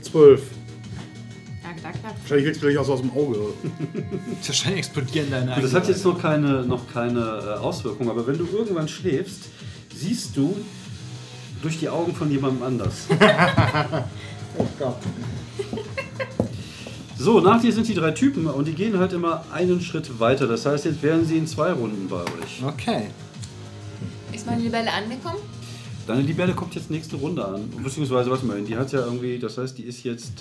Speaker 7: Zwölf.
Speaker 4: Ja, gedacht gehabt.
Speaker 3: Wahrscheinlich wächst vielleicht auch so aus dem Auge.
Speaker 2: Wahrscheinlich explodieren deine
Speaker 1: Das hat
Speaker 2: eigenen
Speaker 1: jetzt noch keine, noch keine äh, Auswirkung, aber wenn du irgendwann schläfst, siehst du durch die Augen von jemandem anders. So, nach dir sind die drei Typen und die gehen halt immer einen Schritt weiter. Das heißt, jetzt wären sie in zwei Runden bei euch.
Speaker 2: Okay.
Speaker 4: Ist meine Libelle angekommen?
Speaker 1: Deine Libelle kommt jetzt nächste Runde an. Beziehungsweise, warte mal, die hat ja irgendwie, das heißt, die ist jetzt.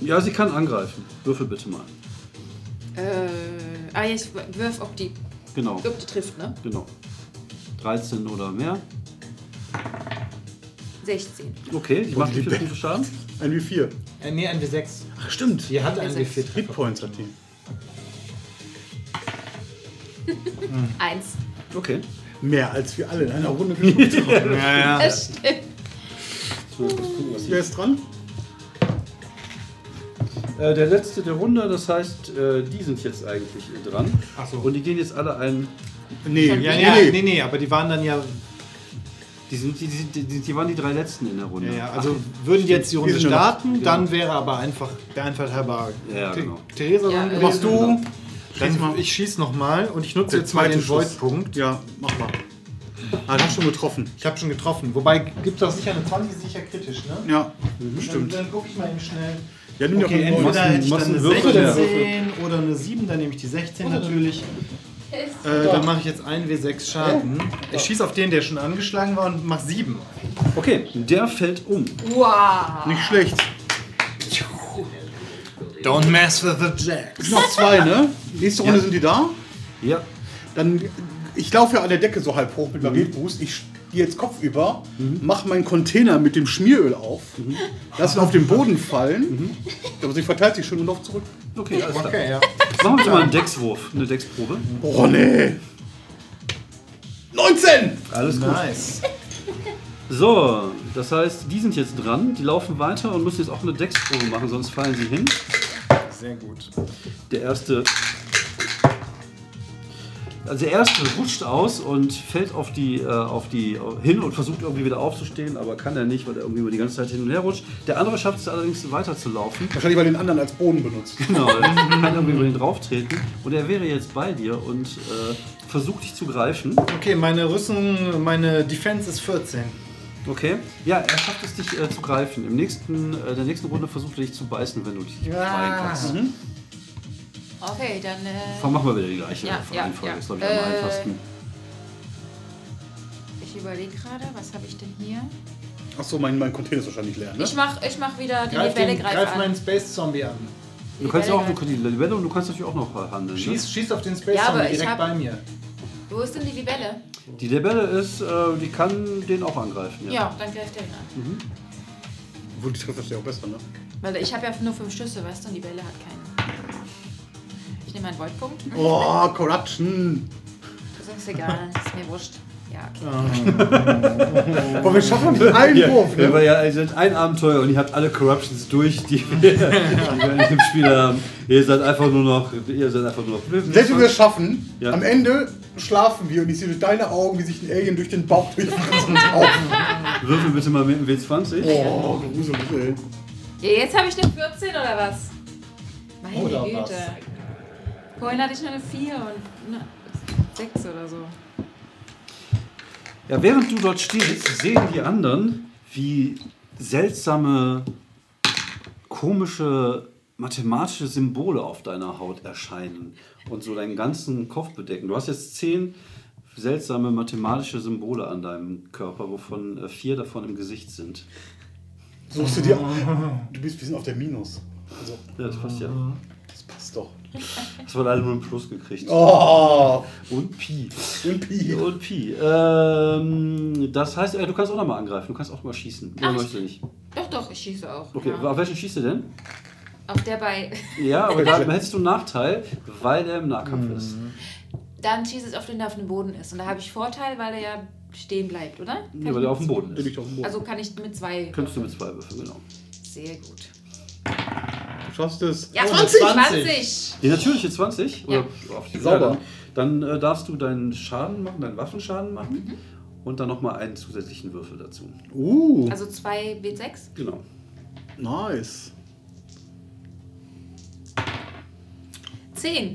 Speaker 1: Ja, sie kann angreifen. Würfel bitte mal.
Speaker 4: Äh, ah, ja, ich wirf, ob die,
Speaker 1: Genau,
Speaker 4: ob die trifft, ne?
Speaker 1: genau. 13 oder mehr.
Speaker 4: 16.
Speaker 1: Okay, die macht 4 Punkte Schaden.
Speaker 3: Ein wie vier.
Speaker 2: Äh, nee, ein W6.
Speaker 3: Ach, stimmt.
Speaker 2: Die hat ein
Speaker 4: W sechs.
Speaker 2: W4.
Speaker 3: Hitpoints hat die.
Speaker 4: Eins.
Speaker 1: Okay.
Speaker 3: Mehr als wir alle in einer Runde geschafft haben.
Speaker 2: Ja, ja.
Speaker 4: Das stimmt.
Speaker 3: Wer ist dran?
Speaker 1: Äh, der letzte der Runde, das heißt, äh, die sind jetzt eigentlich dran.
Speaker 2: Ach so.
Speaker 1: Und die gehen jetzt alle einen.
Speaker 3: Nee,
Speaker 4: Ja,
Speaker 2: Ja,
Speaker 3: nee,
Speaker 2: ja,
Speaker 3: nee.
Speaker 2: nee, nee, aber die waren dann ja.
Speaker 1: Die, sind, die, die, die, die waren die drei letzten in der Runde.
Speaker 2: ja, ja also würden die jetzt die Runde
Speaker 3: sind ja noch-
Speaker 2: starten, dann wäre aber einfach der Einfalt halber.
Speaker 1: Ja, genau.
Speaker 2: Th- Theresa,
Speaker 4: Ja,
Speaker 2: dann
Speaker 4: äh,
Speaker 2: machst du.
Speaker 3: Schieß mal.
Speaker 2: Dann, ich schieß nochmal und ich nutze
Speaker 3: Der
Speaker 2: jetzt mal
Speaker 3: zweite
Speaker 2: den
Speaker 3: Schuss.
Speaker 2: Voidpunkt.
Speaker 3: Ja, mach mal. Ah, du hast schon getroffen.
Speaker 2: Ich habe schon getroffen. Wobei gibt das sicher eine 20 sicher kritisch, ne?
Speaker 3: Ja,
Speaker 2: Stimmt.
Speaker 3: stimmt.
Speaker 2: Dann, dann gucke ich mal eben schnell.
Speaker 3: Ja, nimm dir
Speaker 2: okay,
Speaker 3: auch einen
Speaker 2: entweder
Speaker 1: Massen-
Speaker 2: hätte ich dann eine
Speaker 1: Massenwürfel,
Speaker 2: 16 oder eine 7, dann nehme ich die 16 natürlich. Äh, dann mache ich jetzt 1 W6 Schaden.
Speaker 4: Oh.
Speaker 2: Ich schieße auf den, der schon angeschlagen war und mache 7.
Speaker 1: Okay, der fällt um.
Speaker 4: Wow.
Speaker 3: Nicht schlecht.
Speaker 2: Don't mess with the Jacks.
Speaker 7: Noch zwei, ne? Nächste Runde sind die da.
Speaker 1: Ja.
Speaker 7: Dann, ich laufe ja an der Decke so halb hoch mit Magnetboost. Ich gehe jetzt Kopf über, mache meinen Container mit dem Schmieröl auf, lass ihn auf den Boden fallen. Aber sie verteilt sich schon und läuft zurück.
Speaker 1: Okay, alles klar.
Speaker 2: Okay, ja.
Speaker 1: Machen wir bitte mal einen Deckswurf, eine Decksprobe.
Speaker 7: Oh, nee. 19!
Speaker 1: Alles gut.
Speaker 2: Nice.
Speaker 1: So, das heißt, die sind jetzt dran, die laufen weiter und müssen jetzt auch eine Decksprobe machen, sonst fallen sie hin.
Speaker 2: Sehr gut.
Speaker 1: Der erste. Also der erste rutscht aus und fällt auf die, äh, auf die hin und versucht irgendwie wieder aufzustehen, aber kann er nicht, weil er irgendwie über die ganze Zeit hin und her rutscht. Der andere schafft es allerdings weiterzulaufen.
Speaker 7: Wahrscheinlich, weil den anderen als Boden benutzt.
Speaker 1: Genau, er kann irgendwie über den drauftreten. Und er wäre jetzt bei dir und äh, versucht dich zu greifen.
Speaker 2: Okay, meine Rüstung, meine Defense ist 14.
Speaker 1: Okay. Ja, er schafft es dich äh, zu greifen. Im nächsten, äh, der nächsten Runde versucht er dich zu beißen, wenn du dich befreien kannst.
Speaker 4: Mhm. Okay, dann. Äh,
Speaker 1: Komm, machen wir wieder die gleiche
Speaker 4: Ja, ja,
Speaker 1: Reihenfolge.
Speaker 4: ja.
Speaker 1: Ist, glaube ich, am
Speaker 4: Äh,
Speaker 1: einfachsten.
Speaker 4: ich überlege gerade, was habe ich denn hier?
Speaker 7: Achso, mein, mein Container ist wahrscheinlich leer, ne?
Speaker 4: Ich mach, ich mach wieder die
Speaker 2: Greif,
Speaker 4: Libelle
Speaker 2: den,
Speaker 4: greif,
Speaker 2: greif
Speaker 4: an.
Speaker 2: meinen Space Zombie an.
Speaker 1: Du kannst ja auch
Speaker 4: Libelle
Speaker 1: du, die Libelle und du kannst natürlich auch noch handeln. ne?
Speaker 2: Schieß, schieß auf den Space
Speaker 4: Hm. Ja, aber
Speaker 2: Zombie
Speaker 4: ich
Speaker 2: direkt
Speaker 4: hab-
Speaker 2: bei mir.
Speaker 4: Wo ist denn die Libelle?
Speaker 1: Die Libelle ist, äh, die kann den auch angreifen.
Speaker 4: Ja, dann greift er ihn an.
Speaker 7: Wo die trifft das ja auch besser, ne?
Speaker 4: Weil ich habe ja nur fünf Schüsse, weißt du, und die Libelle hat keinen. Ich nehme einen Voidpunkt.
Speaker 7: Oh, Corruption.
Speaker 4: Das ist egal, ist mir wurscht. Ja, okay.
Speaker 7: Aber wir schaffen den einen Wurf.
Speaker 1: Ja,
Speaker 7: Ne?
Speaker 1: aber ja, ihr seid ein Abenteuer und ihr habt alle Corruptions durch, die wir, die wir in dem Spiel haben. Ihr seid einfach nur noch. Ihr seid einfach nur noch.
Speaker 7: Selbst wenn wir es schaffen,
Speaker 1: Ja.
Speaker 7: am Ende schlafen wir und ich sehe durch deine Augen, wie sich ein Alien durch den Bauch durchfrisst und auf.
Speaker 1: Würfel bitte mal mit dem W20.
Speaker 7: Oh, gruselig, ey.
Speaker 4: Ja, jetzt habe ich eine 14 oder was? Meine
Speaker 2: Oder
Speaker 4: Güte.
Speaker 2: was?
Speaker 4: Vorhin hatte ich noch eine 4 und eine 6 oder so.
Speaker 1: Ja, während du dort stehst, sehen die anderen, wie seltsame, komische, mathematische Symbole auf deiner Haut erscheinen und so deinen ganzen Kopf bedecken. Du hast jetzt zehn seltsame mathematische Symbole an deinem Körper, wovon äh, vier davon im Gesicht sind.
Speaker 7: Suchst du dir. Du bist ein bisschen auf der Minus. Also,
Speaker 1: Ja, das passt ja.
Speaker 7: das passt doch.
Speaker 1: Das war leider nur ein Plus gekriegt.
Speaker 7: Oh,
Speaker 1: Und Pi.
Speaker 7: und Pi.
Speaker 1: Und Pi. Ähm, das heißt, äh, du kannst auch nochmal angreifen, du kannst auch mal schießen. Ja,
Speaker 4: Ach,
Speaker 1: möchtest du nicht.
Speaker 4: Doch, doch, ich schieße auch.
Speaker 1: Okay,
Speaker 4: ja.
Speaker 1: auf welchen schießt du denn?
Speaker 4: Auf der bei.
Speaker 1: Ja, aber da hättest du einen Nachteil, weil er im Nahkampf ist.
Speaker 4: Dann schieße ich auf den, der auf dem Boden ist. Und da habe ich Vorteil, weil er ja stehen bleibt, oder? Kann
Speaker 1: Ja, weil
Speaker 4: ich
Speaker 1: er auf dem Boden
Speaker 7: Bin
Speaker 1: ist.
Speaker 7: ich auf dem Boden.
Speaker 4: Also kann ich mit zwei.
Speaker 1: Könntest du mit zwei Würfeln, genau.
Speaker 4: Sehr gut.
Speaker 7: Du schaffst es.
Speaker 4: Ja,
Speaker 2: Oh,
Speaker 4: 20!
Speaker 2: 20.
Speaker 4: 20!
Speaker 1: Die natürliche 20.
Speaker 4: Ja.
Speaker 1: Oder auf die
Speaker 7: Sauber.
Speaker 1: Sauber. Dann, dann äh, darfst du deinen Schaden machen, deinen Waffenschaden machen. Und dann nochmal einen zusätzlichen Würfel dazu.
Speaker 7: Uh,
Speaker 4: Also 2 W6?
Speaker 1: Genau.
Speaker 7: nice.
Speaker 4: 10.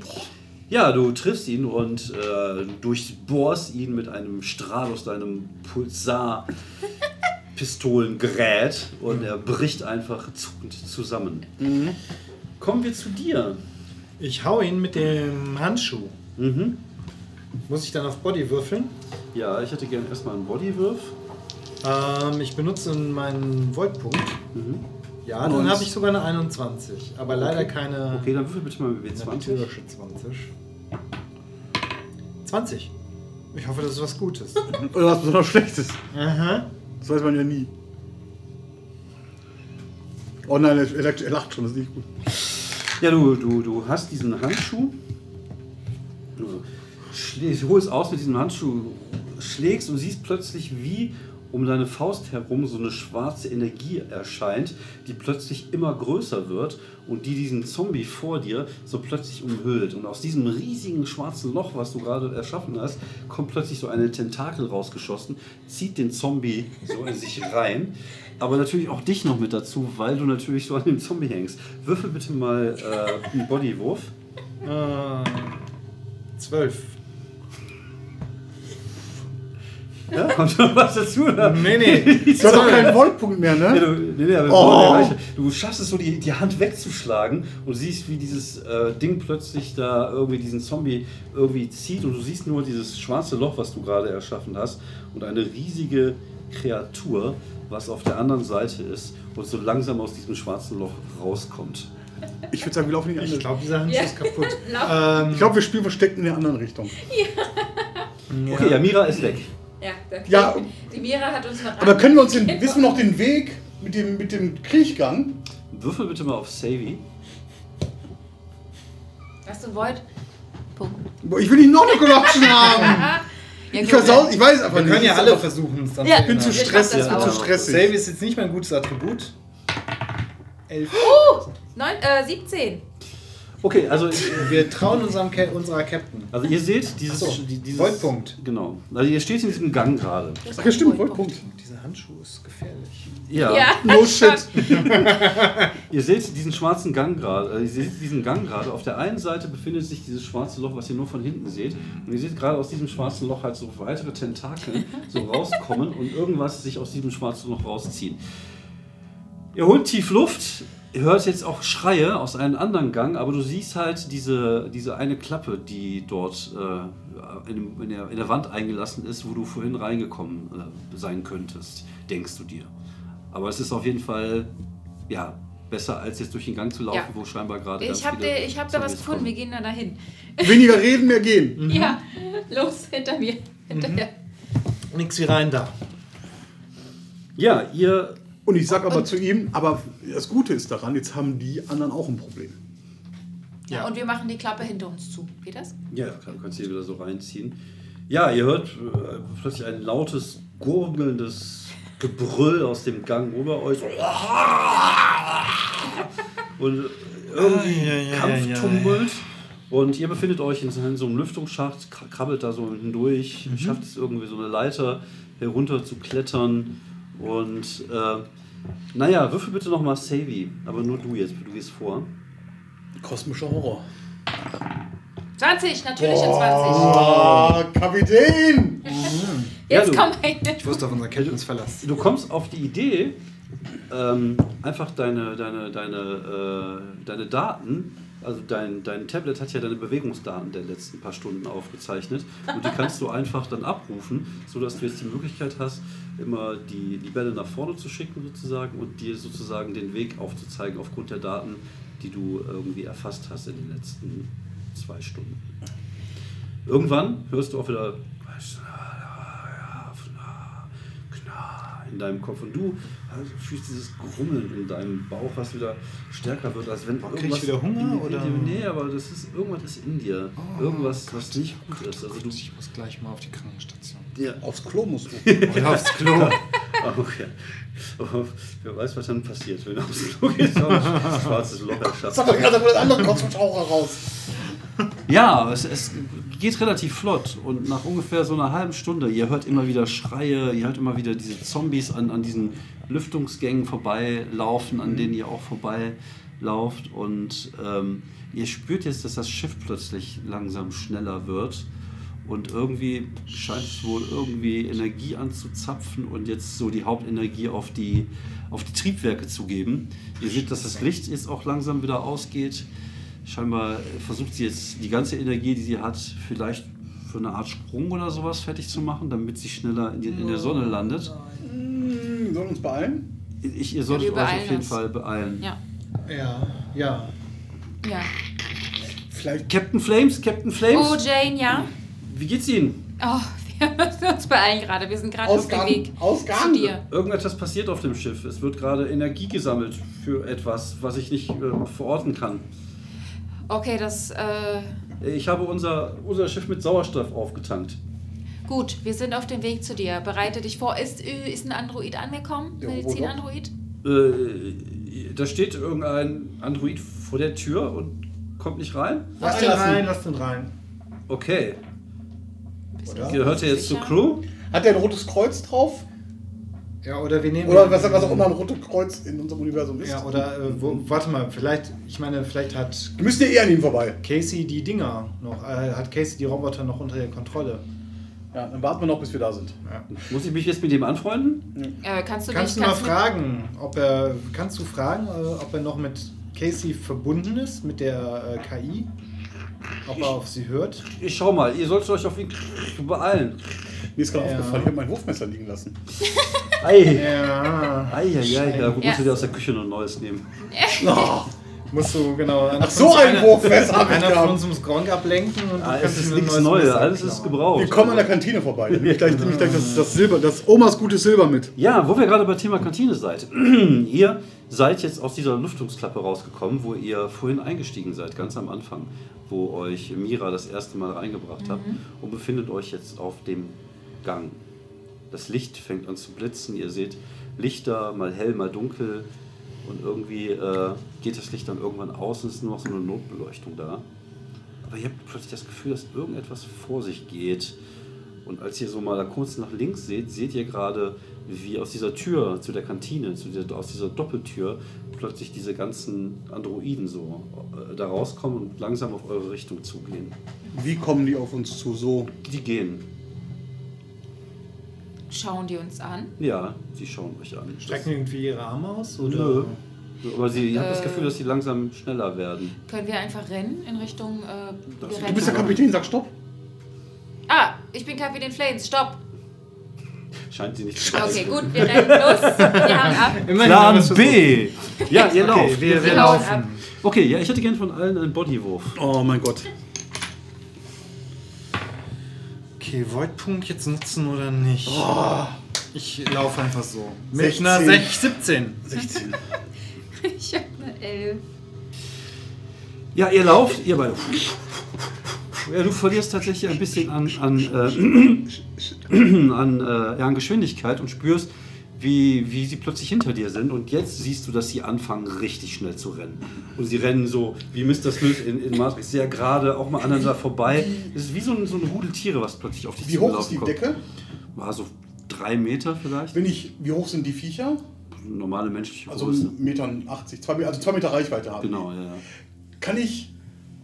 Speaker 1: Ja, du triffst ihn und äh, durchbohrst ihn mit einem Strahl aus deinem Pulsar-Pistolengerät und er bricht einfach zuckend zusammen.
Speaker 7: Mhm.
Speaker 1: Kommen wir zu dir.
Speaker 2: Ich hau ihn mit dem Handschuh.
Speaker 1: Mhm.
Speaker 2: Muss ich dann auf Body würfeln?
Speaker 1: Ja, ich hätte gern erstmal einen Bodywurf.
Speaker 2: Ähm, ich benutze meinen Voltpunkt.
Speaker 1: Mhm.
Speaker 2: Ja, dann habe ich sogar eine 21. Aber leider keine.
Speaker 1: Okay, dann würfel bitte mal mit
Speaker 2: eine
Speaker 1: W20.
Speaker 2: natürliche 20. 20. Ich hoffe, das ist was Gutes.
Speaker 7: Oder was besonders Schlechtes.
Speaker 2: Aha.
Speaker 7: Das weiß man ja nie. Oh nein, er, er, lacht- er lacht schon, das ist nicht gut.
Speaker 1: Ja, du, du, du hast diesen Handschuh. Du schlägst- holst aus mit diesem Handschuh, schlägst und siehst plötzlich, wie um deine Faust herum so eine schwarze Energie erscheint, die plötzlich immer größer wird und die diesen Zombie vor dir so plötzlich umhüllt. Und aus diesem riesigen schwarzen Loch, was du gerade erschaffen hast, kommt plötzlich so eine Tentakel rausgeschossen, zieht den Zombie so in sich rein. Aber natürlich auch dich noch mit dazu, weil du natürlich so an dem Zombie hängst. Würfel bitte mal äh, einen Bodywurf.
Speaker 2: Äh, 12.
Speaker 1: Ja, kommt noch was dazu? Oder?
Speaker 2: Nee, nee.
Speaker 7: Du hast auch keinen Voltpunkt mehr,
Speaker 1: Nee,
Speaker 7: ne?
Speaker 1: du, nee, nee, aber
Speaker 7: Oh.
Speaker 1: der gleiche. du schaffst es so, die, die Hand wegzuschlagen und siehst, wie dieses äh, Ding plötzlich da irgendwie diesen Zombie irgendwie zieht und du siehst nur dieses schwarze Loch, was du gerade erschaffen hast und eine riesige Kreatur, was auf der anderen Seite ist und so langsam aus diesem schwarzen Loch rauskommt.
Speaker 7: Ich würde sagen, wir laufen in die
Speaker 2: Ich
Speaker 7: andere Richtung.
Speaker 2: glaube, dieser Handschuh
Speaker 4: Ja.
Speaker 2: ist kaputt.
Speaker 4: Lauf.
Speaker 2: Ähm,
Speaker 7: Ich glaube, wir spielen versteckt in der anderen Richtung.
Speaker 1: Okay, Yamira ist weg.
Speaker 4: Ja, danke.
Speaker 7: Ja.
Speaker 4: Die Mira hat uns noch.
Speaker 7: Aber können wir uns den, wissen wir noch den Weg mit dem, mit dem Kriechgang?
Speaker 1: Würfel bitte mal auf Savy.
Speaker 4: Hast du Void? Punkt.
Speaker 7: Boah, Ich will nicht noch eine Corruption haben!
Speaker 4: Ah. Ja,
Speaker 7: Ich,
Speaker 4: gut,
Speaker 7: versau, ich weiß aber
Speaker 2: wir
Speaker 7: nicht.
Speaker 2: können ja alle versuchen, es dann
Speaker 4: Ja.
Speaker 2: zu
Speaker 7: Ich bin zu
Speaker 4: Ich mach
Speaker 7: stressig,
Speaker 4: das
Speaker 7: ich bin zu
Speaker 1: auch.
Speaker 2: Save
Speaker 7: stressig.
Speaker 2: ist jetzt nicht mein gutes Attribut. 11.
Speaker 4: Neun, äh, 17.
Speaker 1: Okay, also
Speaker 2: Wir trauen unserem Ca- unserer Captain.
Speaker 1: Also ihr seht dieses,
Speaker 2: Ach so,
Speaker 1: die- dieses
Speaker 2: Vollpunkt.
Speaker 1: Genau. Also ihr steht in diesem Gang gerade.
Speaker 7: Ach ja, stimmt, Voltpunkt.
Speaker 2: Dieser Handschuh ist gefährlich.
Speaker 1: Ja.
Speaker 4: Ja.
Speaker 7: No shit.
Speaker 1: Ihr seht diesen schwarzen Gang gerade. äh, Ihr seht diesen Gang gerade. Auf der einen Seite befindet sich dieses schwarze Loch, was ihr nur von hinten seht. Und ihr seht gerade aus diesem schwarzen Loch halt so weitere Tentakel so rauskommen und irgendwas sich aus diesem schwarzen Loch rausziehen. Ihr holt tief Luft. Ihr hört jetzt auch Schreie aus einem anderen Gang, aber du siehst halt diese, diese eine Klappe, die dort äh, in, dem- in, der, in der Wand eingelassen ist, wo du vorhin reingekommen äh, sein könntest, denkst du dir. Aber es ist auf jeden Fall ja, besser, als jetzt durch den Gang zu laufen,
Speaker 4: Ja.
Speaker 1: wo scheinbar gerade. ganz
Speaker 4: Ich habe
Speaker 1: viele
Speaker 4: ich hab da was
Speaker 1: Zombies
Speaker 4: gefunden. Wir
Speaker 1: kommen.
Speaker 4: gehen da dahin.
Speaker 7: Weniger reden, mehr gehen.
Speaker 4: Ja, los, hinter mir.
Speaker 7: Mhm.
Speaker 4: Hinterher.
Speaker 2: Nix wie rein da.
Speaker 1: Ja, ihr
Speaker 7: Und ich sag aber zu ihm, aber das Gute ist daran, jetzt haben die anderen auch ein Problem.
Speaker 4: Ja.
Speaker 2: Ja.
Speaker 4: Und wir machen die Klappe hinter uns zu. Geht das?
Speaker 1: Ja, kann, kannst du dir wieder so reinziehen. Ja, ihr hört äh, plötzlich ein lautes, gurgelndes Gebrüll aus dem Gang über euch. Und irgendwie
Speaker 2: Ai, ai, ai,
Speaker 1: Kampftumult. Und ihr befindet euch in so einem Lüftungsschacht, kra- krabbelt da so
Speaker 2: Mhm.
Speaker 1: hindurch, schafft es irgendwie so eine Leiter herunter zu klettern. Und äh, naja, würfel bitte nochmal Savy. Aber nur du jetzt, du gehst vor.
Speaker 3: Kosmischer Horror.
Speaker 4: 20, natürlich in 20.
Speaker 3: Ah, Kapitän!
Speaker 4: Jetzt
Speaker 1: Ja,
Speaker 4: kommt eine.
Speaker 2: Ich wusste auf unser Kenntnis verlassen.
Speaker 1: Du kommst auf die Idee, ähm, einfach deine, deine, deine, äh, deine Daten, also dein, dein Tablet hat ja deine Bewegungsdaten der letzten paar Stunden aufgezeichnet und die kannst du einfach dann abrufen, sodass du jetzt die Möglichkeit hast, immer die, die Bälle nach vorne zu schicken sozusagen und dir sozusagen den Weg aufzuzeigen aufgrund der Daten, die du irgendwie erfasst hast in den letzten zwei Stunden. Irgendwann hörst du auch wieder Knarr in deinem Kopf und du also, fühlst dieses Grummeln in deinem Bauch, was wieder stärker wird, als wenn
Speaker 2: Oh, krieg ich wieder Hunger,
Speaker 1: in, in
Speaker 2: oder? Oh,
Speaker 1: Dir, nee, aber das ist irgendwas ist in dir, irgendwas, was nicht gut ist. Also du,
Speaker 2: Ich muss gleich mal auf die Krankenstation.
Speaker 1: ja,
Speaker 7: Aufs Klo musst du.
Speaker 2: Oder aufs Klo.
Speaker 1: Ah, okay. Aber wer weiß, was dann passiert, wenn aufs Klo geht, so ein schwarzes Loch erschafft.
Speaker 7: Sag doch gerade mal den anderen Kosmischer Horror raus.
Speaker 1: Ja, es, es geht relativ flott und nach ungefähr so einer halben Stunde, ihr hört immer wieder Schreie, ihr hört immer wieder diese Zombies an, an diesen Lüftungsgängen vorbeilaufen, an denen ihr auch vorbeilauft und ähm, ihr spürt jetzt, dass das Schiff plötzlich langsam schneller wird und irgendwie scheint es wohl irgendwie Energie anzuzapfen und jetzt so die Hauptenergie auf die, auf die Triebwerke zu geben. Ihr seht, dass das Licht jetzt auch langsam wieder ausgeht. Scheinbar versucht sie jetzt die ganze Energie, die sie hat, vielleicht für eine Art Sprung oder sowas fertig zu machen, damit sie schneller in, die, in der Sonne
Speaker 4: Oh,
Speaker 1: landet.
Speaker 7: Hm, sollen wir uns beeilen?
Speaker 1: Ich, ihr solltet euch
Speaker 4: wir
Speaker 1: auf
Speaker 4: beeilen
Speaker 1: jeden
Speaker 4: uns.
Speaker 1: Fall beeilen.
Speaker 4: Ja,
Speaker 2: ja, ja.
Speaker 4: ja.
Speaker 7: Vielleicht.
Speaker 1: Captain Flames, Captain Flames,
Speaker 4: Oh, Jane, ja.
Speaker 1: wie geht's Ihnen?
Speaker 4: Oh, wir müssen uns beeilen gerade. Wir sind gerade auf dem
Speaker 7: Ausgang,
Speaker 4: Weg zu
Speaker 7: Ausgang.
Speaker 4: dir.
Speaker 1: Irgendetwas passiert auf dem Schiff. Es wird gerade Energie gesammelt für etwas, was ich nicht äh, verorten kann.
Speaker 4: Okay, das, äh,
Speaker 1: Ich habe unser, unser Schiff mit Sauerstoff aufgetankt.
Speaker 4: gut. Wir sind auf dem Weg zu dir. Bereite dich vor. Ist, äh, ist ein Android angekommen?
Speaker 7: Der
Speaker 4: Medizin-Android?
Speaker 1: Äh, da steht irgendein Android vor der Tür und kommt nicht rein.
Speaker 2: Lass den rein, lass den rein.
Speaker 1: Okay,
Speaker 4: Bist
Speaker 7: Oder?
Speaker 4: du dir
Speaker 1: gehört er jetzt zur
Speaker 4: sicher?
Speaker 1: Crew?
Speaker 7: Hat der ein rotes Kreuz drauf?
Speaker 2: Ja, oder wir nehmen.
Speaker 7: Oder was, was auch immer ein rotes Kreuz in unserem Universum ist?
Speaker 2: Ja, oder äh, wo, warte mal, vielleicht, ich meine, vielleicht hat
Speaker 7: Wir müssen ja eh an ihm vorbei.
Speaker 2: Casey die Dinger noch, äh, hat Casey die Roboter noch unter der Kontrolle.
Speaker 7: Ja, dann warten wir noch, bis wir da sind.
Speaker 1: Muss ich mich jetzt mit dem anfreunden?
Speaker 4: Äh, kannst du
Speaker 2: Kannst du
Speaker 4: nicht,
Speaker 2: mal
Speaker 4: kannst mit-
Speaker 2: fragen, ob er, kannst du fragen, äh, ob er noch mit Casey verbunden ist, mit der äh, KI? Ob er auf sie hört?
Speaker 1: Ich schau mal, ihr solltet euch auf ihn beeilen.
Speaker 7: Mir ist gerade
Speaker 2: Ja.
Speaker 7: aufgefallen, ich habe mein Wurfmesser liegen lassen.
Speaker 1: Ei.
Speaker 2: Ja.
Speaker 1: Ei, ei, ei. Ja, gut,
Speaker 4: Ja.
Speaker 1: musst du dir aus der Küche noch ein neues nehmen.
Speaker 2: Musst du, genau. einer
Speaker 7: Ach,
Speaker 2: von
Speaker 7: so
Speaker 2: uns-
Speaker 7: ein
Speaker 2: einer-
Speaker 7: Wurffest hab ich
Speaker 2: Einer
Speaker 7: gehabt.
Speaker 2: von uns muss Gronk ablenken und du
Speaker 1: Ah, es
Speaker 2: kannst
Speaker 1: ist
Speaker 2: ihm ein
Speaker 1: nichts
Speaker 2: neues genau.
Speaker 1: Neues,
Speaker 2: Messer
Speaker 1: alles ist
Speaker 2: klauen.
Speaker 1: gebraucht.
Speaker 7: Wir kommen an der
Speaker 1: Also-
Speaker 7: Kantine vorbei. Nimm ich gleich, nimm ich gleich das, das Silber, das Omas gutes Silber mit.
Speaker 1: Ja, wo wir gerade bei Thema Kantine seid. ihr seid jetzt aus dieser Lüftungsklappe rausgekommen, wo ihr vorhin eingestiegen seid, ganz am Anfang, wo euch Mira das erste Mal reingebracht hat und befindet euch jetzt auf dem Gang. Das Licht fängt an zu blitzen, ihr seht Lichter, mal hell, mal dunkel und irgendwie äh, geht das Licht dann irgendwann aus und es ist nur noch so eine Notbeleuchtung da. Aber ihr habt plötzlich das Gefühl, dass irgendetwas vor sich geht. Und als ihr so mal da kurz nach links seht, seht ihr gerade, wie aus dieser Tür zu der Kantine, zu dieser, aus dieser Doppeltür, plötzlich diese ganzen Androiden so äh, da rauskommen und langsam auf eure Richtung zugehen.
Speaker 7: Wie kommen die auf uns zu? So.
Speaker 1: Die gehen.
Speaker 4: Schauen die uns an.
Speaker 1: Ja, sie schauen euch an.
Speaker 2: Strecken irgendwie ihre Arme aus? Oder?
Speaker 1: Nö. Aber sie, ihr habt das
Speaker 4: Äh.
Speaker 1: Gefühl, dass sie langsam schneller werden.
Speaker 4: Können wir einfach rennen in Richtung, äh,
Speaker 7: Du
Speaker 1: Du
Speaker 4: wir
Speaker 7: bist der
Speaker 4: rennen.
Speaker 7: Kapitän, sag stopp.
Speaker 4: Ah, ich bin Kapitän Flames. Stopp.
Speaker 1: Scheint sie nicht
Speaker 4: Okay, gut, wir rennen los. Wir haben ab.
Speaker 2: Immerhin haben wir
Speaker 1: Plan
Speaker 2: es versucht.
Speaker 1: B! Ja, ihr
Speaker 2: Okay,
Speaker 1: lauft.
Speaker 2: wir, wir
Speaker 4: Wir hauen ab.
Speaker 2: laufen.
Speaker 1: Okay, ja, ich hätte gern von allen einen Bodywurf.
Speaker 7: Oh mein Gott.
Speaker 2: Okay, Voidpunkt jetzt nutzen oder nicht?
Speaker 1: Oh.
Speaker 2: Ich laufe einfach so. Mit
Speaker 7: 16.
Speaker 2: einer 6, 17.
Speaker 7: 16.
Speaker 4: Ich hab eine Elf.
Speaker 1: Ja, ihr lauft, ihr beide Ja, du verlierst tatsächlich ein bisschen an, an, äh, an, äh, ja, an Geschwindigkeit und spürst, wie, wie sie plötzlich hinter dir sind. Und jetzt siehst du, dass sie anfangen, richtig schnell zu rennen. Und sie rennen so, wie Mr. Smith in, in Matrix, sehr gerade, auch mal aneinander vorbei. Es ist wie so ein, so ein Rudel Tiere, was plötzlich auf dich
Speaker 3: Wie hoch ist
Speaker 1: zugelaufen
Speaker 3: die
Speaker 1: kommt.
Speaker 3: Decke?
Speaker 1: War so drei Meter vielleicht.
Speaker 3: Wenn ich, wie hoch sind die Viecher?
Speaker 1: Normale menschliche
Speaker 3: Also
Speaker 1: Größe.
Speaker 3: 1,80 Meter, 80, zwei, Me- also 2 Meter Reichweite haben. die.
Speaker 1: Genau, ja. ja.
Speaker 3: Kann ich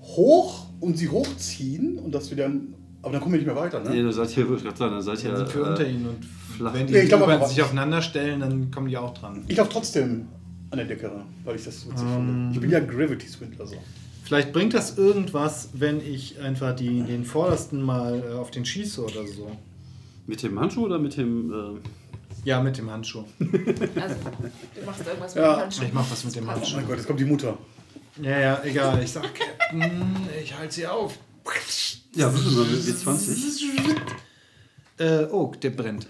Speaker 3: hoch und sie hochziehen und dass wir dann. Aber dann kommen wir nicht mehr weiter,
Speaker 1: Nee,
Speaker 3: ne?
Speaker 1: dann seid ihr, wollte ich gerade sagen, dann seid ihr.
Speaker 2: sind wir unter ihnen und
Speaker 1: äh, flach.
Speaker 2: wenn die
Speaker 3: Nee, ich glaub
Speaker 2: über
Speaker 3: aber-
Speaker 2: sich aufeinander stellen, dann kommen die auch dran.
Speaker 3: Ich laufe trotzdem an der Decke ran, weil ich das so witzig finde. Ich
Speaker 1: Ähm.
Speaker 3: bin ja Gravity Swindler so.
Speaker 2: Vielleicht bringt das irgendwas, wenn ich einfach die, den vordersten mal äh, auf den schieße oder so.
Speaker 1: Mit dem Handschuh oder mit dem. äh,
Speaker 2: Ja, mit dem Handschuh.
Speaker 4: Also, du machst irgendwas
Speaker 3: Ja.
Speaker 4: mit dem Handschuh.
Speaker 2: Ich mach was mit dem
Speaker 4: Passt.
Speaker 3: Oh
Speaker 2: Handschuh.
Speaker 3: mein Gott, jetzt kommt die Mutter.
Speaker 2: Ja, ja, egal. Ich sag, Captain, Hm, ich halte sie auf.
Speaker 1: Äh, ja, wissen wir, mit 20.
Speaker 2: Äh, oh, der brennt.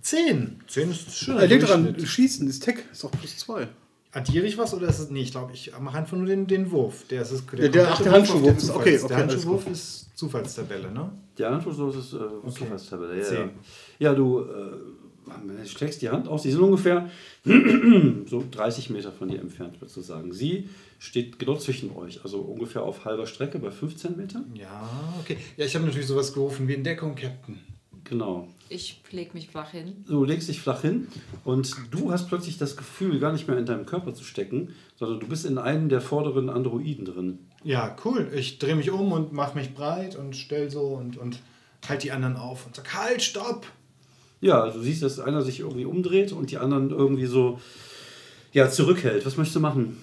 Speaker 2: Zehn. Zehn ist schön.
Speaker 3: Er denkt daran, Äh, schießen ist Tech, ist auch plus 2.
Speaker 2: Addiere ich was oder ist es. Nee, ich glaube, ich mache einfach nur den, den Wurf. Der ist es.
Speaker 3: Ja, der- ach, der
Speaker 2: komplette
Speaker 3: Handschuhwurf
Speaker 2: Wurf
Speaker 3: ist-
Speaker 2: auf
Speaker 3: okay,
Speaker 2: Zufalls-
Speaker 3: okay,
Speaker 2: Der
Speaker 3: alles
Speaker 2: Handschuhwurf ist Zufallstabelle, ne?
Speaker 1: Der Handschuh so ist es. Äh,
Speaker 2: Okay.
Speaker 1: okay. Tabelle. Ja, ja.
Speaker 2: Zehn.
Speaker 1: ja, du äh, schlägst die Hand aus. Die sind ungefähr so 30 Meter von dir entfernt, würdest du sagen. Sie steht genau zwischen euch, also ungefähr auf halber Strecke bei 15 Metern.
Speaker 2: Ja, okay. Ja, ich habe natürlich sowas gerufen wie in Deckung, Captain.
Speaker 1: Genau.
Speaker 4: Ich leg mich flach hin.
Speaker 1: Du legst dich flach hin und du hast plötzlich das Gefühl, gar nicht mehr in deinem Körper zu stecken, sondern du bist in einem der vorderen Androiden drin.
Speaker 2: Ja, cool. Ich drehe mich um und mache mich breit und stell so und, und halt die anderen auf und sag, halt, stopp!
Speaker 1: Ja, du siehst, dass einer sich irgendwie umdreht und die anderen irgendwie so ja, zurückhält. Was möchtest du machen?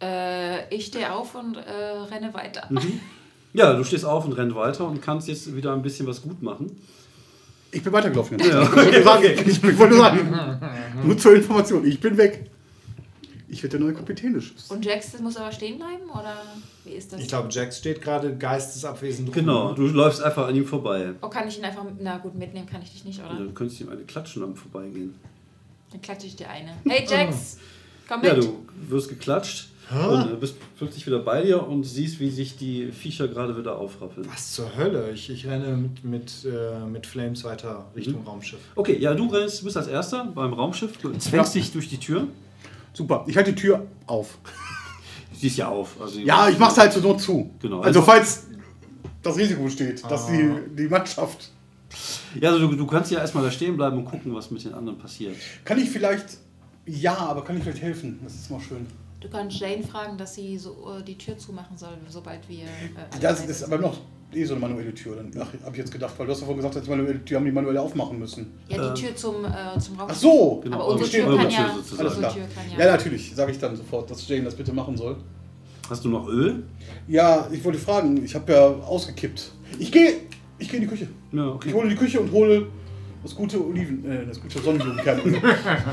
Speaker 4: Äh, ich stehe auf und äh, renne weiter.
Speaker 2: Mhm.
Speaker 1: Ja, du stehst auf und rennst weiter und kannst jetzt wieder ein bisschen was gut machen.
Speaker 3: Ich bin weitergelaufen. Ja. Ich, war weg. ich bin- wollte nur sagen. Nur zur Information, ich bin weg. Ich werde der neue Kapitän des Schiffs.
Speaker 4: Und Jax muss aber stehen bleiben? Oder wie ist das?
Speaker 2: Ich glaube, Jax steht gerade geistesabwesend rum.
Speaker 1: Genau, du läufst einfach an ihm vorbei.
Speaker 4: Oh, kann ich ihn einfach. Na gut, mitnehmen kann ich dich nicht, oder?
Speaker 1: Du könntest ihm eine klatschen am Vorbeigehen.
Speaker 4: Dann klatsche ich dir eine. Hey
Speaker 1: Oh,
Speaker 4: Jax! Komm mit!
Speaker 1: Ja, du wirst geklatscht und äh, bist plötzlich wieder bei dir und siehst, wie sich die Viecher gerade wieder aufrappeln.
Speaker 2: Was zur Hölle? Ich, ich renne mit, mit, äh, mit Flames weiter
Speaker 1: Mhm.
Speaker 2: Richtung Raumschiff.
Speaker 1: Okay, ja, du rennst, bist als Erster beim Raumschiff, du zwängst dich durch die Tür.
Speaker 3: Super, ich halte die Tür auf.
Speaker 1: Sie ist ja auf. Also
Speaker 3: Ja, ich mach's halt zur Not zu.
Speaker 1: Genau.
Speaker 3: Also,
Speaker 1: Also-
Speaker 3: falls das Risiko besteht, dass die,
Speaker 4: Ah.
Speaker 3: die Mannschaft.
Speaker 1: Ja, also du, du kannst ja erstmal da stehen bleiben und gucken, was mit den anderen passiert.
Speaker 3: Kann ich vielleicht. Ja, aber kann ich vielleicht helfen? Das ist mal schön.
Speaker 4: Du kannst Jane fragen, dass sie so, äh, die Tür zumachen soll, sobald wir. Äh, alle
Speaker 3: Das
Speaker 4: frei
Speaker 3: ist
Speaker 4: sind.
Speaker 3: aber noch eh so eine manuelle Tür. Dann ach, hab ich jetzt gedacht, weil du hast ja vorhin gesagt, dass die manuelle Tür haben die manuell aufmachen müssen.
Speaker 4: Ja, die Tür zum, äh, zum Raum.
Speaker 3: Ach so!
Speaker 1: Genau.
Speaker 4: Aber
Speaker 1: eure
Speaker 4: unsere
Speaker 1: Tür-
Speaker 4: Tür kann
Speaker 1: eure Tür
Speaker 4: ja.
Speaker 1: sozusagen.
Speaker 3: Alles
Speaker 4: Unsere
Speaker 3: klar.
Speaker 4: Tür kann
Speaker 3: Ja,
Speaker 4: ja.
Speaker 3: natürlich, sage ich dann sofort, dass Jane das bitte machen soll.
Speaker 1: Hast du noch Öl?
Speaker 3: Ja, ich wollte fragen, ich habe ja ausgekippt. Ich gehe ich geh in die Küche.
Speaker 1: Ja,
Speaker 3: Ich hole die Küche und hole das gute Oliven, äh, das gute Sonnenblumenkernöl.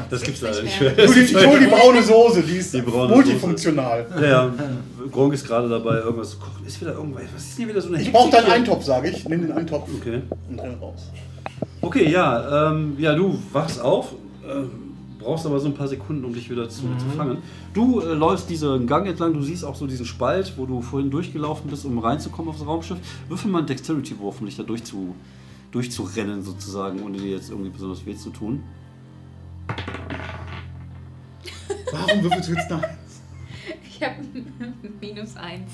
Speaker 1: Das gibt's leider
Speaker 4: nicht
Speaker 1: nicht
Speaker 4: mehr.
Speaker 1: mehr.
Speaker 3: Ich hole die, ich hol die braune Soße, die ist
Speaker 1: Die braune
Speaker 3: multifunktional.
Speaker 1: Ja, ja. Gronk ist gerade dabei, irgendwas zu kochen. Ist wieder irgendwas. Was ist denn wieder so eine
Speaker 3: Ich brauche dann einen
Speaker 1: Hektik
Speaker 3: Topf, sage ich. Nimm den einen Topf
Speaker 1: hier? Okay.
Speaker 3: und renn raus.
Speaker 1: Okay, ja. Ähm, ja, du wachst auf. Ähm, brauchst aber so ein paar Sekunden, um dich wieder zu, zu fangen. Du äh, läufst diesen Gang entlang. Du siehst auch so diesen Spalt, wo du vorhin durchgelaufen bist, um reinzukommen aufs Raumschiff. Würfel mal einen Dexterity-Wurf, um dich da durchzu, durchzurennen, sozusagen, ohne dir jetzt irgendwie besonders weh zu tun.
Speaker 3: Warum würfelst du jetzt nach?
Speaker 4: Ich habe minus eins.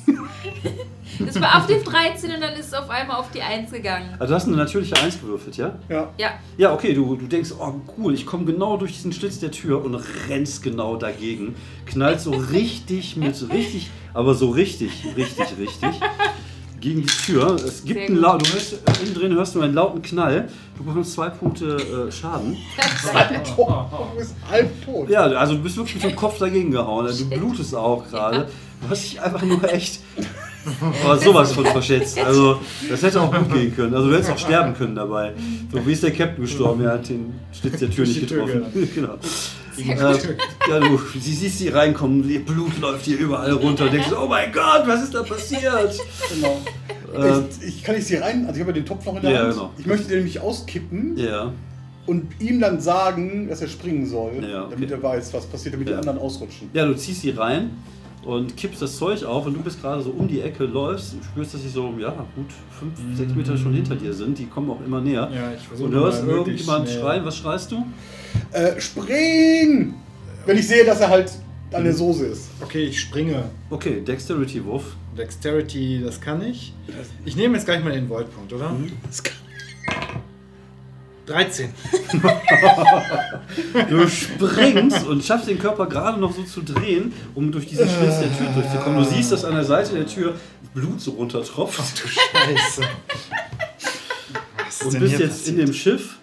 Speaker 4: Das war auf die 13 und dann ist es auf einmal auf die 1 gegangen.
Speaker 1: Also, du hast eine natürliche 1 gewürfelt, ja?
Speaker 3: Ja.
Speaker 4: Ja,
Speaker 1: Ja, okay, du, du denkst, oh cool, ich komme genau durch diesen Schlitz der Tür und rennst genau dagegen. Knallst so richtig mit, richtig, aber so richtig, richtig, richtig gegen die Tür. Es gibt
Speaker 4: Sehr
Speaker 1: einen
Speaker 4: gut.
Speaker 1: lauten, du hörst, äh, innen drin hörst du einen lauten Knall. Du bekommst zwei Punkte äh, Schaden.
Speaker 3: Du bist halb tot.
Speaker 1: Ah, Ja, also du bist wirklich mit dem Kopf dagegen gehauen. Also Du blutest auch gerade. Du hast dich einfach nur echt. Aber sowas von verschätzt. Also, das hätte auch gut gehen können. Also, du hättest auch sterben können dabei. So wie ist der Captain gestorben? Er hat den Schlitz der Tür nicht getroffen. genau. Äh, ja, du sie siehst sie reinkommen, ihr Blut läuft hier überall runter. Und denkst, oh mein Gott, was ist da passiert?
Speaker 3: Genau.
Speaker 1: Ähm.
Speaker 3: Ich, ich kann ich sie rein, also ich habe ja den Topf noch in der
Speaker 1: Ja,
Speaker 3: Hand.
Speaker 1: genau.
Speaker 3: Ich möchte den nämlich auskippen
Speaker 1: Ja,
Speaker 3: und ihm dann sagen, dass er springen soll,
Speaker 1: Ja, okay.
Speaker 3: damit er weiß, was passiert, damit
Speaker 1: Ja.
Speaker 3: die anderen ausrutschen.
Speaker 1: ja du ziehst sie rein und kippst das Zeug auf und du bist gerade so um die Ecke, läufst, und spürst, dass sie so, ja, gut fünf, sechs Meter schon hinter dir sind. Die kommen auch immer näher.
Speaker 2: Mhm. Ja, ich versuche
Speaker 1: und hörst
Speaker 2: mal möglichst
Speaker 1: irgendjemand
Speaker 2: schnell.
Speaker 1: schreien. Was schreist du?
Speaker 7: Äh, spring! Wenn ich sehe, dass er halt an der Soße ist.
Speaker 2: Okay, ich springe.
Speaker 1: Okay, Dexterity-Wurf.
Speaker 2: Dexterity, das kann ich. Ich nehme jetzt gleich mal den Voidpunkt, oder?
Speaker 1: Mhm.
Speaker 2: 13.
Speaker 1: Du springst und schaffst den Körper gerade noch so zu drehen, um durch diesen Schlitz der Tür durchzukommen. Du siehst, dass an der Seite der Tür Blut so runtertropft
Speaker 2: Scheiße. Was ist
Speaker 1: und
Speaker 2: denn
Speaker 1: bist
Speaker 2: hier
Speaker 1: jetzt in dem Schiff.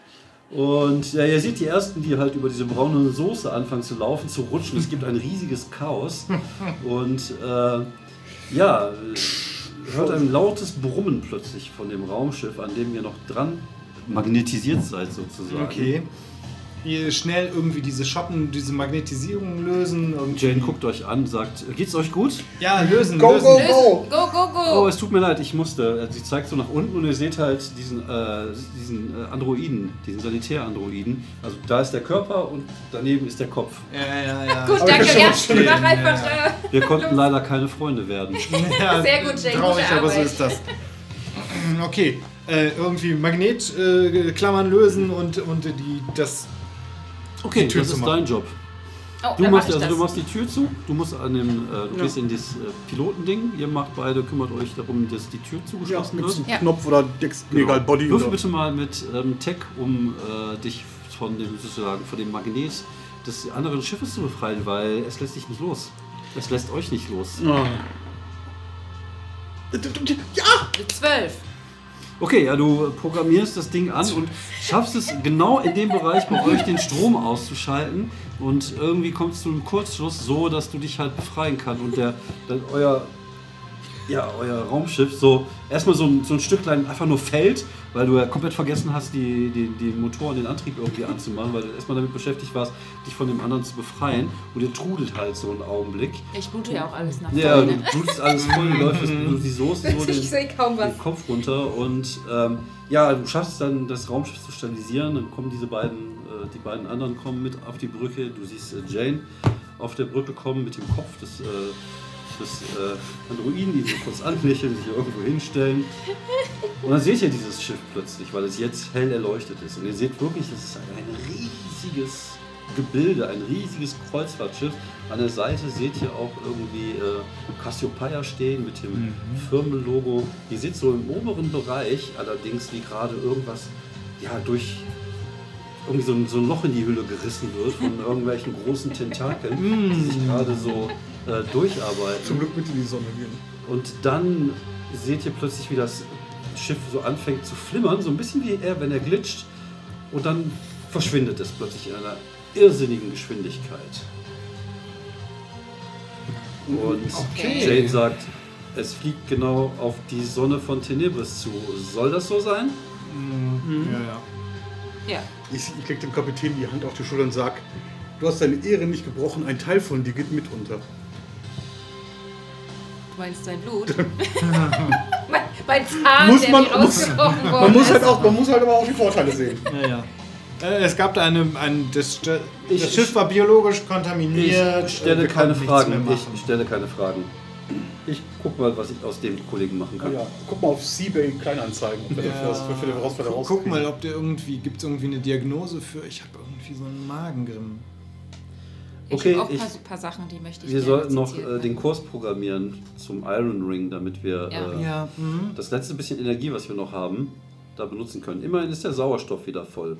Speaker 1: Und ja, ihr seht die ersten, die halt über diese braune Soße anfangen zu laufen, zu rutschen. Es gibt ein riesiges Chaos. Und äh, ja, äh, hört ein lautes Brummen plötzlich von dem Raumschiff, an dem ihr noch dran magnetisiert seid sozusagen.
Speaker 2: Okay. Hier schnell irgendwie diese Schotten, diese Magnetisierung lösen. Irgendwie.
Speaker 1: Jane guckt euch an, sagt, geht's euch gut?
Speaker 2: Ja, lösen,
Speaker 7: Go,
Speaker 2: lösen.
Speaker 7: go,
Speaker 4: Lösen.
Speaker 7: go!
Speaker 4: Go, go,
Speaker 1: Oh,
Speaker 4: go!
Speaker 1: es tut mir leid, ich musste. Also, Sie zeigt so nach unten und ihr seht halt diesen, äh, diesen äh, Androiden, diesen Sanitär-Androiden. Also da ist der Körper und daneben ist der Kopf.
Speaker 2: Ja, ja, ja.
Speaker 4: Gut,
Speaker 7: Aber ich
Speaker 4: danke.
Speaker 7: kann
Speaker 4: Ja,
Speaker 7: schon
Speaker 4: mach einfach. Äh,
Speaker 1: Wir konnten leider keine Freunde werden.
Speaker 2: Ja,
Speaker 4: Sehr gut, Jane,
Speaker 2: Traurig,
Speaker 4: gute
Speaker 2: aber so
Speaker 4: Arbeit.
Speaker 2: ist das. Okay, äh, irgendwie Magnetklammern äh, Klammern lösen und, und die, das.
Speaker 1: Okay,
Speaker 2: Die Tür
Speaker 1: das
Speaker 2: zu
Speaker 1: ist
Speaker 2: machen.
Speaker 1: dein Job.
Speaker 4: oh,
Speaker 1: Du
Speaker 4: dann
Speaker 1: machst,
Speaker 4: mach ich
Speaker 1: also, du
Speaker 4: das.
Speaker 1: machst die Tür zu, du musst an dem, äh, du gehst in das äh, Pilotending, ihr macht beide, kümmert euch darum, dass die Tür
Speaker 7: Ja,
Speaker 1: zugeschlossen
Speaker 7: mit
Speaker 1: wird. Genau.
Speaker 7: so einem
Speaker 4: Ja.
Speaker 7: Knopf oder Dex nee,
Speaker 2: Genau.
Speaker 7: egal, Body
Speaker 1: Würfel
Speaker 7: oder.
Speaker 1: bitte mal mit ähm, Tech, um äh, dich von dem, sozusagen, von dem Magnet des anderen Schiffes zu befreien, weil es lässt dich nicht los. Es lässt euch nicht los.
Speaker 7: Ja!
Speaker 4: Zwölf.
Speaker 1: Okay, ja, du programmierst das Ding an und schaffst es genau in dem Bereich bei euch den Strom auszuschalten und irgendwie kommst du einem Kurzschluss so, dass du dich halt befreien kannst und der, dann euer ja, euer Raumschiff so erstmal so, ein- so ein Stücklein einfach nur fällt, weil du ja komplett vergessen hast, die, die, den Motor und den Antrieb irgendwie anzumachen, weil du erstmal damit beschäftigt warst, dich von dem anderen zu befreien und ihr trudelt halt so einen Augenblick.
Speaker 4: Ich blute ja auch alles nach
Speaker 1: Ja, du
Speaker 4: vorne.
Speaker 1: blutest alles voll, du läufst du die Soße so den-
Speaker 4: Ich sehe kaum was.
Speaker 1: den Kopf runter und ähm, ja, du schaffst es dann, das Raumschiff zu stabilisieren. Dann kommen diese beiden, äh, die beiden anderen kommen mit auf die Brücke. Du siehst äh, Jane auf der Brücke kommen mit dem Kopf des, äh, des äh, Androiden, die so kurz anknicheln, sich irgendwo hinstellen. Und dann seht ihr dieses Schiff plötzlich, weil es jetzt hell erleuchtet ist. Und ihr seht wirklich, es ist ein riesiges Gebilde, ein riesiges Kreuzfahrtschiff. An der Seite seht ihr auch irgendwie äh, Cassiopeia stehen mit dem Firmenlogo. Ihr seht so im oberen Bereich allerdings, wie gerade irgendwas ja, durch irgendwie so ein, so ein Loch in die Hülle gerissen wird von irgendwelchen großen Tentakeln, die sich gerade so äh, durcharbeiten.
Speaker 3: Zum Glück bitte in die Sonne gehen.
Speaker 1: Und dann seht ihr plötzlich, wie das Schiff so anfängt zu flimmern, so ein bisschen wie er, wenn er glitscht. Und dann verschwindet es plötzlich in einer irrsinnigen Geschwindigkeit. Und
Speaker 4: Okay.
Speaker 1: Jane sagt, es fliegt genau auf die Sonne von Tenebris zu. Soll das so sein?
Speaker 2: Mhm.
Speaker 1: Mhm.
Speaker 2: Ja, ja.
Speaker 4: Ja.
Speaker 3: Ich, ich leg dem Kapitän die Hand auf die Schulter und sag, du hast deine Ehre nicht gebrochen, ein Teil von dir geht mit unter.
Speaker 4: Du meinst sein Blut? mein, mein Zahn,
Speaker 7: Muss
Speaker 4: der
Speaker 7: man-
Speaker 4: mir
Speaker 7: muss-
Speaker 4: rausgebrochen worden
Speaker 7: Man muss,
Speaker 4: ist.
Speaker 7: halt auch, man muss halt aber auch die Vorteile sehen.
Speaker 2: ja, ja. Äh, es gab da eine. Ein, das, Sch-
Speaker 1: Ich-
Speaker 2: das Schiff war biologisch kontaminiert.
Speaker 1: ich
Speaker 2: äh,
Speaker 1: stelle
Speaker 2: wir
Speaker 1: keine
Speaker 2: konnten nichts mehr
Speaker 1: Fragen.
Speaker 2: machen.
Speaker 1: Ich stelle keine Fragen. Ich guck mal, was ich aus dem Kollegen machen kann.
Speaker 7: Ja, guck mal auf Seabay Kleinanzeigen, ob wir
Speaker 2: Ja.
Speaker 7: dafür was- ob wir dafür was wir da
Speaker 2: Guck,
Speaker 7: raus.
Speaker 2: guck mal, ob der irgendwie. Gibt es irgendwie eine Diagnose für. Ich habe irgendwie so einen Magengrimm.
Speaker 1: Okay,
Speaker 4: ich hab auch ein
Speaker 1: ich-
Speaker 4: paar, paar Sachen, die möchte ich
Speaker 1: Wir
Speaker 4: gerne
Speaker 1: sollten noch
Speaker 4: zitieren.
Speaker 1: äh, den Kurs programmieren zum Iron Ring, damit wir
Speaker 4: Ja.
Speaker 1: Äh,
Speaker 2: Ja, mhm.
Speaker 1: das letzte bisschen Energie, was wir noch haben, da benutzen können. Immerhin ist der Sauerstoff wieder voll.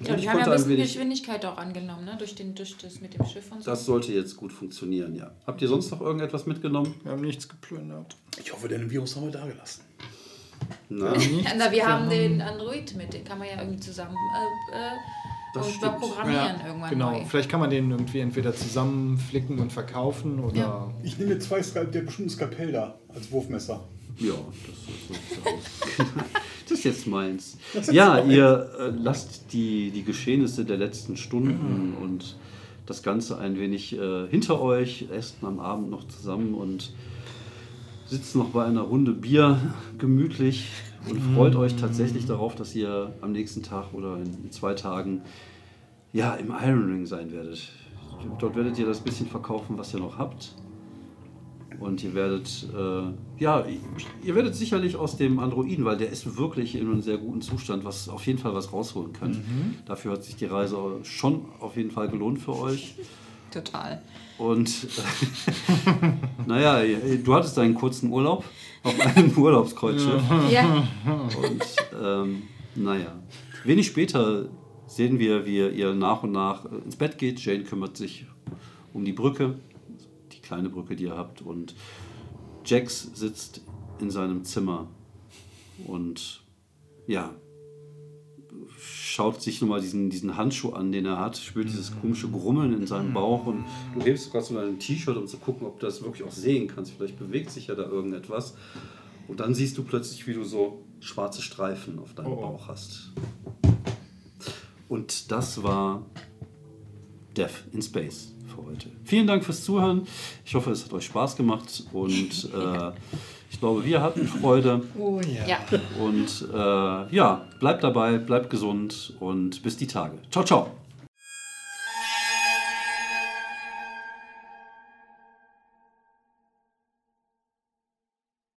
Speaker 4: Ja,
Speaker 1: Und ich
Speaker 4: wir haben ja
Speaker 1: konnte
Speaker 4: ein
Speaker 1: ein
Speaker 4: bisschen
Speaker 1: wenig.
Speaker 4: Geschwindigkeit auch angenommen, ne? Durch, den, durch das mit dem Schiff und so.
Speaker 1: Das sollte jetzt gut funktionieren, ja. Habt ihr sonst noch irgendetwas mitgenommen?
Speaker 2: Wir haben nichts geplündert.
Speaker 7: Ich hoffe, den Virus haben wir da gelassen.
Speaker 1: Nein.
Speaker 4: Ja, na, wir haben den Android mit, den kann man ja irgendwie zusammen äh, äh,
Speaker 1: Das
Speaker 4: und
Speaker 1: stimmt.
Speaker 4: programmieren irgendwann
Speaker 2: genau.
Speaker 4: neu.
Speaker 2: Vielleicht kann man den irgendwie entweder zusammenflicken und verkaufen oder.
Speaker 4: Ja.
Speaker 7: Ich nehme zwei Skalpell, der hat bestimmt ein Skalpell da als Wurfmesser.
Speaker 1: Ja, das ist so- so aus. Das ist jetzt meins. Ja, ihr äh, lasst die, die Geschehnisse der letzten Stunden und das Ganze ein wenig äh, hinter euch, essen am Abend noch zusammen und sitzt noch bei einer Runde Bier gemütlich und freut euch tatsächlich darauf, dass ihr am nächsten Tag oder in, in zwei Tagen ja im Iron Ring sein werdet. Dort werdet ihr das bisschen verkaufen, was ihr noch habt Und ihr werdet, äh, ja, ihr werdet sicherlich aus dem Androiden, weil der ist wirklich in einem sehr guten Zustand, was auf jeden Fall was rausholen könnt. Dafür hat sich die Reise schon auf jeden Fall gelohnt für euch.
Speaker 4: Total.
Speaker 1: Und äh, naja, du hattest einen kurzen Urlaub auf einem Urlaubskreuzschiff.
Speaker 4: Ja.
Speaker 1: Und ähm, naja, wenig später sehen wir, wie ihr nach und nach äh, ins Bett geht. Jane kümmert sich um die Brücke, die kleine Brücke, die ihr habt. Und Jax sitzt in seinem Zimmer und ja, schaut sich nochmal diesen, diesen Handschuh an, den er hat, spürt dieses komische Grummeln in seinem Bauch und du hebst sogar so dein T-Shirt, um zu gucken, ob du das wirklich auch sehen kannst. Vielleicht bewegt sich ja da irgendetwas. Und dann siehst du plötzlich, wie du so schwarze Streifen auf deinem Bauch hast. Und das war Death in Space für heute. Vielen Dank fürs Zuhören. Ich hoffe, es hat euch Spaß gemacht und äh, ich glaube, wir hatten Freude.
Speaker 4: ja.
Speaker 1: Und äh, ja, bleibt dabei, bleibt gesund und bis die Tage. Ciao, ciao.